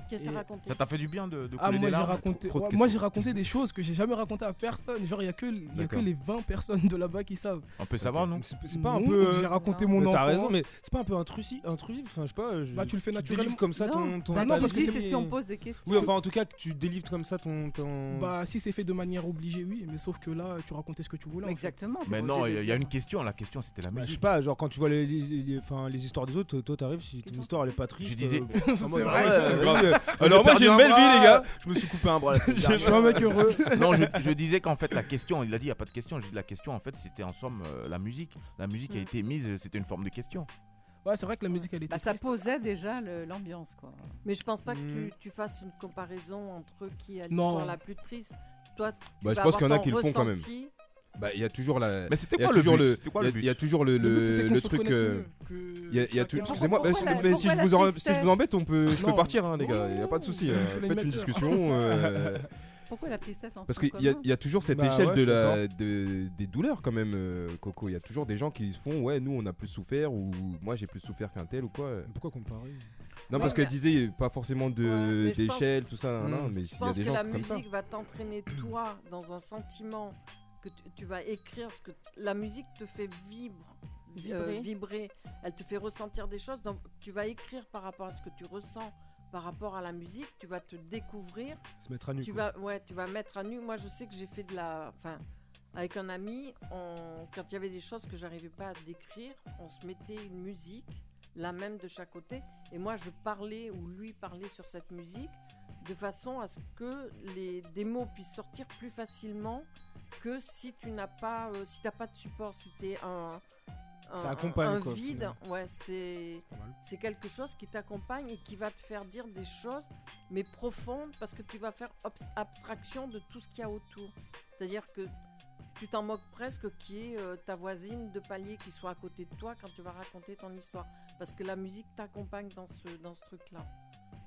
C: Qu'est-ce
I: Et-
C: que t'as raconté
E: Ça t'a fait du bien de, de couler
I: Ah,
E: des
I: moi j'ai
E: larmes
I: raconté,
E: Trop- trop de
I: ouais, moi j'ai
E: questions.
I: raconté des choses que j'ai jamais raconté à personne. Genre, il y a que, il y a que
E: D'accord.
I: les 20 personnes de là-bas qui savent.
E: On peut savoir, non
I: C'est pas un peu. euh, J'ai raconté mon enfance.
G: T'as raison, mais c'est pas un peu intrusif, intrusif Enfin, je sais pas. je-
I: Bah, tu le fais
G: délivres
I: naturellement.
G: comme ça
I: Non.
G: ton. ton
I: Bah,
G: ta
I: non, parce
G: vie.
I: que c'est si on pose des questions.
G: Oui, enfin, en tout cas, que tu délivres comme ça ton. ton...
I: Bah, si c'est fait de manière obligée, oui, mais sauf que là, tu racontais ce que tu voulais. Exactement.
E: Mais non, il y a- il y a une question. La question, c'était la
G: Bah, je sais
E: musique.
G: pas, genre quand tu vois les, les, les- enfin, les histoires des autres, toi t'arrives, si ton histoire elle est pas triste.
E: Je disais-
G: euh,
E: C'est
G: en mode,
E: vrai,
G: ouais,
E: c'est
G: euh,
E: grave.
G: euh,
E: Alors moi,
G: perdu
E: j'ai une
G: un
E: belle vie,
G: bras,
E: les gars.
G: Je me suis coupé un bras. la semaine
E: Je
G: dernière.
E: suis non, je, je disais qu'en fait, la question, il a dit, il n'y a pas de question. J'ai dit, La question, en fait, c'était en somme euh, la musique. La musique a
B: Mm.
E: été mise, euh, c'était une forme de question.
I: Ouais, c'est vrai que la musique, elle était.
B: Bah, ça
C: hein.
B: posait déjà le- l'ambiance, quoi.
C: Mais je pense pas que
B: Mm.
C: tu, tu fasses une comparaison entre qui a
B: Non.
C: l'histoire la plus triste. Toi, tu
A: Bah, je
C: vas
A: pense
C: avoir
A: qu'il y en a
C: ton
A: qui le font quand même.
C: ressenti.
A: Bah, il y a toujours la.
E: Mais c'était
A: il y a
E: quoi le
A: toujours
E: but C'était quoi le
A: il y a-
E: but
A: Il y a toujours le,
E: Le but,
A: le,
E: c'était qu'on
A: le
E: se
A: truc.
E: connaisse
A: euh, Il y a, il y a tout-
E: chacun-
A: Excusez-moi,
E: Pourquoi
A: bah, si,
E: la-
A: mais si, je
E: pourquoi
A: vous
E: la
A: en- si je vous
E: tristesse
A: embête, on peut, je peux
I: Non.
A: partir, hein, les gars. Il n'y a pas de souci.
I: je
A: euh,
I: suis
A: Faites une
I: l'animateur.
A: discussion. euh,
B: pourquoi la tristesse en
A: Parce
B: prend
A: qu'il y, a-
B: commun
A: il y a toujours cette
D: Bah
A: échelle
D: ouais,
A: de
D: je suis
A: la, de- des douleurs quand même, euh, Coco. Il y a toujours des gens qui se font, ouais, nous on a plus souffert ou moi j'ai plus souffert qu'un tel ou quoi.
D: Pourquoi comparer
A: Non,
C: Ouais,
A: parce qu'elle
C: mais-
A: disait pas forcément de
C: Mais je pense-
A: d'échelle, Euh, tout ça, nan, nan,
C: Mm.
A: mais
C: je
A: il y a
C: pense
A: des
C: que
A: gens
C: la
A: comme ça.
C: musique va t'entraîner toi dans un sentiment que tu, tu vas écrire ce que la musique te fait vibre, vi- euh,
H: Vibrer.
C: vibrer. Elle te fait ressentir des choses. Donc tu vas écrire par rapport à ce que tu ressens, par rapport à la musique. Tu vas te découvrir.
D: Se mettre à nu,
C: Tu
D: quoi.
C: vas, ouais, tu vas mettre à nu. Moi, je sais que j'ai fait de la, enfin. Avec un ami, on- quand il y avait des choses que j'arrivais pas à décrire, on se mettait une musique, la même de chaque côté, et moi je parlais ou lui parlait sur cette musique de façon à ce que les des mots puissent sortir plus facilement que si tu n'as pas euh, si t'as pas de support, si tu es un un,
D: Ça accompagne,
C: un
D: quoi, au
C: vide,
D: final.
C: ouais, c'est c'est quelque chose qui t'accompagne et qui va te faire dire des choses mais profondes parce que tu vas faire obs- abstraction de tout ce qu'il y a autour. C'est-à-dire que tu t'en moques presque qui est euh, ta voisine de palier qui soit à côté de toi quand tu vas raconter ton histoire. Parce que la musique t'accompagne dans ce, dans ce truc-là.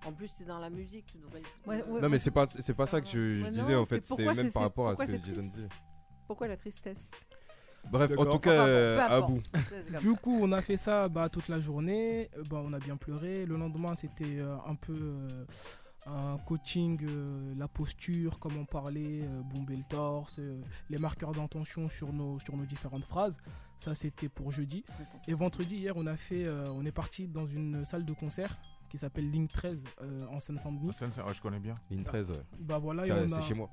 C: En plus, c'est dans la musique, tu devrais.
B: Ouais, ouais,
A: Non,
B: ouais.
A: mais c'est pas, c'est pas ça que je, je
B: Ouais,
A: disais
B: non,
A: en fait,
B: c'est
A: c'était
B: pourquoi
A: même
B: c'est-
A: par
B: c'est-
A: rapport à ce que
B: pourquoi
A: Jason
B: c'est triste
A: disait.
B: Pourquoi la tristesse
A: Bref, en tout cas, euh, à bout.
I: Du coup, on a fait ça bah, toute la journée. euh, Bah, on a bien pleuré. Le lendemain, c'était euh, un peu euh, un coaching, euh, la posture, comment parler, euh, bomber le torse, euh, les marqueurs d'intention sur nos, sur nos différentes phrases. Ça, c'était pour jeudi. Et vendredi, hier, on, a fait, euh, on est parti dans une salle de concert qui s'appelle Ligne 13 euh, en Seine-Saint-Denis.
E: Seine-Saint- ouais, je connais bien.
A: Ligne 13, ouais.
I: Bah voilà, et
A: Ça,
I: on
A: c'est
I: a-
A: chez moi.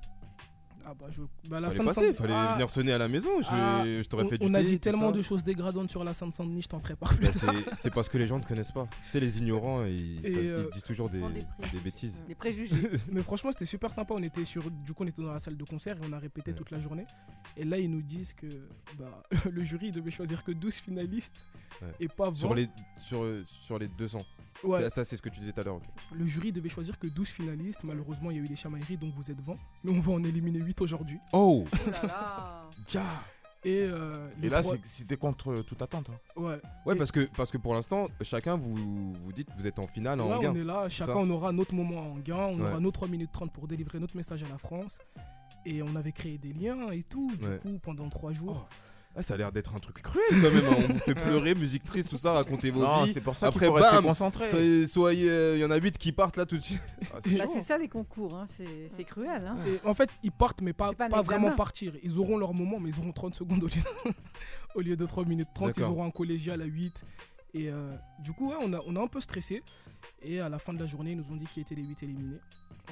I: Ah bah je. Bah, la
A: Fallait
I: Seine-Saint-
A: passer, fallait venir sonner à la maison, je- je t'aurais
I: on-
A: fait du
I: On a
A: thé,
I: dit
A: tout
I: tellement
A: ça.
I: de choses dégradantes sur la Seine-Saint-Denis, je t'en ferai pas plus.
A: Bah, c'est- c'est parce que les gens ne connaissent pas. Tu sais, les ignorants, ils,
I: Et,
A: ça- ils
I: euh,
A: disent toujours des,
I: font des
A: des bêtises.
B: Des préjugés.
I: Mais franchement, c'était super sympa. On était sur, du coup, on était dans la salle de concert et on a répété toute la journée. Et là, ils nous disent que bah, le jury il devait choisir que 12 finalistes
A: Ouais.
I: et pas 20.
A: sur les, sur, euh, sur les 200.
I: Ouais.
A: C'est- Ça, c'est ce que tu disais tout à l'heure. ok.
I: Le jury devait choisir que 12 finalistes. Malheureusement, il y a eu des chamailleries, donc vous êtes 20. Mais on va en éliminer 8 aujourd'hui.
A: Oh
I: Ja. Et, euh, les
E: Et là,
I: trois-
E: c'est- c'était contre toute attente. hein.
I: Ouais.
A: Ouais, parce que, parce que pour l'instant, chacun vous, vous dites vous êtes en finale en
I: Là,
A: gain.
I: on est là,
A: C'est ça
I: chacun on aura notre moment en gain, on
A: Ouais.
I: aura nos 3 minutes 30 pour délivrer notre message à la France. Et on avait créé des liens et tout, du
A: Ouais.
I: coup, pendant 3 jours.
A: Ah, ça a l'air d'être un truc cruel quand même. hein. On vous fait pleurer, musique triste, tout ça, racontez vos
E: Non,
A: vies.
E: c'est pour ça qu'il
A: Après,
E: faut rester
A: bam,
E: concentré.
A: soyez- Soyez, euh, il y en a 8 qui partent là tout de suite. Ah, c'est
B: Bah,
A: chaud.
B: c'est ça les concours, hein, c'est c'est cruel. hein.
I: Et en fait, ils partent, mais pas,
B: C'est pas
I: pas,
B: un examen.
I: vraiment partir. Ils auront leur moment, mais ils auront 30 secondes au lieu, au lieu de 3 minutes 30. Ils
A: D'accord.
I: auront un collégial à 8. Et euh, du coup, ouais, on, a, on a un peu stressé. Et à la fin de la journée, ils nous ont dit qui étaient les 8 éliminés.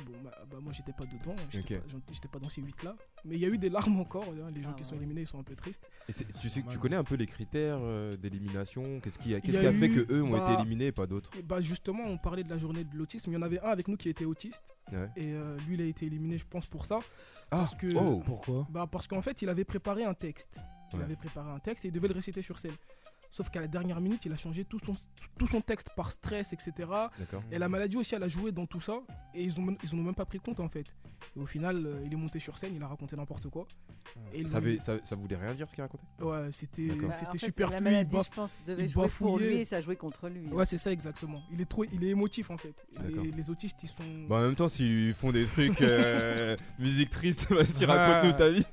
I: Bon, bah, bah, moi, j'étais pas dedans. J'étais
A: Ok.
I: pas, j'en- j'étais pas dans ces 8-là. Mais il y a eu des larmes encore. hein.
B: Ah
I: Les gens qui sont éliminés, ils sont un peu tristes.
A: Et c'est- tu sais, tu connais un peu les critères euh, d'élimination. Qu'est-ce qui a,
I: Il
A: qu'est-ce
I: y
A: qui a fait
I: eu,
A: que eux ont
I: bah,
A: été éliminés et pas d'autres
I: et bah justement, on parlait de la journée de l'autisme. Il y en avait un avec nous qui était autiste.
A: Ouais.
I: Et euh, lui, il a été éliminé, je pense, pour ça.
A: Ah,
I: parce que,
A: oh. Pourquoi
I: bah, Parce qu'en fait, il avait préparé un texte. Il
A: Ouais.
I: avait préparé un texte et il devait le réciter sur scène. Sauf qu'à la dernière minute, il a changé tout son, tout son texte par stress, etc.
A: D'accord.
I: Et la maladie aussi, elle a joué dans tout ça. Et ils n'en ont, ils en ont même pas pris compte, en fait. Et au final, euh, il est monté sur scène, il a raconté n'importe quoi. Et ils
A: ça,
I: l'ont-
A: veut- ça, ça voulait rien dire ce qu'il racontait
I: Ouais, c'était
A: D'accord.
B: Bah, en
I: c'était
B: fait,
I: super
B: la
I: fluide.
B: maladie,
I: baf-
B: je pense, devait
I: il
B: jouer pour
I: bafouillait.
B: lui et ça jouait contre lui. hein.
I: Ouais, c'est ça exactement. Il est trop, il est émotif en fait.
A: D'accord.
I: Les, les autistes, ils sont.
A: Bah, en même temps, s'ils font des trucs euh, musique triste, vas-y, raconte-nous ta vie.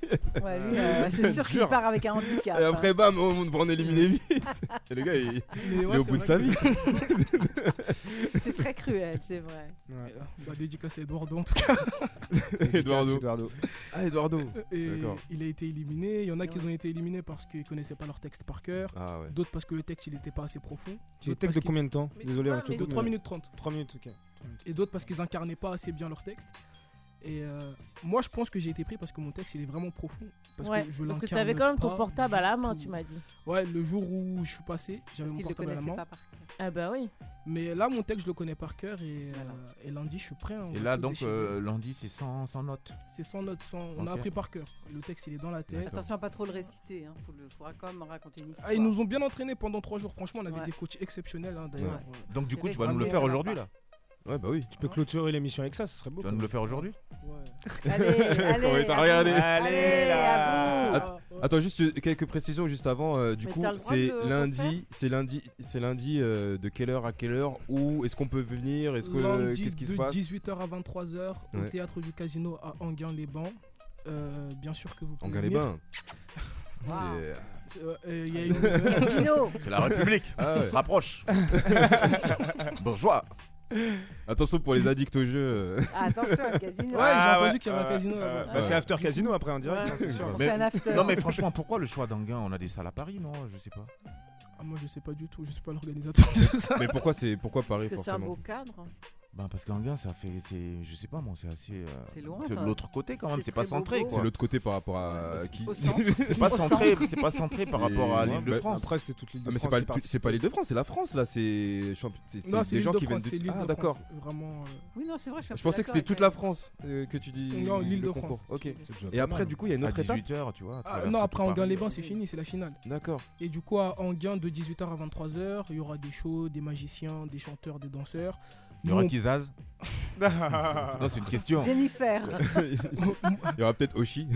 B: Ouais, lui, euh, c'est sûr qu'il
A: Jure.
B: part avec un handicap.
A: Et après,
B: hein.
A: bam, on va en éliminer vite. Et le gars, il, il est
I: ouais, Mm.
A: au
I: c'est
A: bout de
I: vrai
A: sa
I: que-
A: vie.
B: C'est très cruel, c'est vrai.
I: Euh, Bah, dédicace à Eduardo en tout cas.
A: Eduardo. Ah, Eduardo.
I: Et
A: D'accord.
I: il a été éliminé. Il y en a qui ont été éliminés parce qu'ils connaissaient pas leur texte par cœur.
A: Ah ouais.
I: D'autres parce que le texte il était pas assez profond.
G: C'est le
I: D'autres parce
G: texte de
I: qu'ils-
G: combien de temps Désolé, hein, je te
I: De
G: coupe,
I: 3
G: mais-
I: minutes 30.
G: 3 minutes, ok.
I: Et d'autres parce qu'ils incarnaient pas assez bien leur texte. Et euh, moi je pense que j'ai été pris parce que mon texte il est vraiment profond. Parce
H: Ouais,
I: que je
H: parce que
I: l'incarne
H: t'avais quand même ton
I: pas
H: portable à
I: du
H: la main,
I: tout.
H: tu m'as dit.
I: Ouais, le jour où je suis passé, j'avais
H: Parce
I: mon
H: qu'il le
I: portable à la
H: connaissait
I: main.
H: pas par
I: Ah bah oui. Mais là, mon texte, je le connais par cœur et, euh, et lundi, je suis prêt. hein, on
E: Et
I: va
E: là,
I: tout
E: donc,
I: déchirer.
E: euh, lundi, c'est sans, sans notes.
I: C'est sans notes, sans. On a
E: Ok.
I: appris par cœur. Le texte, il est dans la tête.
B: Attention à pas trop le réciter, hein. Faut le, faudra quand même en raconter une histoire.
I: Ah, ils nous ont bien entraînés pendant trois jours. Franchement, on avait
B: Ouais.
I: des coachs exceptionnels. hein, d'ailleurs.
B: Ouais.
I: Euh,
E: Donc, du
I: il y
E: coup,
I: avait
E: tu vas nous le
I: Samuel
E: faire
I: Lapin.
E: aujourd'hui, là
A: Ouais, bah oui.
G: Tu peux clôturer l'émission avec ça, ce serait beau.
E: Tu vas nous le faire aujourd'hui
I: Ouais.
B: Allez, allez,
G: Comment t'as regardé Allez,
B: Allez, à vous.
A: Att- Attends, juste euh, quelques précisions juste avant. euh, du
C: Mais
A: coup,
C: t'as le droit
A: c'est
C: de refaire
A: lundi, c'est lundi, c'est lundi euh, de quelle heure à quelle heure Où est-ce qu'on peut venir Est-ce que euh,
I: Lundi,
A: qu'est-ce qui se
I: de
A: passe
I: 18h à 23h au
A: Ouais.
I: théâtre du Casino à Enghien-les-Bains. Euh, bien sûr que vous pouvez.
A: Enghien-les-Bains.
I: venir.
A: C'est-
I: C'est- euh, euh, il y a une-
E: Casino. C'est la République.
A: Ah
E: On se rapproche. Bourgeois.
A: Attention pour les addicts au jeu. euh.
B: Ah, attention, le casino.
A: Ouais,
E: Euh,
G: Ah
A: j'ai
G: ouais,
A: entendu qu'il y avait
G: ah
A: un
G: ouais,
A: casino
G: ah
A: là-bas.
G: ouais. Bah, c'est after casino après en direct,
B: Ouais.
G: hein, c'est sûr.
B: On
E: Mais-
B: fait un after.
E: Non, mais franchement, pourquoi le choix d'Anguin On a des salles à Paris, non Je sais pas.
I: Ah, moi je sais pas du tout, je suis pas l'organisateur de tout ça.
A: Mais pourquoi c'est pourquoi
C: Parce
A: Paris
C: que c'est un
A: forcément
C: beau cadre.
E: Ben, parce qu'Anguin, ça fait. c'est- Je sais pas, moi, c'est assez. euh,
C: C'est loin,
E: C'est
C: ça.
E: de l'autre côté quand même,
C: C'est
E: c'est pas
C: très
E: centré
C: bobo.
E: quoi.
A: C'est l'autre côté par rapport à euh,
E: Ouais,
A: qui
E: au centre. C'est pas
A: Au
E: centré,
A: centre.
E: c'est pas centré par rapport à
A: C'est-
E: l'île de
I: Bah,
A: ouais,
E: France.
A: après, c'était toute l'île de Ah, mais c'est pas l'île- c'est pas l'île de France, c'est la France là, c'est champi- c'est
I: Non,
A: c'est des gens qui viennent
I: c'est
A: de
I: l'Île-de-France,
A: Ah d'accord.
I: Vraiment. euh,
B: Oui, non, c'est vrai, je suis un
A: Je
B: peu
A: pensais que
B: d'accord
A: c'était
B: avec
A: toute
B: elle.
A: la France euh, que tu dis.
I: Non,
A: le
I: l'île de France.
A: concours. OK.
I: C'est déjà
A: Et
I: pas
A: après
I: mal. hein.
A: du coup, il y a une
E: À
A: autre étape
E: 18h, tu vois, à
I: Ah,
E: travers
I: non,
E: tout
I: après
E: Paris. euh,
I: Enghien-les-Bains, c'est fini, c'est la finale.
A: D'accord.
I: Et du coup, à Enghien, de 18h à 23h, il y aura des shows, des magiciens, des chanteurs, des danseurs.
E: Il y aura
I: Nous, on-
E: qui zaz Non, c'est une question.
B: Jennifer.
A: Il y aura peut-être Oshi.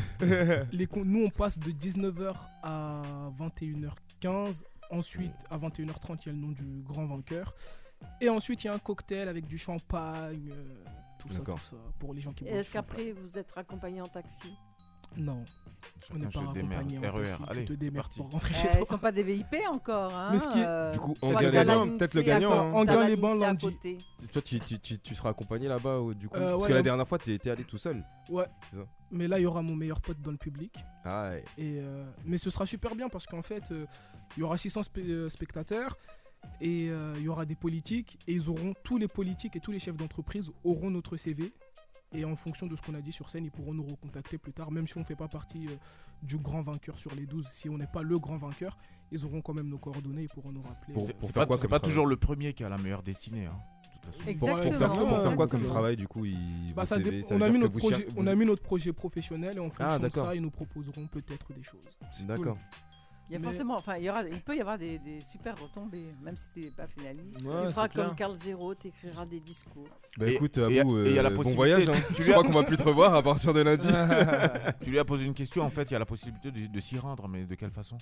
I: Les con- nous, on passe de 19h à 21h15. Ensuite, à 21h30, il y a le nom du grand vainqueur. Et ensuite, il y a un cocktail avec du champagne, euh, tout ça, tout
A: D'accord.
I: ça, pour les gens qui
C: Et
I: boivent du
C: Est-ce
I: champagne.
C: qu'après vous êtes raccompagné en taxi
I: Non. on n'est
E: se
I: pas
E: démerde.
I: accompagné en
E: RER,
I: taxi,
E: allez,
I: tu te démerdes pour rentrer
B: Euh,
I: chez toi.
B: Ils sont pas des VIP encore. Hein,
I: Mais ce qui est-
B: euh,
A: Du coup,
B: t'as
A: en
B: pas
A: gagnant,
B: la ligne
A: peut-être
B: C
A: le
B: à
A: gagnant,
B: so-
A: hein.
B: t'as
A: En
B: la
I: gagnant,
B: ligne C à
I: lundi.
B: côté.
A: Toi tu, tu, tu, tu seras accompagné là-bas ou, du coup
I: Euh,
A: parce
I: ouais,
A: que la
I: là-
A: dernière fois tu étais allé tout seul.
I: Ouais.
A: C'est ça.
I: Mais là, il y aura mon meilleur pote dans le public.
A: Ah ouais.
I: Et euh, mais ce sera super bien parce qu'en fait, euh, il y aura 600 spe- euh, spectateurs et euh, il y aura des politiques et ils auront tous les politiques et tous les chefs d'entreprise auront notre CV et en fonction de ce qu'on a dit sur scène, ils pourront nous recontacter plus tard, même si on ne fait pas partie euh, du grand vainqueur sur les 12. Si on n'est pas le grand vainqueur, ils auront quand même nos coordonnées, ils pourront nous rappeler.
E: C'est- c'est pas- C'est pas toujours le premier qui a la meilleure destinée. hein, de toute façon.
A: Pour- Pour, faire, pour faire quoi comme travail du coup il,
I: Bah,
A: vous
I: ça
A: savez,
I: dépend.
A: ça veut
I: on, a
A: dire
I: mis
A: que
I: notre
A: vous
I: projet,
A: cher-
I: on
A: vous- Ah,
I: a mis notre projet professionnel et en fonction de
A: d'accord.
I: ça, ils nous proposeront peut-être des choses. C'est cool.
A: D'accord.
B: Il, y a
I: Mais-
B: forcément, enfin, il, y aura, il peut y avoir des, des super retombées, hein, même si tu n'es pas finaliste.
C: Tu feras comme Carl Zero, tu écriras des discours.
A: Bah
E: Et-
A: écoute,
E: et-
A: Abou,
E: et il y a la
A: euh, bon
E: possibilité-
A: voyage. Hein.
E: tu
A: Je
E: lui as-
A: crois qu'on va plus te revoir à partir de lundi.
E: tu lui as posé une question, en fait, il y a la possibilité de, de s'y rendre, mais de quelle façon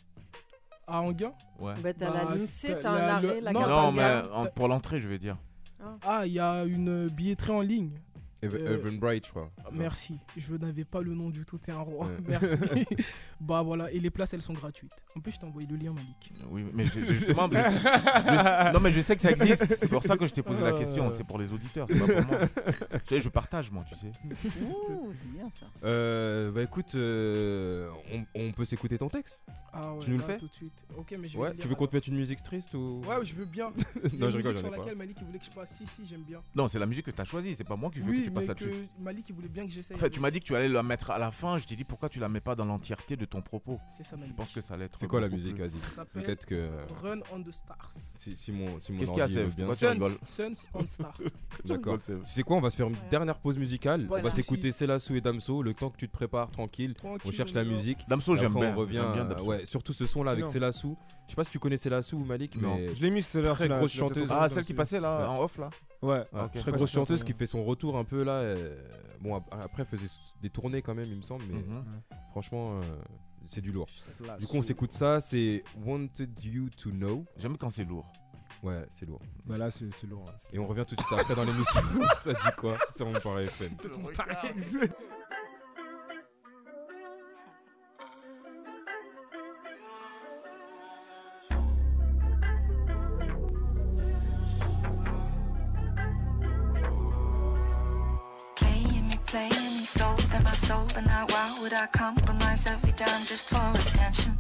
I: À Anguin
E: Ouais.
C: Bah, t'as la l'INSEE,
I: t'as
C: t'as un
I: la-
C: arrêt,
I: le-
C: la hein.
I: non,
C: gare
E: Non, mais
C: Paris.
E: en- pour l'entrée, je vais dire.
I: Ah, il y a une billetterie en ligne.
A: Ev-
I: Euh,
A: Eventbrite, je crois. C'est ça.
I: Merci. Je n'avais pas le nom du tout, t'es un roi.
A: Ouais.
I: Merci. bah voilà, et les places elles sont gratuites. En plus, je t'ai envoyé le lien, Malik.
E: Oui, mais je- justement, je- je- non, mais je sais que ça existe. C'est pour ça que je t'ai posé la question. C'est pour les auditeurs, c'est pas pour moi. Tu sais, je partage, moi, tu sais.
B: Ouh, c'est bien ça.
A: Euh, bah écoute, euh, on, on peut s'écouter ton texte
I: Ah ouais,
A: Tu nous le
I: là,
A: fais
I: tout de suite. Ok, mais je vais
A: Ouais,
I: le lire,
A: tu veux qu'on
I: alors.
A: te mette une musique triste ou
I: Ouais, je veux bien. Il y a
A: Non,
I: une
A: je rigole,
I: musique
A: j'en
I: sur
A: ai pas.
I: laquelle Malik il voulait que je passe. Si, si, j'aime bien.
E: Non, c'est la musique que t'as choisie. C'est pas moi qui veux que
I: oui,
E: tu passes
I: mais
E: là-dessus.
I: que Malik il voulait bien que j'essaye.
E: Enfin, tu m'as dit que tu allais la mettre à la fin. Je t'ai dit pourquoi tu la mets pas dans l'entièreté de ton propos.
I: C'est ça,
E: Je
I: Malik.
E: pense que ça allait être.
A: C'est quoi la
E: beaucoup
A: musique
E: plus-
A: Vas-y.
I: Ça s'appelle
A: Peut-être que
I: Run on the Stars.
A: si, si mon si mon
E: Qu'est-ce qu'il y a,
A: ordi veut
E: Sèvres
A: bien.
E: Pourquoi tu
I: Suns,
E: rigoles
I: Suns on Stars.
A: D'accord. Tu sais quoi, on va se faire une dernière pause musicale.
I: Voilà.
A: On va s'écouter Célassou et Damso. Le temps que tu te prépares, tranquille.
I: Tranquille,
A: on cherche
I: on
A: la
I: y va.
A: musique.
E: Damso,
A: Et après,
E: j'aime bien.
A: On revient.
E: J'aime bien
A: euh,
E: Damso.
A: ouais, surtout ce son là avec
E: Excellent.
A: Célassou. Je sais pas si tu connais Célassou ou Malik,
E: Non.
A: mais
E: Je l'ai mise tout à l'heure,
A: Très
E: tu l'as-
A: grosse
E: tu l'as peut-être
A: chanteuse.
E: entendu. Ah, celle qui passait, là, en off, là
G: Ouais.
E: Ah, ok. Je sais
A: Très
E: pas
A: grosse
E: si tu l'as
A: chanteuse
E: entendu.
A: qui fait son retour un peu là. euh, Bon, ap- après, elle faisait des tournées quand même, il me semble, mais
E: Mhm.
A: franchement, euh, c'est du lourd.
E: Célassou.
A: Du coup, on s'écoute ça. C'est Wanted You to Know.
E: J'aime quand c'est lourd.
A: Ouais, c'est lourd.
G: Bah là, c'est c'est lourd. hein.
A: Et on revient tout de suite après dans l'émission. ça dit quoi sur Mon Paris FM
P: Playing me, playing me, sold them my soul, and now why would I compromise every dime just for attention?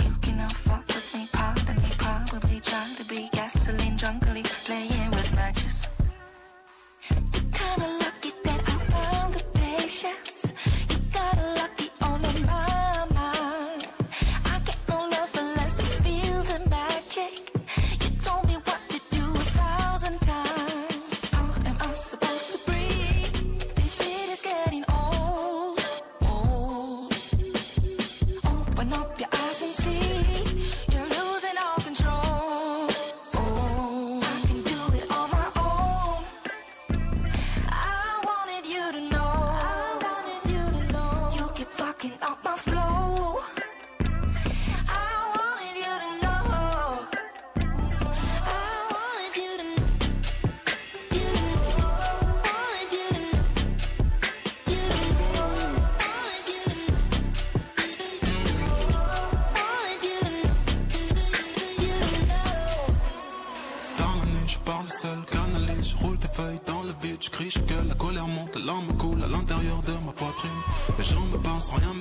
P: You cannot fuck with me, pardon me, probably trying to be gasoline drunkly, playing with matches.
Q: You kinda lucky that I found the patience. You got a lucky on your mind. I get no love unless you feel the magic. You told me what to do a thousand times. How am I supposed to breathe? This shit is getting old, old. Open up your eyes and see. You're losing all control. Oh, I can do it on my own. I wanted you to know. I wanted you to know. You keep fucking up my flow.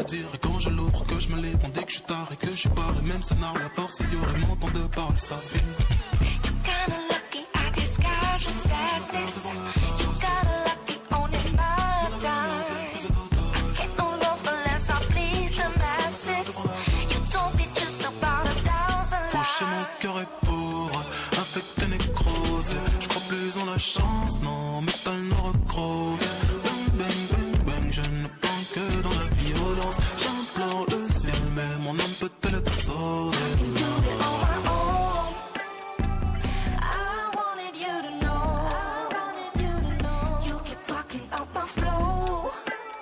R: désir et quand je l'ouvre que je me livre on dit que je suis tard et que je suis pas le même scénar la force il y aurait mon temps de parole ça vit
P: Kinda lucky I disguise your sadness. You got a lucky on it, my dime. I get no love unless I please the masses. You told me just about a thousand
R: Fauché, mon cœur est pauvre, infecté, nécrosé. Je crois plus en la chance, non, métal noir chrome. Bang, bang, bang, bang, je ne pense que dans la violence. J'implore le ciel, mais mon âme peut être sauvée.
P: I wanted you to know. I wanted you to know. You keep fucking up my flow.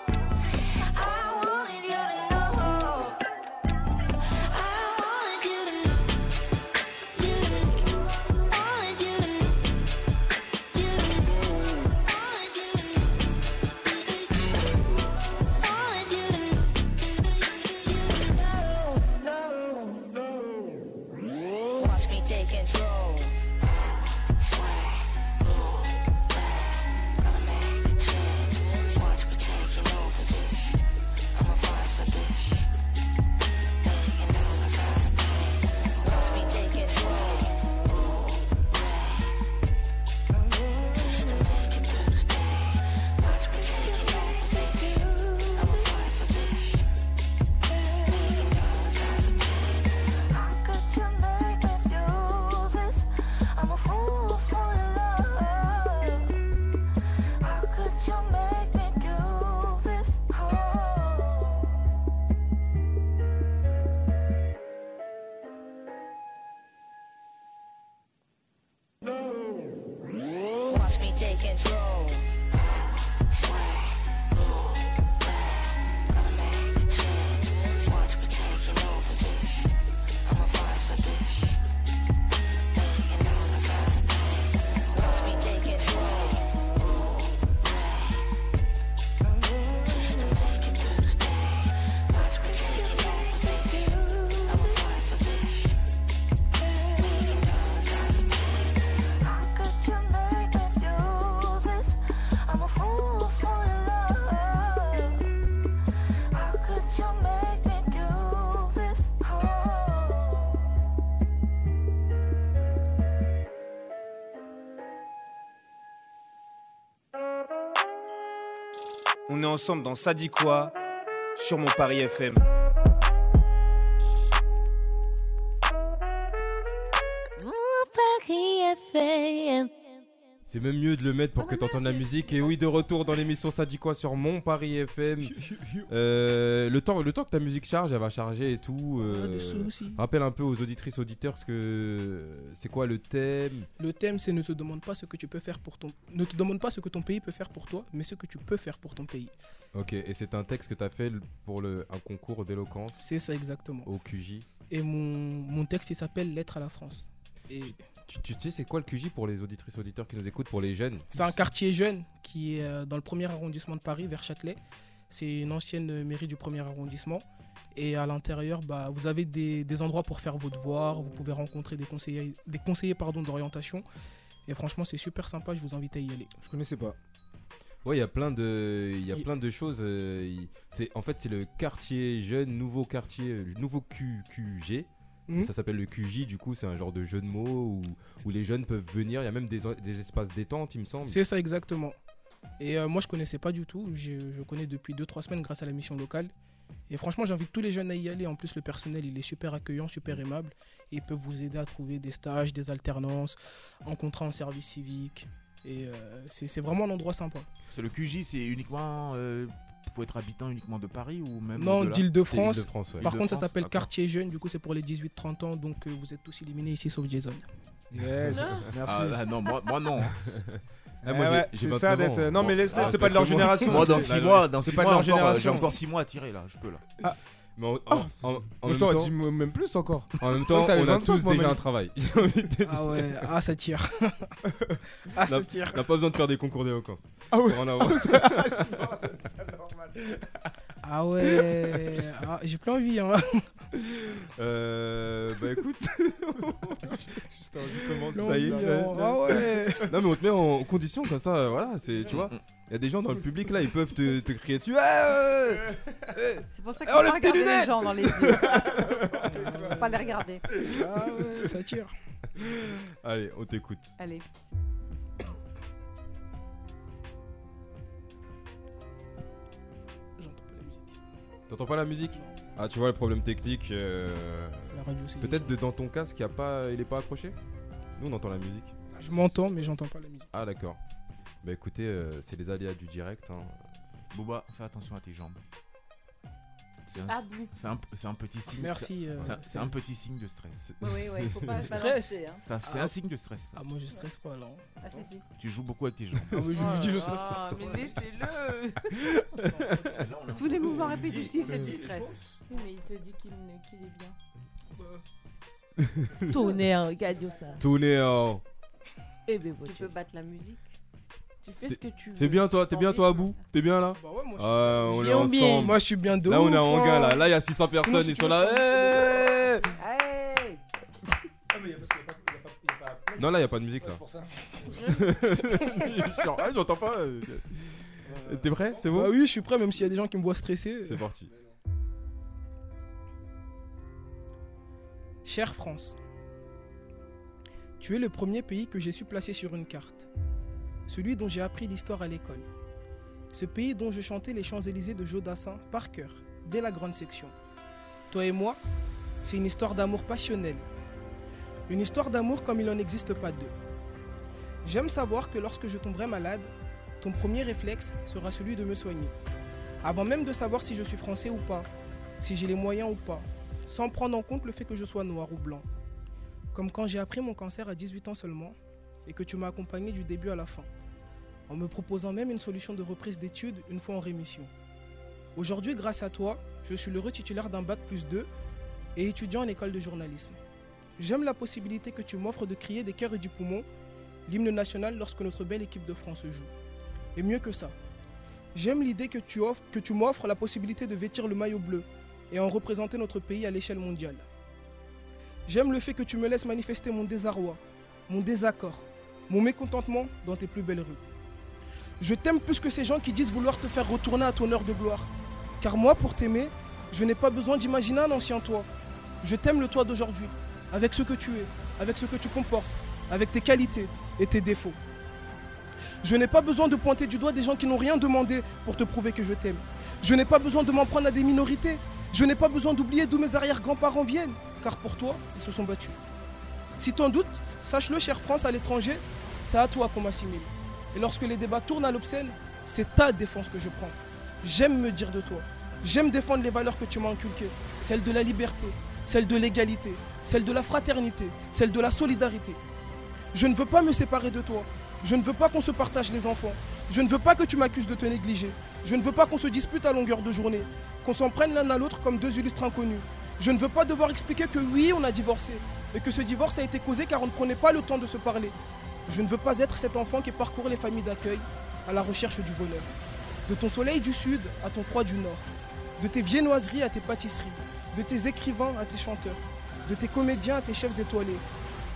P: I wanted you to know. I wanted you to know. You to wanted you to know. You to wanted you to know. Wanted you to know. You to know. Watch me take control. I'm a fool for your love. How could you make me do this? Oh. Watch me take control. I'm a fool for your love. How could you make me do this? Oh.
D: On est ensemble dans Ça dit quoi sur mon Paris FM.
F: Mon Paris FM.
A: C'est même mieux de le mettre
I: Ah
A: pour que t'entendes la musique. Et oui, de retour dans l'émission Ça dit quoi sur Mon Paris FM. Euh, le, temps, le temps que ta musique charge, elle va charger et tout. euh,
I: Pas de soucis.
A: rappelle un peu aux auditrices, auditeurs ce que c'est quoi le thème.
I: Le thème, c'est ne te demande pas ce que tu peux faire pour ton, ne te demande pas ce que ton pays peut faire pour toi, mais ce que tu peux faire pour ton pays.
A: Ok, et c'est un texte que t'as fait pour le, un concours d'éloquence.
I: C'est ça exactement.
A: Au QJ.
I: Et mon, mon texte, il s'appelle Lettre à la France. Et
A: Tu, tu sais, c'est quoi le QJ pour les auditrices, auditeurs qui nous écoutent, pour les jeunes
I: c'est un quartier jeune qui est euh, dans le premier arrondissement de Paris, vers Châtelet. C'est une ancienne euh, mairie du premier arrondissement. Et à l'intérieur, bah, vous avez des, des endroits pour faire vos devoirs. Vous pouvez rencontrer des conseillers, des conseillers pardon, d'orientation. Et franchement, c'est super sympa. Je vous invite à y aller.
S: Je connaissais pas.
A: Ouais, il y a plein de, il y a plein de choses. euh, il- C'est en fait c'est le quartier jeune, nouveau quartier, euh, nouveau Q- QG.
I: Mhm.
A: Ça s'appelle le QJ. Du coup, c'est un genre de jeu de mots où, où les jeunes peuvent venir. Il y a même des, en- des espaces détente, il me semble.
I: C'est ça exactement. Et euh, moi je connaissais pas du tout, je, je connais depuis 2-3 semaines grâce à la mission locale. Et franchement j'invite tous les jeunes à y aller, en plus le personnel il est super accueillant, super aimable, et ils peuvent vous aider à trouver des stages, des alternances, un contrat en service civique. Et euh, c'est c'est vraiment un endroit sympa.
E: C'est le QJ, c'est uniquement. euh, faut être habitant uniquement de Paris ou même.
I: Non,
E: au-delà ouais.
I: d'Île-de-France. Par contre ça
E: Île-de-France,
I: s'appelle
E: d'accord.
I: quartier jeune, du coup c'est pour les 18-30 ans, donc euh, vous êtes tous éliminés ici sauf Jason.
S: Yes,
E: Ah,
S: merci.
E: ah, non, moi, moi non.
S: Ah, moi, Eh j'ai- ouais, j'ai c'est ça 29 d'être- ans. non, mais laisse-les, c'est pas de leur génération,
E: Ah, Moi dans
S: c'est-
E: 6
S: là,
E: mois,
S: là,
E: dans
S: c'est
E: six
S: pas de
E: mois
S: leur
E: encore, euh, j'ai
S: génération.
E: encore 6 mois à tirer là, je peux là.
S: Ah.
A: Mais en,
S: Oh,
A: en- en- en
S: moi, je
A: même
S: t'aurais
A: temps-
S: dit m- même plus encore.
A: En même
S: Je crois
A: temps,
S: que t'avais
A: on a
S: 25,
A: tous
S: moi,
A: déjà
S: Manu.
A: un travail. J'ai envie de
I: Ah
A: te dire.
I: ouais, ah ça tire. ah ça
A: N'a-
I: tire.
A: N'a pas besoin de faire des concours d'éloquence.
S: Ah ouais.
A: Pour en avoir.
S: Ah ouais, ça- je suis mort, c'est- c'est normal.
I: Ah ouais, ah, j'ai plus envie. Hein.
A: Euh, bah écoute, juste envie de commencer, ça y est. euh,
I: L'ambiance. Ah ouais.
A: Non mais on te met en condition comme ça, euh, voilà, c'est tu vois. Il y a des gens dans le public là, ils peuvent te, te crier dessus. Ah, euh, euh,
B: C'est pour ça
A: eh,
B: qu'il faut
A: enlève tes
B: regarder les
A: lunettes
B: gens dans les yeux. Faut pas les regarder.
I: Ah ouais, ça tire.
A: Allez, on t'écoute.
B: Allez.
A: T'entends pas la musique Ah, tu vois le problème technique. euh,
I: C'est la radio, c'est
A: Peut-être de dans ton casque, il, y a pas, il est pas accroché Nous, on entend la musique.
I: Je m'entends, mais j'entends pas la musique.
A: Ah, d'accord. Bah écoutez, euh, c'est les aléas du direct. Hein.
E: Boba, fais attention à tes jambes. C'est un,
B: Ah bon
E: c'est un- c'est un petit signe.
I: Merci, euh,
E: c'est un- c'est un
I: Céline.
E: petit signe de stress.
B: Oui, oui, oui, faut pas
E: Le
B: balancer, hein.
E: ça, C'est
I: Ah.
E: un signe de stress.
I: Ah, moi je stresse pas alors.
B: Ah si, si.
E: Tu joues beaucoup avec tes jambes.
I: Ah oui, je vous dis, je stresse
B: Ah,
H: Oh,
I: pas.
B: mais laissez-le Tous les mouvements répétitifs, c'est du stress.
H: Oui, mais il te dit qu'il qu'il est bien. Tonnerre, regarde ça.
A: Tonnerre.
H: Eh ben,
C: Tu peux battre la musique.
H: Tu fais ce que tu veux.
A: T'es bien toi, t'es bien toi à bout T'es bien
I: Bah
A: là Ah, on est ensemble.
I: Moi je suis bien de
A: Là, on est
I: ouf,
A: en
I: hein.
A: gars là. Là, il y a 600 personnes, ils sont là. Eh
B: Hey
A: Non, là, il n'y a pas de musique là.
G: c'est pour ça.
A: Genre, ah, J'entends pas. euh, T'es prêt C'est bon
I: Bah oui, je suis prêt, même s'il y a des gens qui me voient stresser.
A: C'est parti.
I: Chère France, tu es le premier pays que j'ai su placer sur une carte, celui dont j'ai appris l'histoire à l'école, ce pays dont je chantais les Champs-Élysées de Joe Dassin par cœur, dès la grande section. Toi et moi, c'est une histoire d'amour passionnelle, une histoire d'amour comme il n'en existe pas deux. J'aime savoir que lorsque je tomberai malade, ton premier réflexe sera celui de me soigner, avant même de savoir si je suis français ou pas, si j'ai les moyens ou pas, sans prendre en compte le fait que je sois noir ou blanc. Comme quand j'ai appris mon cancer à 18 ans seulement et que tu m'as accompagné du début à la fin, en me proposant même une solution de reprise d'études une fois en rémission. Aujourd'hui, grâce à toi, je suis l'heureux titulaire d'un bac plus 2 et étudiant en école de journalisme. J'aime la possibilité que tu m'offres de crier des cœurs et du poumon l'hymne national lorsque notre belle équipe de France joue. Et mieux que ça, J'aime l'idée que tu, offres- que tu m'offres la possibilité de vêtir le maillot bleu et en représenter notre pays à l'échelle mondiale. J'aime le fait que tu me laisses manifester mon désarroi, mon désaccord, mon mécontentement dans tes plus belles rues. Je t'aime plus que ces gens qui disent vouloir te faire retourner à ton heure de gloire. Car moi, pour t'aimer, je n'ai pas besoin d'imaginer un ancien toi. Je t'aime le toi d'aujourd'hui, avec ce que tu es, avec ce que tu comportes, avec tes qualités et tes défauts. Je n'ai pas besoin de pointer du doigt des gens qui n'ont rien demandé pour te prouver que je t'aime. Je n'ai pas besoin de m'en prendre à des minorités. Je n'ai pas besoin d'oublier d'où mes arrière-grands-parents viennent, car pour toi, ils se sont battus. Si t'en doutes, sache-le, chère France, à l'étranger, c'est à toi qu'on m'assimile. Et lorsque les débats tournent à l'obscène, c'est ta défense que je prends. J'aime me dire de toi. J'aime défendre les valeurs que tu m'as inculquées. Celles de la liberté, celles de l'égalité, celles de la fraternité, celles de la solidarité. Je ne veux pas me séparer de toi. Je ne veux pas qu'on se partage les enfants. Je ne veux pas que tu m'accuses de te négliger. Je ne veux pas qu'on se dispute à longueur de journée. Qu'on s'en prenne l'un à l'autre comme deux illustres inconnus. Je ne veux pas devoir expliquer que oui, on a divorcé. Et que ce divorce a été causé car on ne prenait pas le temps de se parler. Je ne veux pas être cet enfant qui parcourt les familles d'accueil à la recherche du bonheur. De ton soleil du sud à ton froid du nord. De tes viennoiseries à tes pâtisseries. De tes écrivains à tes chanteurs. De tes comédiens à tes chefs étoilés.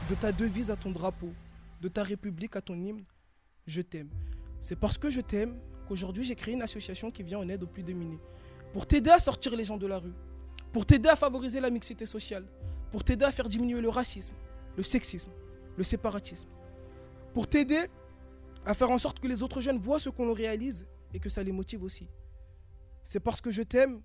I: De ta devise à ton drapeau. De ta république à ton hymne. Je t'aime. C'est parce que je t'aime qu'aujourd'hui j'ai créé une association qui vient en aide aux plus démunis. Pour t'aider à sortir les gens de la rue. Pour t'aider à favoriser la mixité sociale. Pour t'aider à faire diminuer le racisme, le sexisme, le séparatisme. Pour t'aider à faire en sorte que les autres jeunes voient ce qu'on leur réalise et que ça les motive aussi. C'est parce que je t'aime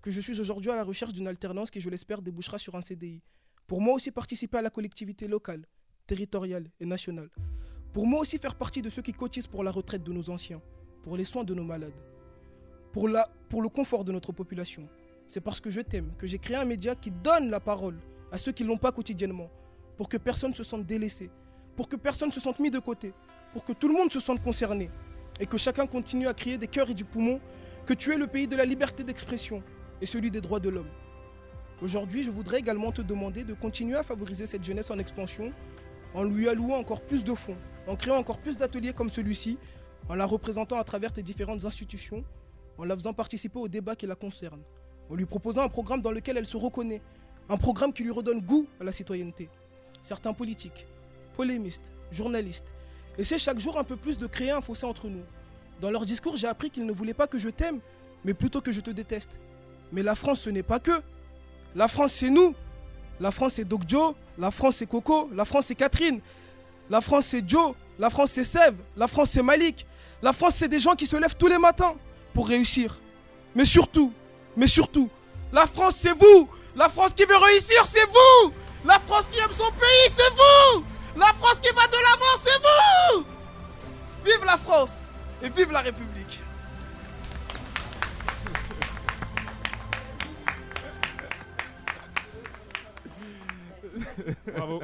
I: que je suis aujourd'hui à la recherche d'une alternance qui, je l'espère, débouchera sur un CDI. Pour moi aussi participer à la collectivité locale, territoriale et nationale. Pour moi aussi faire partie de ceux qui cotisent pour la retraite de nos anciens, pour les soins de nos malades, pour, la- pour le confort de notre population. C'est parce que je t'aime que j'ai créé un média qui donne la parole à ceux qui ne l'ont pas quotidiennement, pour que personne ne se sente délaissé, pour que personne ne se sente mis de côté, pour que tout le monde se sente concerné, et que chacun continue à crier des cœurs et du poumon que tu es le pays de la liberté d'expression et celui des droits de l'homme. Aujourd'hui, je voudrais également te demander de continuer à favoriser cette jeunesse en expansion en lui allouant encore plus de fonds, en créant encore plus d'ateliers comme celui-ci, en la représentant à travers tes différentes institutions, en la faisant participer au débat qui la concerne, en lui proposant un programme dans lequel elle se reconnaît, un programme qui lui redonne goût à la citoyenneté. Certains politiques, polémistes, journalistes, essaient chaque jour un peu plus de créer un fossé entre nous. Dans leur discours, j'ai appris qu'ils ne voulaient pas que je t'aime, mais plutôt que je te déteste. Mais la France, ce n'est pas que. La France, c'est nous. La France, c'est Doc Joe. La France, c'est Coco. La France, c'est Catherine. La France, c'est Joe. La France, c'est Sève. La France, c'est Malik. La France, c'est des gens qui se lèvent tous les matins pour réussir. Mais surtout, mais surtout, la France, c'est vous. La France qui veut réussir, c'est vous. La France qui aime son pays, c'est vous. La France qui va de l'avant, c'est vous. Vive la France et vive la République.
P: Oh.
G: Bravo.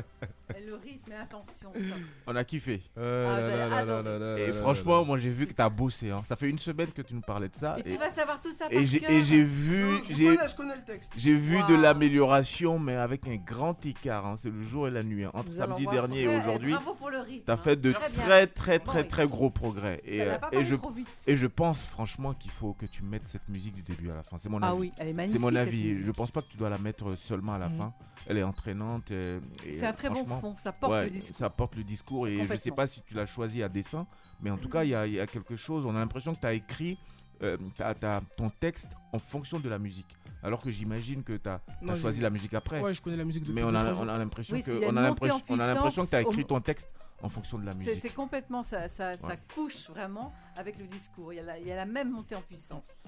B: Le rythme et l'attention.
E: On a kiffé.
B: Ah, j'ai là là adoré. là là là
E: et
B: là
E: franchement, moi j'ai vu que t'as bossé. hein. Ça fait une semaine que tu nous parlais de ça.
B: Et tu vas savoir tout ça
E: Et
B: par
E: j'ai
B: cœur.
E: et j'ai vu,
B: Je- je
E: j'ai-
B: connais, je connais le texte.
E: J'ai vu de
B: Waouh.
E: l'amélioration, mais avec un grand écart. hein. C'est le jour et la nuit. hein. Entre
B: Nous allons
E: samedi
B: voir
E: dernier
B: ça.
E: et
B: Eh,
E: aujourd'hui,
B: bravo pour le rythme,
E: t'as
B: hein.
E: fait de
B: Très bien.
E: très très
B: Bon,
E: très
B: oui.
E: très gros progrès. Et,
B: Ça va
E: euh,
B: pas
E: et
B: parler
E: je
B: trop vite.
E: et je pense franchement qu'il faut que tu mettes cette musique du début à la fin. C'est mon
B: Ah
E: avis.
B: oui, elle est
E: C'est
B: magnifique,
E: mon
B: cette
E: avis.
B: musique.
E: Je pense pas que tu dois la mettre seulement à la
B: Mhm.
E: fin. Elle est entraînante. euh, et,
B: C'est un
E: euh,
B: très bon
E: franchement,
B: fond. Ça porte
E: ouais,
B: le discours.
E: Ça porte le discours. Et je sais
B: Complètement.
E: pas si tu l'as choisi à dessein, mais en tout cas, il y, a- il y a quelque chose. On a l'impression que tu as écrit euh, t'as- t'as ton texte en fonction de la musique. Alors que j'imagine que tu as,
I: Non, je-
E: choisi la musique après.
I: Ouais, je connais la musique depuis
E: Mais on
I: deux,
E: a,
I: trois
E: on a
I: jours.
E: l'impression
B: Oui,
E: que,
B: parce qu'il y a
E: on
B: une
E: a
B: montée
E: l'impression,
B: en
E: on a l'impression que tu as
B: puissance
E: écrit
B: au-
E: ton texte en fonction de la
B: C'est
E: musique.
B: c'est complètement ça, ça, ça
E: Ouais.
B: couche vraiment avec le discours. Il y, a la, il y a la même montée en puissance.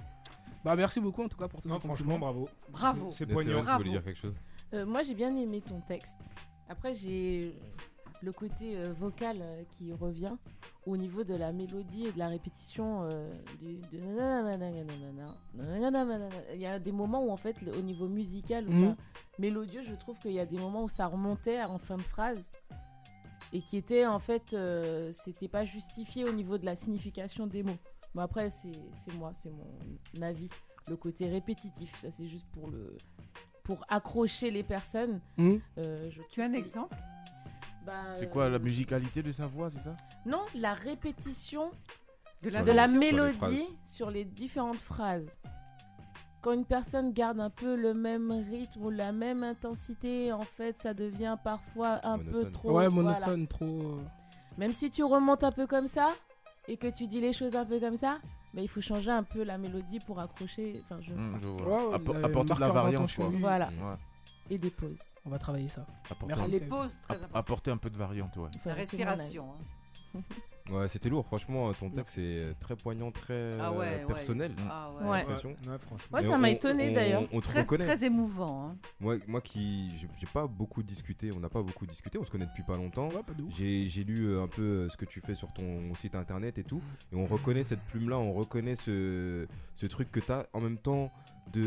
I: Bah, merci beaucoup en tout cas pour tout
G: Non,
I: ça.
G: franchement, bravo.
B: Bravo.
G: C'est
A: Mais c'est
G: poignant.
A: vrai, tu voulais Bravo. dire quelque chose
H: Euh, moi, j'ai bien aimé ton texte. Après, j'ai le côté euh, vocal euh, qui revient au niveau de la mélodie et de la répétition euh, du- de nananamanaganamana, nananamanaga- Il y a des moments où, en fait, le- au niveau musical, où
I: Mhm.
H: ça- mélodieux, je trouve qu'il y a des moments où ça remontait en fin de phrase et qui était, en fait, euh, c'était pas justifié au niveau de la signification des mots. Bon, après, c'est c'est moi, c'est mon avis. Le côté répétitif, ça, c'est juste pour le pour accrocher les personnes.
B: Hmm
I: Mhm.
H: Euh, je bah,
B: Tu as un exemple
E: C'est quoi la musicalité de sa voix, c'est ça
H: euh, Non, la répétition de
E: Sur
H: la,
E: les-
H: de la
E: sur les
H: mélodie
E: phrases.
H: sur les différentes phrases. Quand une personne garde un peu le même rythme ou la même intensité, en fait, ça devient parfois un peu trop.
I: ouais,
H: voilà.
I: monotone, trop. euh,
H: Même si tu remontes un peu comme ça et que tu dis les choses un peu comme ça, mais il faut changer un peu la mélodie pour accrocher. Enfin,
B: Mm.
H: je. Ah,
E: Hmm, je vois.
I: Ouais,
E: Appo-
I: le
E: apporter de la
I: marqueur
E: variance.
I: d'intention,
E: quoi.
I: oui.
H: Voilà.
E: Ouais.
H: Et des pauses.
I: On va travailler ça.
E: Apporter
I: Merci.
E: un-
I: Seb.
E: app- Apporter un peu de variante, ouais.
B: La
H: c'est mon
B: respiration. hein.
A: Ouais, c'était lourd. Franchement, ton texte est très poignant, très
B: Ah ouais,
A: euh,
B: ouais.
A: personnel.
B: Ah ouais.
A: j'ai
B: Ouais.
A: l'impression.
B: Ouais, franchement.
H: Moi,
A: Et
H: ça
A: on-
H: m'a
A: on-
H: étonné,
A: on-
H: d'ailleurs.
A: On te
B: Très-
A: reconnaît.
B: très émouvant, hein.
A: Moi, moi qui. j'ai- J'ai pas beaucoup discuté, on n'a pas beaucoup discuté, on se connaît depuis pas longtemps. J'ai j'ai lu euh, un peu euh, ce que tu fais sur ton site internet et tout. Et on reconnaît cette plume-là, on reconnaît ce, ce truc que t'as en même temps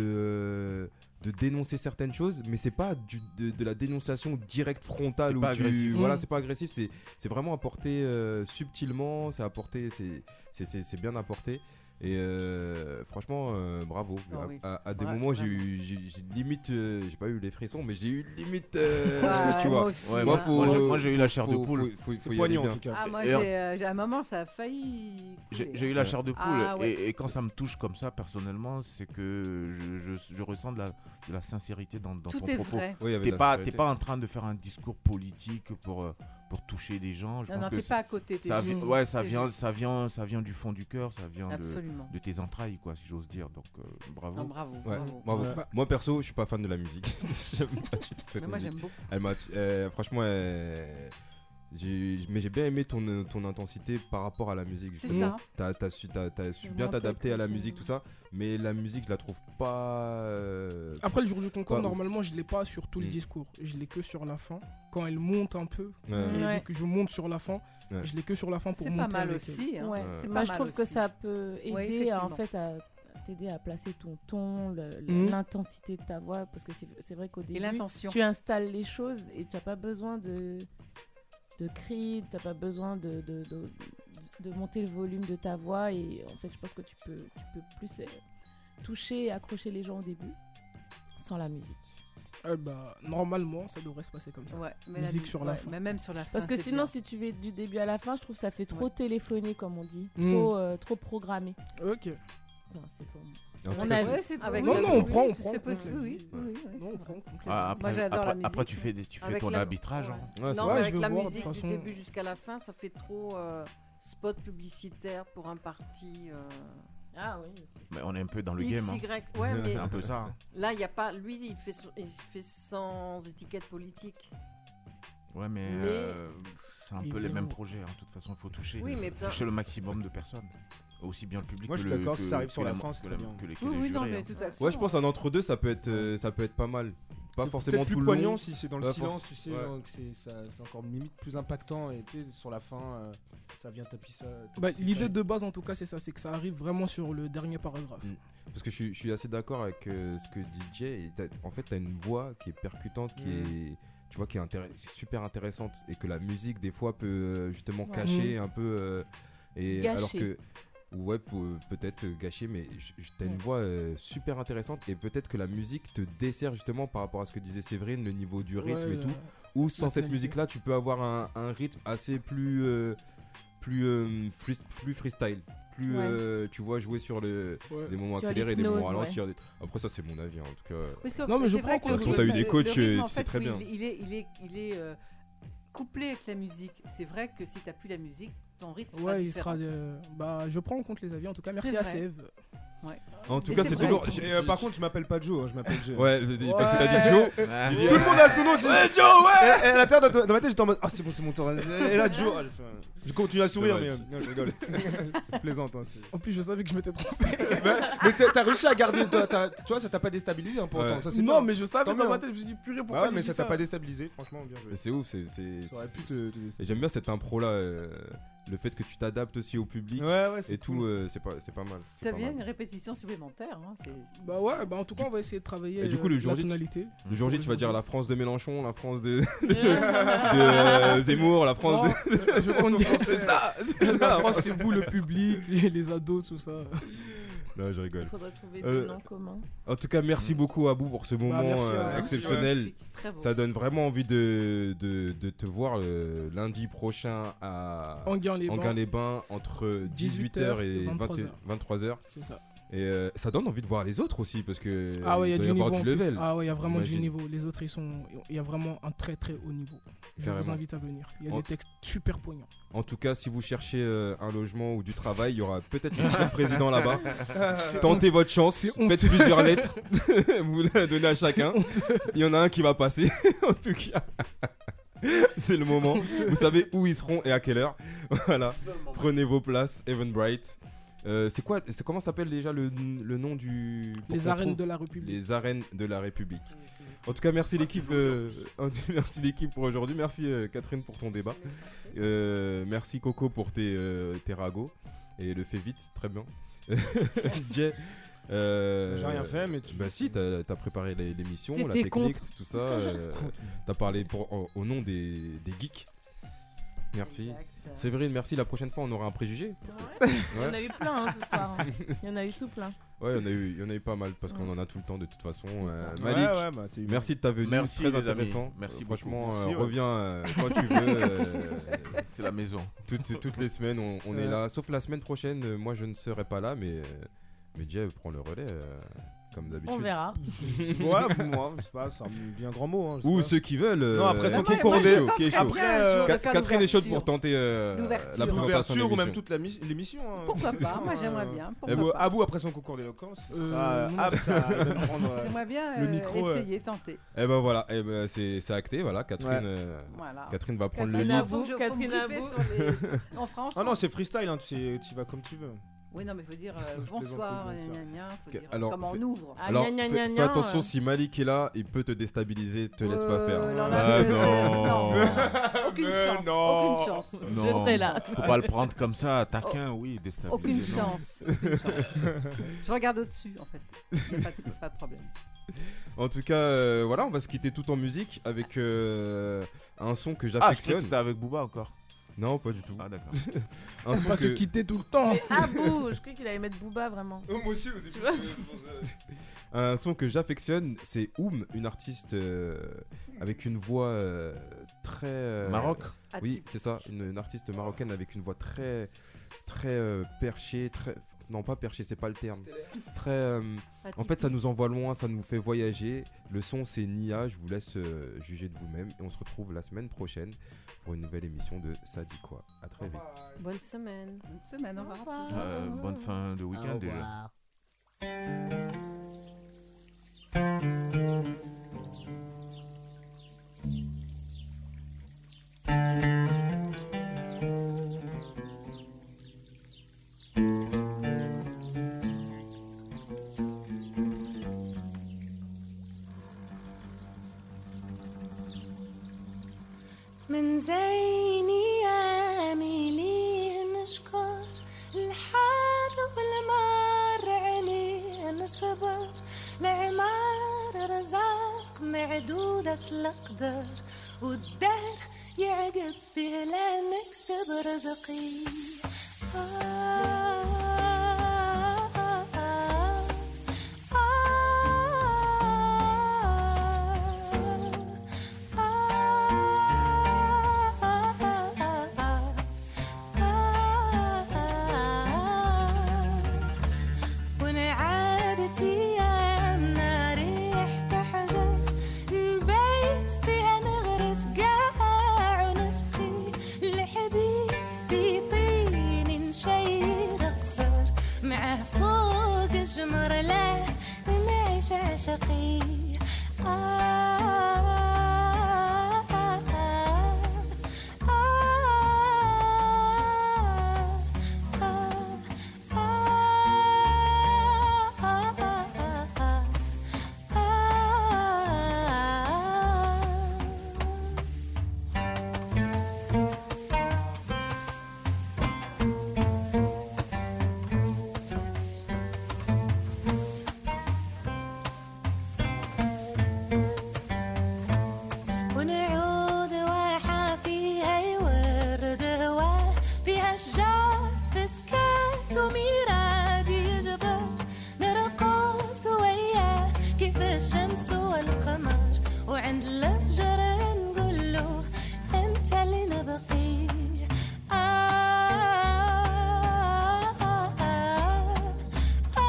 A: de. de dénoncer certaines choses, mais c'est pas du- de, de la dénonciation directe frontale
E: C'est
A: où
E: pas
A: tu-
E: agressif.
A: voilà,
E: Mm.
A: c'est pas agressif, c'est c'est vraiment apporté euh, subtilement, c'est apporté, c'est- c'est c'est- c'est bien apporté. Et euh, franchement, euh, bravo.
E: Ah
A: À-
E: oui.
A: à, à des
E: Ouais,
A: moments, j'ai
E: vraiment.
A: eu j'ai j'ai limite, euh, j'ai pas eu les frissons, mais j'ai eu limite, euh,
B: Ouais,
A: tu
B: Ah, moi
A: vois. euh,
B: aussi. hein. Ouais, moi-
E: moi, j'ai- moi, j'ai eu la chair de
A: faut-
E: poule.
A: faut- faut- faut
E: C'est
A: y aller
E: poignant, en
A: bien.
E: tout cas.
B: Ah, moi,
E: Et-
B: j'ai, euh, j'ai- à un moment, ça a failli.
E: J'ai
B: couler,
E: j'ai eu
B: hein.
E: la chair de poule
B: Ah,
E: et-
B: ouais.
E: et, quand ça me touche comme ça personnellement, c'est que je, je- je ressens de la, de la sincérité dans, dans
B: Tout
E: ton
B: est
E: propos.
B: vrai.
A: Oui, il y avait
E: T'es
A: de la
E: pas,
A: sincérité.
E: t'es pas en train de faire un discours politique pour, euh, pour toucher des gens. Je
B: Non,
E: pense
B: non,
E: que
B: t'es
E: ça-
B: pas à côté, t'es
E: Ça, vi-
B: juste-
E: ouais, ça
B: c'est
E: vient,
B: juste.
E: ça vient, ça vient du fond du cœur, ça vient
B: Absolument.
E: de, de tes entrailles, quoi, si j'ose dire. Donc euh, bravo.
B: Non, Ah bravo,
A: Ouais,
B: bravo.
A: bravo.
B: Ouais.
A: Moi perso, je suis pas fan de la musique. j'aime pas du tout cette
B: Mais moi,
A: musique.
B: j'aime beaucoup.
A: Elle m'a- euh, franchement, euh, j'ai- mais j'ai bien aimé ton, euh, ton intensité par rapport à la musique.
B: C'est
A: justement.
B: ça.
A: T'as t'as su, t'as- t'as su
I: Le
A: bien
I: mental
A: t'adapter à la
I: continu.
A: musique, tout ça. Mais la musique, je la trouve pas. euh,
I: Après le jour du concours,
A: pas ouf.
I: normalement, je l'ai pas sur tout le
A: Mm.
I: discours. Je l'ai que sur la fin. Quand elle monte un peu,
A: Ouais.
I: et
H: Ouais.
I: vu que je monte sur la fin,
A: Ouais.
I: je l'ai que sur la fin pour
B: C'est pas
I: monter.
B: mal
I: avec
B: aussi,
I: elle.
B: hein.
H: Ouais.
B: Ouais. C'est
H: Moi,
B: pas
H: je
B: mal
H: trouve que
B: aussi.
H: ça peut
B: Oui,
H: aider à, en
B: effectivement.
H: fait à t'aider à placer ton ton, le- le-
I: Hmm.
B: Mhm.
H: l'intensité de ta voix, parce que c'est c'est vrai qu'au début,
B: l'intention.
H: tu installes les choses et tu n'as pas besoin de de cris, tu n'as pas besoin de, de, de- de monter le volume de ta voix et en fait, je pense que tu peux tu peux plus euh, toucher, accrocher les gens au début sans la musique.
I: Eh bah, normalement, ça devrait se passer comme ça.
B: Ouais, mais la
I: Musique
B: mu-
I: sur la
B: ouais,
I: fin.
B: mais Bah, même sur la fin,
H: Parce que
B: c'est
H: sinon,
B: bien.
H: si tu mets du début à la fin, je trouve que ça fait trop téléphoné, comme on dit,
I: Mm.
H: trop, euh, trop programmé.
I: Ok.
H: Non, c'est Ah, pour moi.
E: En tout
H: On
E: cas,
H: a-
E: c'est-
H: Ouais, c'est-
B: Avec
I: non,
B: la-
I: non, on
B: oui,
I: prend, on
B: c'est
I: prend.
B: possible, oui,
I: Ouais.
B: oui, oui, oui,
I: Non, on
B: c'est
I: prend,
B: vrai.
I: on prend.
E: Ah,
B: Moi,
E: après,
B: j'adore la
E: après- après,
B: musique,
E: tu
B: ouais.
E: fais, des- tu fais
C: Avec
E: ton
C: la-
E: arbitrage.
C: ouais.
E: hein.
C: non,
I: vrai,
C: avec
I: je vais
C: la
I: voir, de
C: musique
I: toute façon.
C: du début jusqu'à la fin, ça fait trop euh, spot publicitaire pour un parti. euh,
H: Ah oui, mais c'est-
E: Mais on est un peu dans le
C: X,
E: game. hein.
C: Y, ouais, mais
E: C'est un peu ça. hein.
C: Là, il y a pas. Lui, il fait, son- il fait sans étiquette politique.
E: Ouais, mais,
C: Mais-
E: euh, c'est un
C: Il
E: peu
C: faisait
E: les mêmes
C: bon.
E: projets. hein. De toute façon, il faut toucher,
C: Oui, mais pas-
E: toucher le maximum de personnes. Aussi bien le public
G: Moi,
E: que
G: je suis
E: le-
G: d'accord, si
E: que-
G: ça arrive sur
E: que
G: la
E: mo-
G: France,
E: que
G: très
E: la-
G: bien.
E: que les- que
B: Oui,
E: les
B: oui, non,
E: jurés,
B: mais
E: hein.
B: de toute façon.
A: Ouais, je pense un entre deux, ça peut être, euh, ça peut être pas mal. Pas
G: C'est
A: forcément
G: peut-être
A: tout
G: plus
A: le
G: poignant
A: long.
G: si c'est dans le
A: Ouais,
G: silence,
A: forc-
G: tu sais,
A: ouais.
G: euh, que c'est ça- c'est encore limite plus impactant et tu sais, sur la fin, euh, ça vient taper ça.
I: Bah,
G: tapisser ça.
I: L'idée de base, en tout cas, c'est ça c'est que ça arrive vraiment sur le dernier paragraphe.
A: Mm. Parce que je, suis- je suis assez d'accord avec euh, ce que DJ. et t'as- en fait, t'as une voix qui est percutante, qui
G: Mm.
A: est, tu vois, qui est intéress- super intéressante et que la musique des fois peut euh, justement
G: Ouais.
A: cacher
G: Mm.
A: un peu. euh, et
G: Gâcher.
A: alors que ouais, pour- peut-être euh, gâcher, mais j- j- t'as une
G: Mm.
A: voix euh, super intéressante et peut-être que la musique te dessert justement par rapport à ce que disait Séverine, le niveau du
I: Ouais,
A: rythme et
I: la-
A: tout. Ou
I: la
A: sans cette
I: tonalité.
A: musique-là, tu peux avoir un, un rythme assez plus euh, plus euh, free- plus freestyle. Plus,
B: Ouais.
A: euh, tu vois, jouer sur le,
B: Ouais.
A: des moments
B: Sur
A: accélérés, des moments
B: l'hypnose,
A: ralentis. des- Après, ça, c'est mon avis, hein, en tout cas.
B: Parce que
A: mais
B: c'est vrai que
A: De
B: le
A: toute façon, t'as eu
B: rythme-
A: des
B: le
A: coachs,
B: rythme,
A: euh,
B: en
A: tu sais
B: fait,
A: très
B: oui,
A: bien.
B: Il il est, il est, il est euh, couplé avec la musique. C'est vrai que si t'as plus la musique, ton rythme sera
I: Ouais, il
B: différent.
I: sera. euh, Bah, je prends en compte les avis. En tout cas, merci
B: C'est
I: à
B: vrai.
I: Sève.
B: Ouais.
A: En tout cas, c'est toujours.
G: Et, euh, par contre, je m'appelle pas Joe, hein, je m'appelle Joe.
A: Ouais, parce que t'as dit Joe. Ouais.
G: Tout le monde a son nom. tu-
A: Ouais, Joe, ouais
G: Et, et à la terre, dans, dans ma tête, j'étais en mode Ah, c'est bon, c'est mon tour. Et là, Joe. ah, j'ai fait un- je continue à sourire, mais
A: Dommage.
G: euh, non, je rigole. je plaisante. Hein, c'est-
I: En plus, je savais que je m'étais trompé.
G: Bah, mais t'as t'as réussi à garder. t'as- t'as- tu vois, ça t'a pas déstabilisé hein, pour
A: Ouais.
G: autant. Ça, c'est
I: Non,
G: bien.
I: mais je savais
G: Tant
I: dans
G: mieux,
I: ma
G: hein.
I: tête, je me suis dit, purée,
G: Bah
I: pourquoi
G: ouais,
I: j'ai
G: mais
I: dit
G: ça
I: ça
G: t'a pas déstabilisé, franchement, bien joué.
A: C'est ouf, c'est. c'est-
G: Ça aurait pu
A: c'est-
G: te- te
A: Et J'aime bien cette impro là, le fait que tu t'adaptes aussi au public. et tout, euh, c'est pas, c'est pas mal. c'est
B: Ça
A: pas
B: vient
A: mal.
B: une répétition supplémentaire. hein, c'est-
I: Bah ouais, bah en tout cas, on va essayer de travailler
A: Et du coup, le
I: euh,
A: jour
I: la
A: J, tu-
I: tonalité.
A: le jour J, tu vas dire la France de Mélenchon, la France de, de,
I: Ouais.
A: de, euh, Zemmour, la France
I: Non,
A: de.
I: je- je compte dire-
A: c'est ça c'est
I: La
A: ça.
I: France, c'est vous, le public, les, les ados, tout ça.
A: Non, je rigole.
H: Faudrait trouver des
A: Euh,
H: noms communs.
A: En tout cas, merci beaucoup Abou pour ce moment
I: Bah, merci à
A: euh,
I: vous.
A: exceptionnel.
I: Magnifique, très beau.
A: Ça donne vraiment envie de, de, de te voir le lundi prochain à
I: Enghien-les-Bains.
A: Enghien-les-Bains, entre 18h
I: 18h
A: et
I: et
A: 23h.
I: 23h. C'est ça.
A: Et euh, ça donne envie de voir les autres aussi parce que
I: Ah ouais, il y a
A: doit
I: du niveau.
A: avoir
I: en
A: du
I: plus.
A: level.
I: Ah ouais, il y a vraiment du
A: j'imagine.
I: niveau. Les autres, ils sont. Il y a vraiment un très très haut niveau. Je vous
A: Carrément.
I: invite à venir. Il y a
A: En-
I: des textes super poignants.
A: En tout cas, si vous cherchez euh, un logement ou du travail, il y aura peut-être le président là-bas. Tentez votre chance,
I: honte.
A: faites plusieurs lettres, vous la donnez à chacun. Il y en a un qui va passer, en tout cas. C'est le moment. Vous savez où ils seront et à quelle heure. Voilà. Prenez vos places, Evan Bright. Euh, c'est quoi c'est comment s'appelle déjà le, le nom du pour
I: Les
A: qu'on
I: arènes
A: trouve
I: de la République.
A: les arènes de la République en tout cas merci l'équipe euh, en tout- merci l'équipe pour aujourd'hui merci euh, Catherine pour ton débat Euh, merci Coco pour tes euh, tes ragots et le fait vite très bien Jay euh,
G: J'ai rien fait, mais tu-
A: bah si t'as t'as préparé les- l'émission la
G: T'étais
A: technique
G: contre.
A: tout ça euh,
G: Contre.
A: t'as parlé pour- en- au nom des, des geeks Merci.
H: Exact.
A: Séverine, merci. La prochaine fois, on aura un préjugé.
H: Ouais. Il y en a eu plein hein, ce soir. hein. Il y en a eu tout plein.
A: Ouais, il y en a eu, il y en a eu pas mal parce qu'on en a tout le temps de toute façon. Euh, Malik,
G: Ouais, ouais, bah, c'est humain.
A: merci de ta venue,
E: Merci,
A: très
E: les amis.
A: intéressant.
E: Merci
A: Euh, franchement,
E: beaucoup.
A: euh,
E: Merci, ouais.
A: reviens euh, quand tu veux. euh,
E: C'est la maison.
A: Toutes, toutes les semaines, on, on est
E: Ouais.
A: là. Sauf la semaine prochaine, euh, moi je ne serai pas là, mais euh, mais Jay prend le relais euh, comme d'habitude.
H: On verra.
G: ouais, moi, je sais pas, c'est un bien grand mot. hein, je sais
A: Ou
G: pas.
A: ceux qui veulent. euh,
G: Non, après son
A: qui est
G: concours
A: chaud,
G: des.
A: qui est chaud.
G: Après, euh,
A: Ca- Catherine est chaude pour tenter euh, la présentation.
G: L'ouverture ou même
A: d'émission.
G: toute Euh, la mi- l'émission. hein.
B: Pourquoi pas, moi, j'aimerais
A: Eh
B: bien, pourquoi
A: ben,
G: Abou-
B: pas.
G: Abou, après son concours d'éloquence, il
B: Euh,
G: sera
B: non.
G: apte à prendre euh,
B: J'aimerais bien
G: le
B: euh,
G: micro. euh.
B: essayer, tenter.
A: Eh ben voilà, eh ben, c'est c'est acté, voilà. Catherine,
G: Ouais.
A: euh,
B: Voilà.
A: Catherine va prendre
B: Catherine
A: le lead.
B: Abou. Faut que je- faut
H: Catherine
B: me briefer
H: Abou.
B: sur les- En France.
G: Ah non, c'est freestyle, hein, tu sais, tu y vas comme tu veux.
B: Oui, non, mais faut dire euh,
G: Je plaisante,
B: bonsoir,
G: oui, bien
B: gna,
G: sûr.
B: gna, gna, faut
A: Ok,
B: dire
A: alors,
B: comment
A: fais- Ah,
B: on ouvre.
A: Alors, fais, fais attention, si Malik est là, il peut te déstabiliser, te laisse pas faire.
B: alors Oh là,
A: ah
B: je-
A: non
B: Aucune
G: Mais
B: chance,
G: non.
B: aucune chance.
E: Non, Faut pas le prendre comme ça, à taquin, oui, déstabilisé.
B: Oh. Aucune
E: non.
B: chance. aucune chance. Je regarde au-dessus, en fait. Il n'y a pas, de- pas de problème.
A: En tout cas, euh, voilà, on va se quitter tout en musique avec euh, un son que
E: Ah, je croyais
A: j'affectionne.
E: que c'était avec Booba encore.
A: Non, pas du tout.
E: Ah, d'accord.
A: un son
I: On va se
A: que-
I: quitter tout le temps.
H: Mais Abou, je croyais qu'il allait mettre Booba vraiment.
E: Oh,
G: moi aussi, au
H: Tu vois
A: Un son que j'affectionne, c'est Oum, une artiste euh, avec une voix euh, très. euh,
E: Maroc
A: Oui, c'est ça, une, une artiste marocaine avec une voix très. très euh, perchée, très. non pas perché, c'est pas le terme. Très, euh, en fait, ça nous envoie loin, ça nous fait voyager. Le son, c'est Nia. Je vous laisse euh, juger de vous-même et on se retrouve la semaine prochaine pour une nouvelle émission de Ça dit quoi. À très vite.
C: Bonne semaine.
B: Bonne semaine, au revoir.
E: Euh, bonne fin de week-end
B: Au
A: Ah,
E: déjà.
Q: من زيني عاملين نشكر الحار والمر علينا صبر معمار رزاق معدودة الأقدار والدهر يعقب فيه لا نكسب رزقي آه آه آه آه ونعادت ايامنا ريحة حجر نبيت فيها نغرس قاع ونسقي لحبيبي طين نشيل اقصر معه فوق الجمر لا نعيش عشقي آه آه آه آه ونعود واحة فيها يورد هواه فيها شجار فسكات وميراد يجبر نرقص وياه كيف الشمس والقمر وعند الفجر نقول له انت اللي نبقي آه آه آه آه آه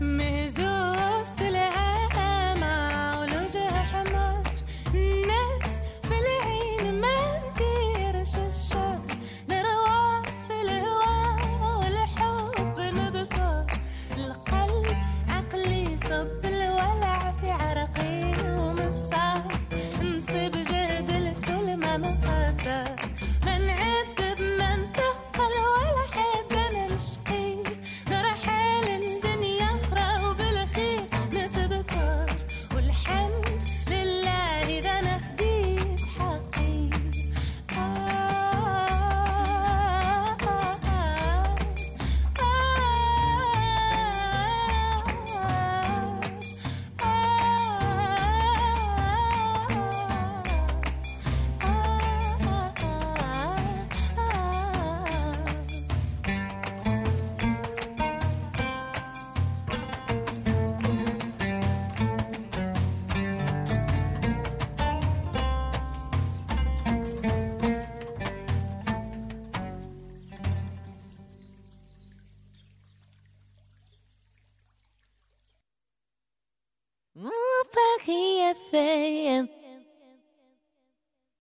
Q: مهزوز لها مع وجه حمار الناس في العين ما نديرش الشر نروى في الهوى والحب نذكر القلب عقلي صب الولع في عرقي ومصار نصيب جهد الكل ما مقدر ما نعذب ما نتقل ولا حد نشقي نرحل الدنيا أخرى وبالخير نتذكر والحمد لله إذا أنا خديت حقي آه آه آه
F: Mon Paris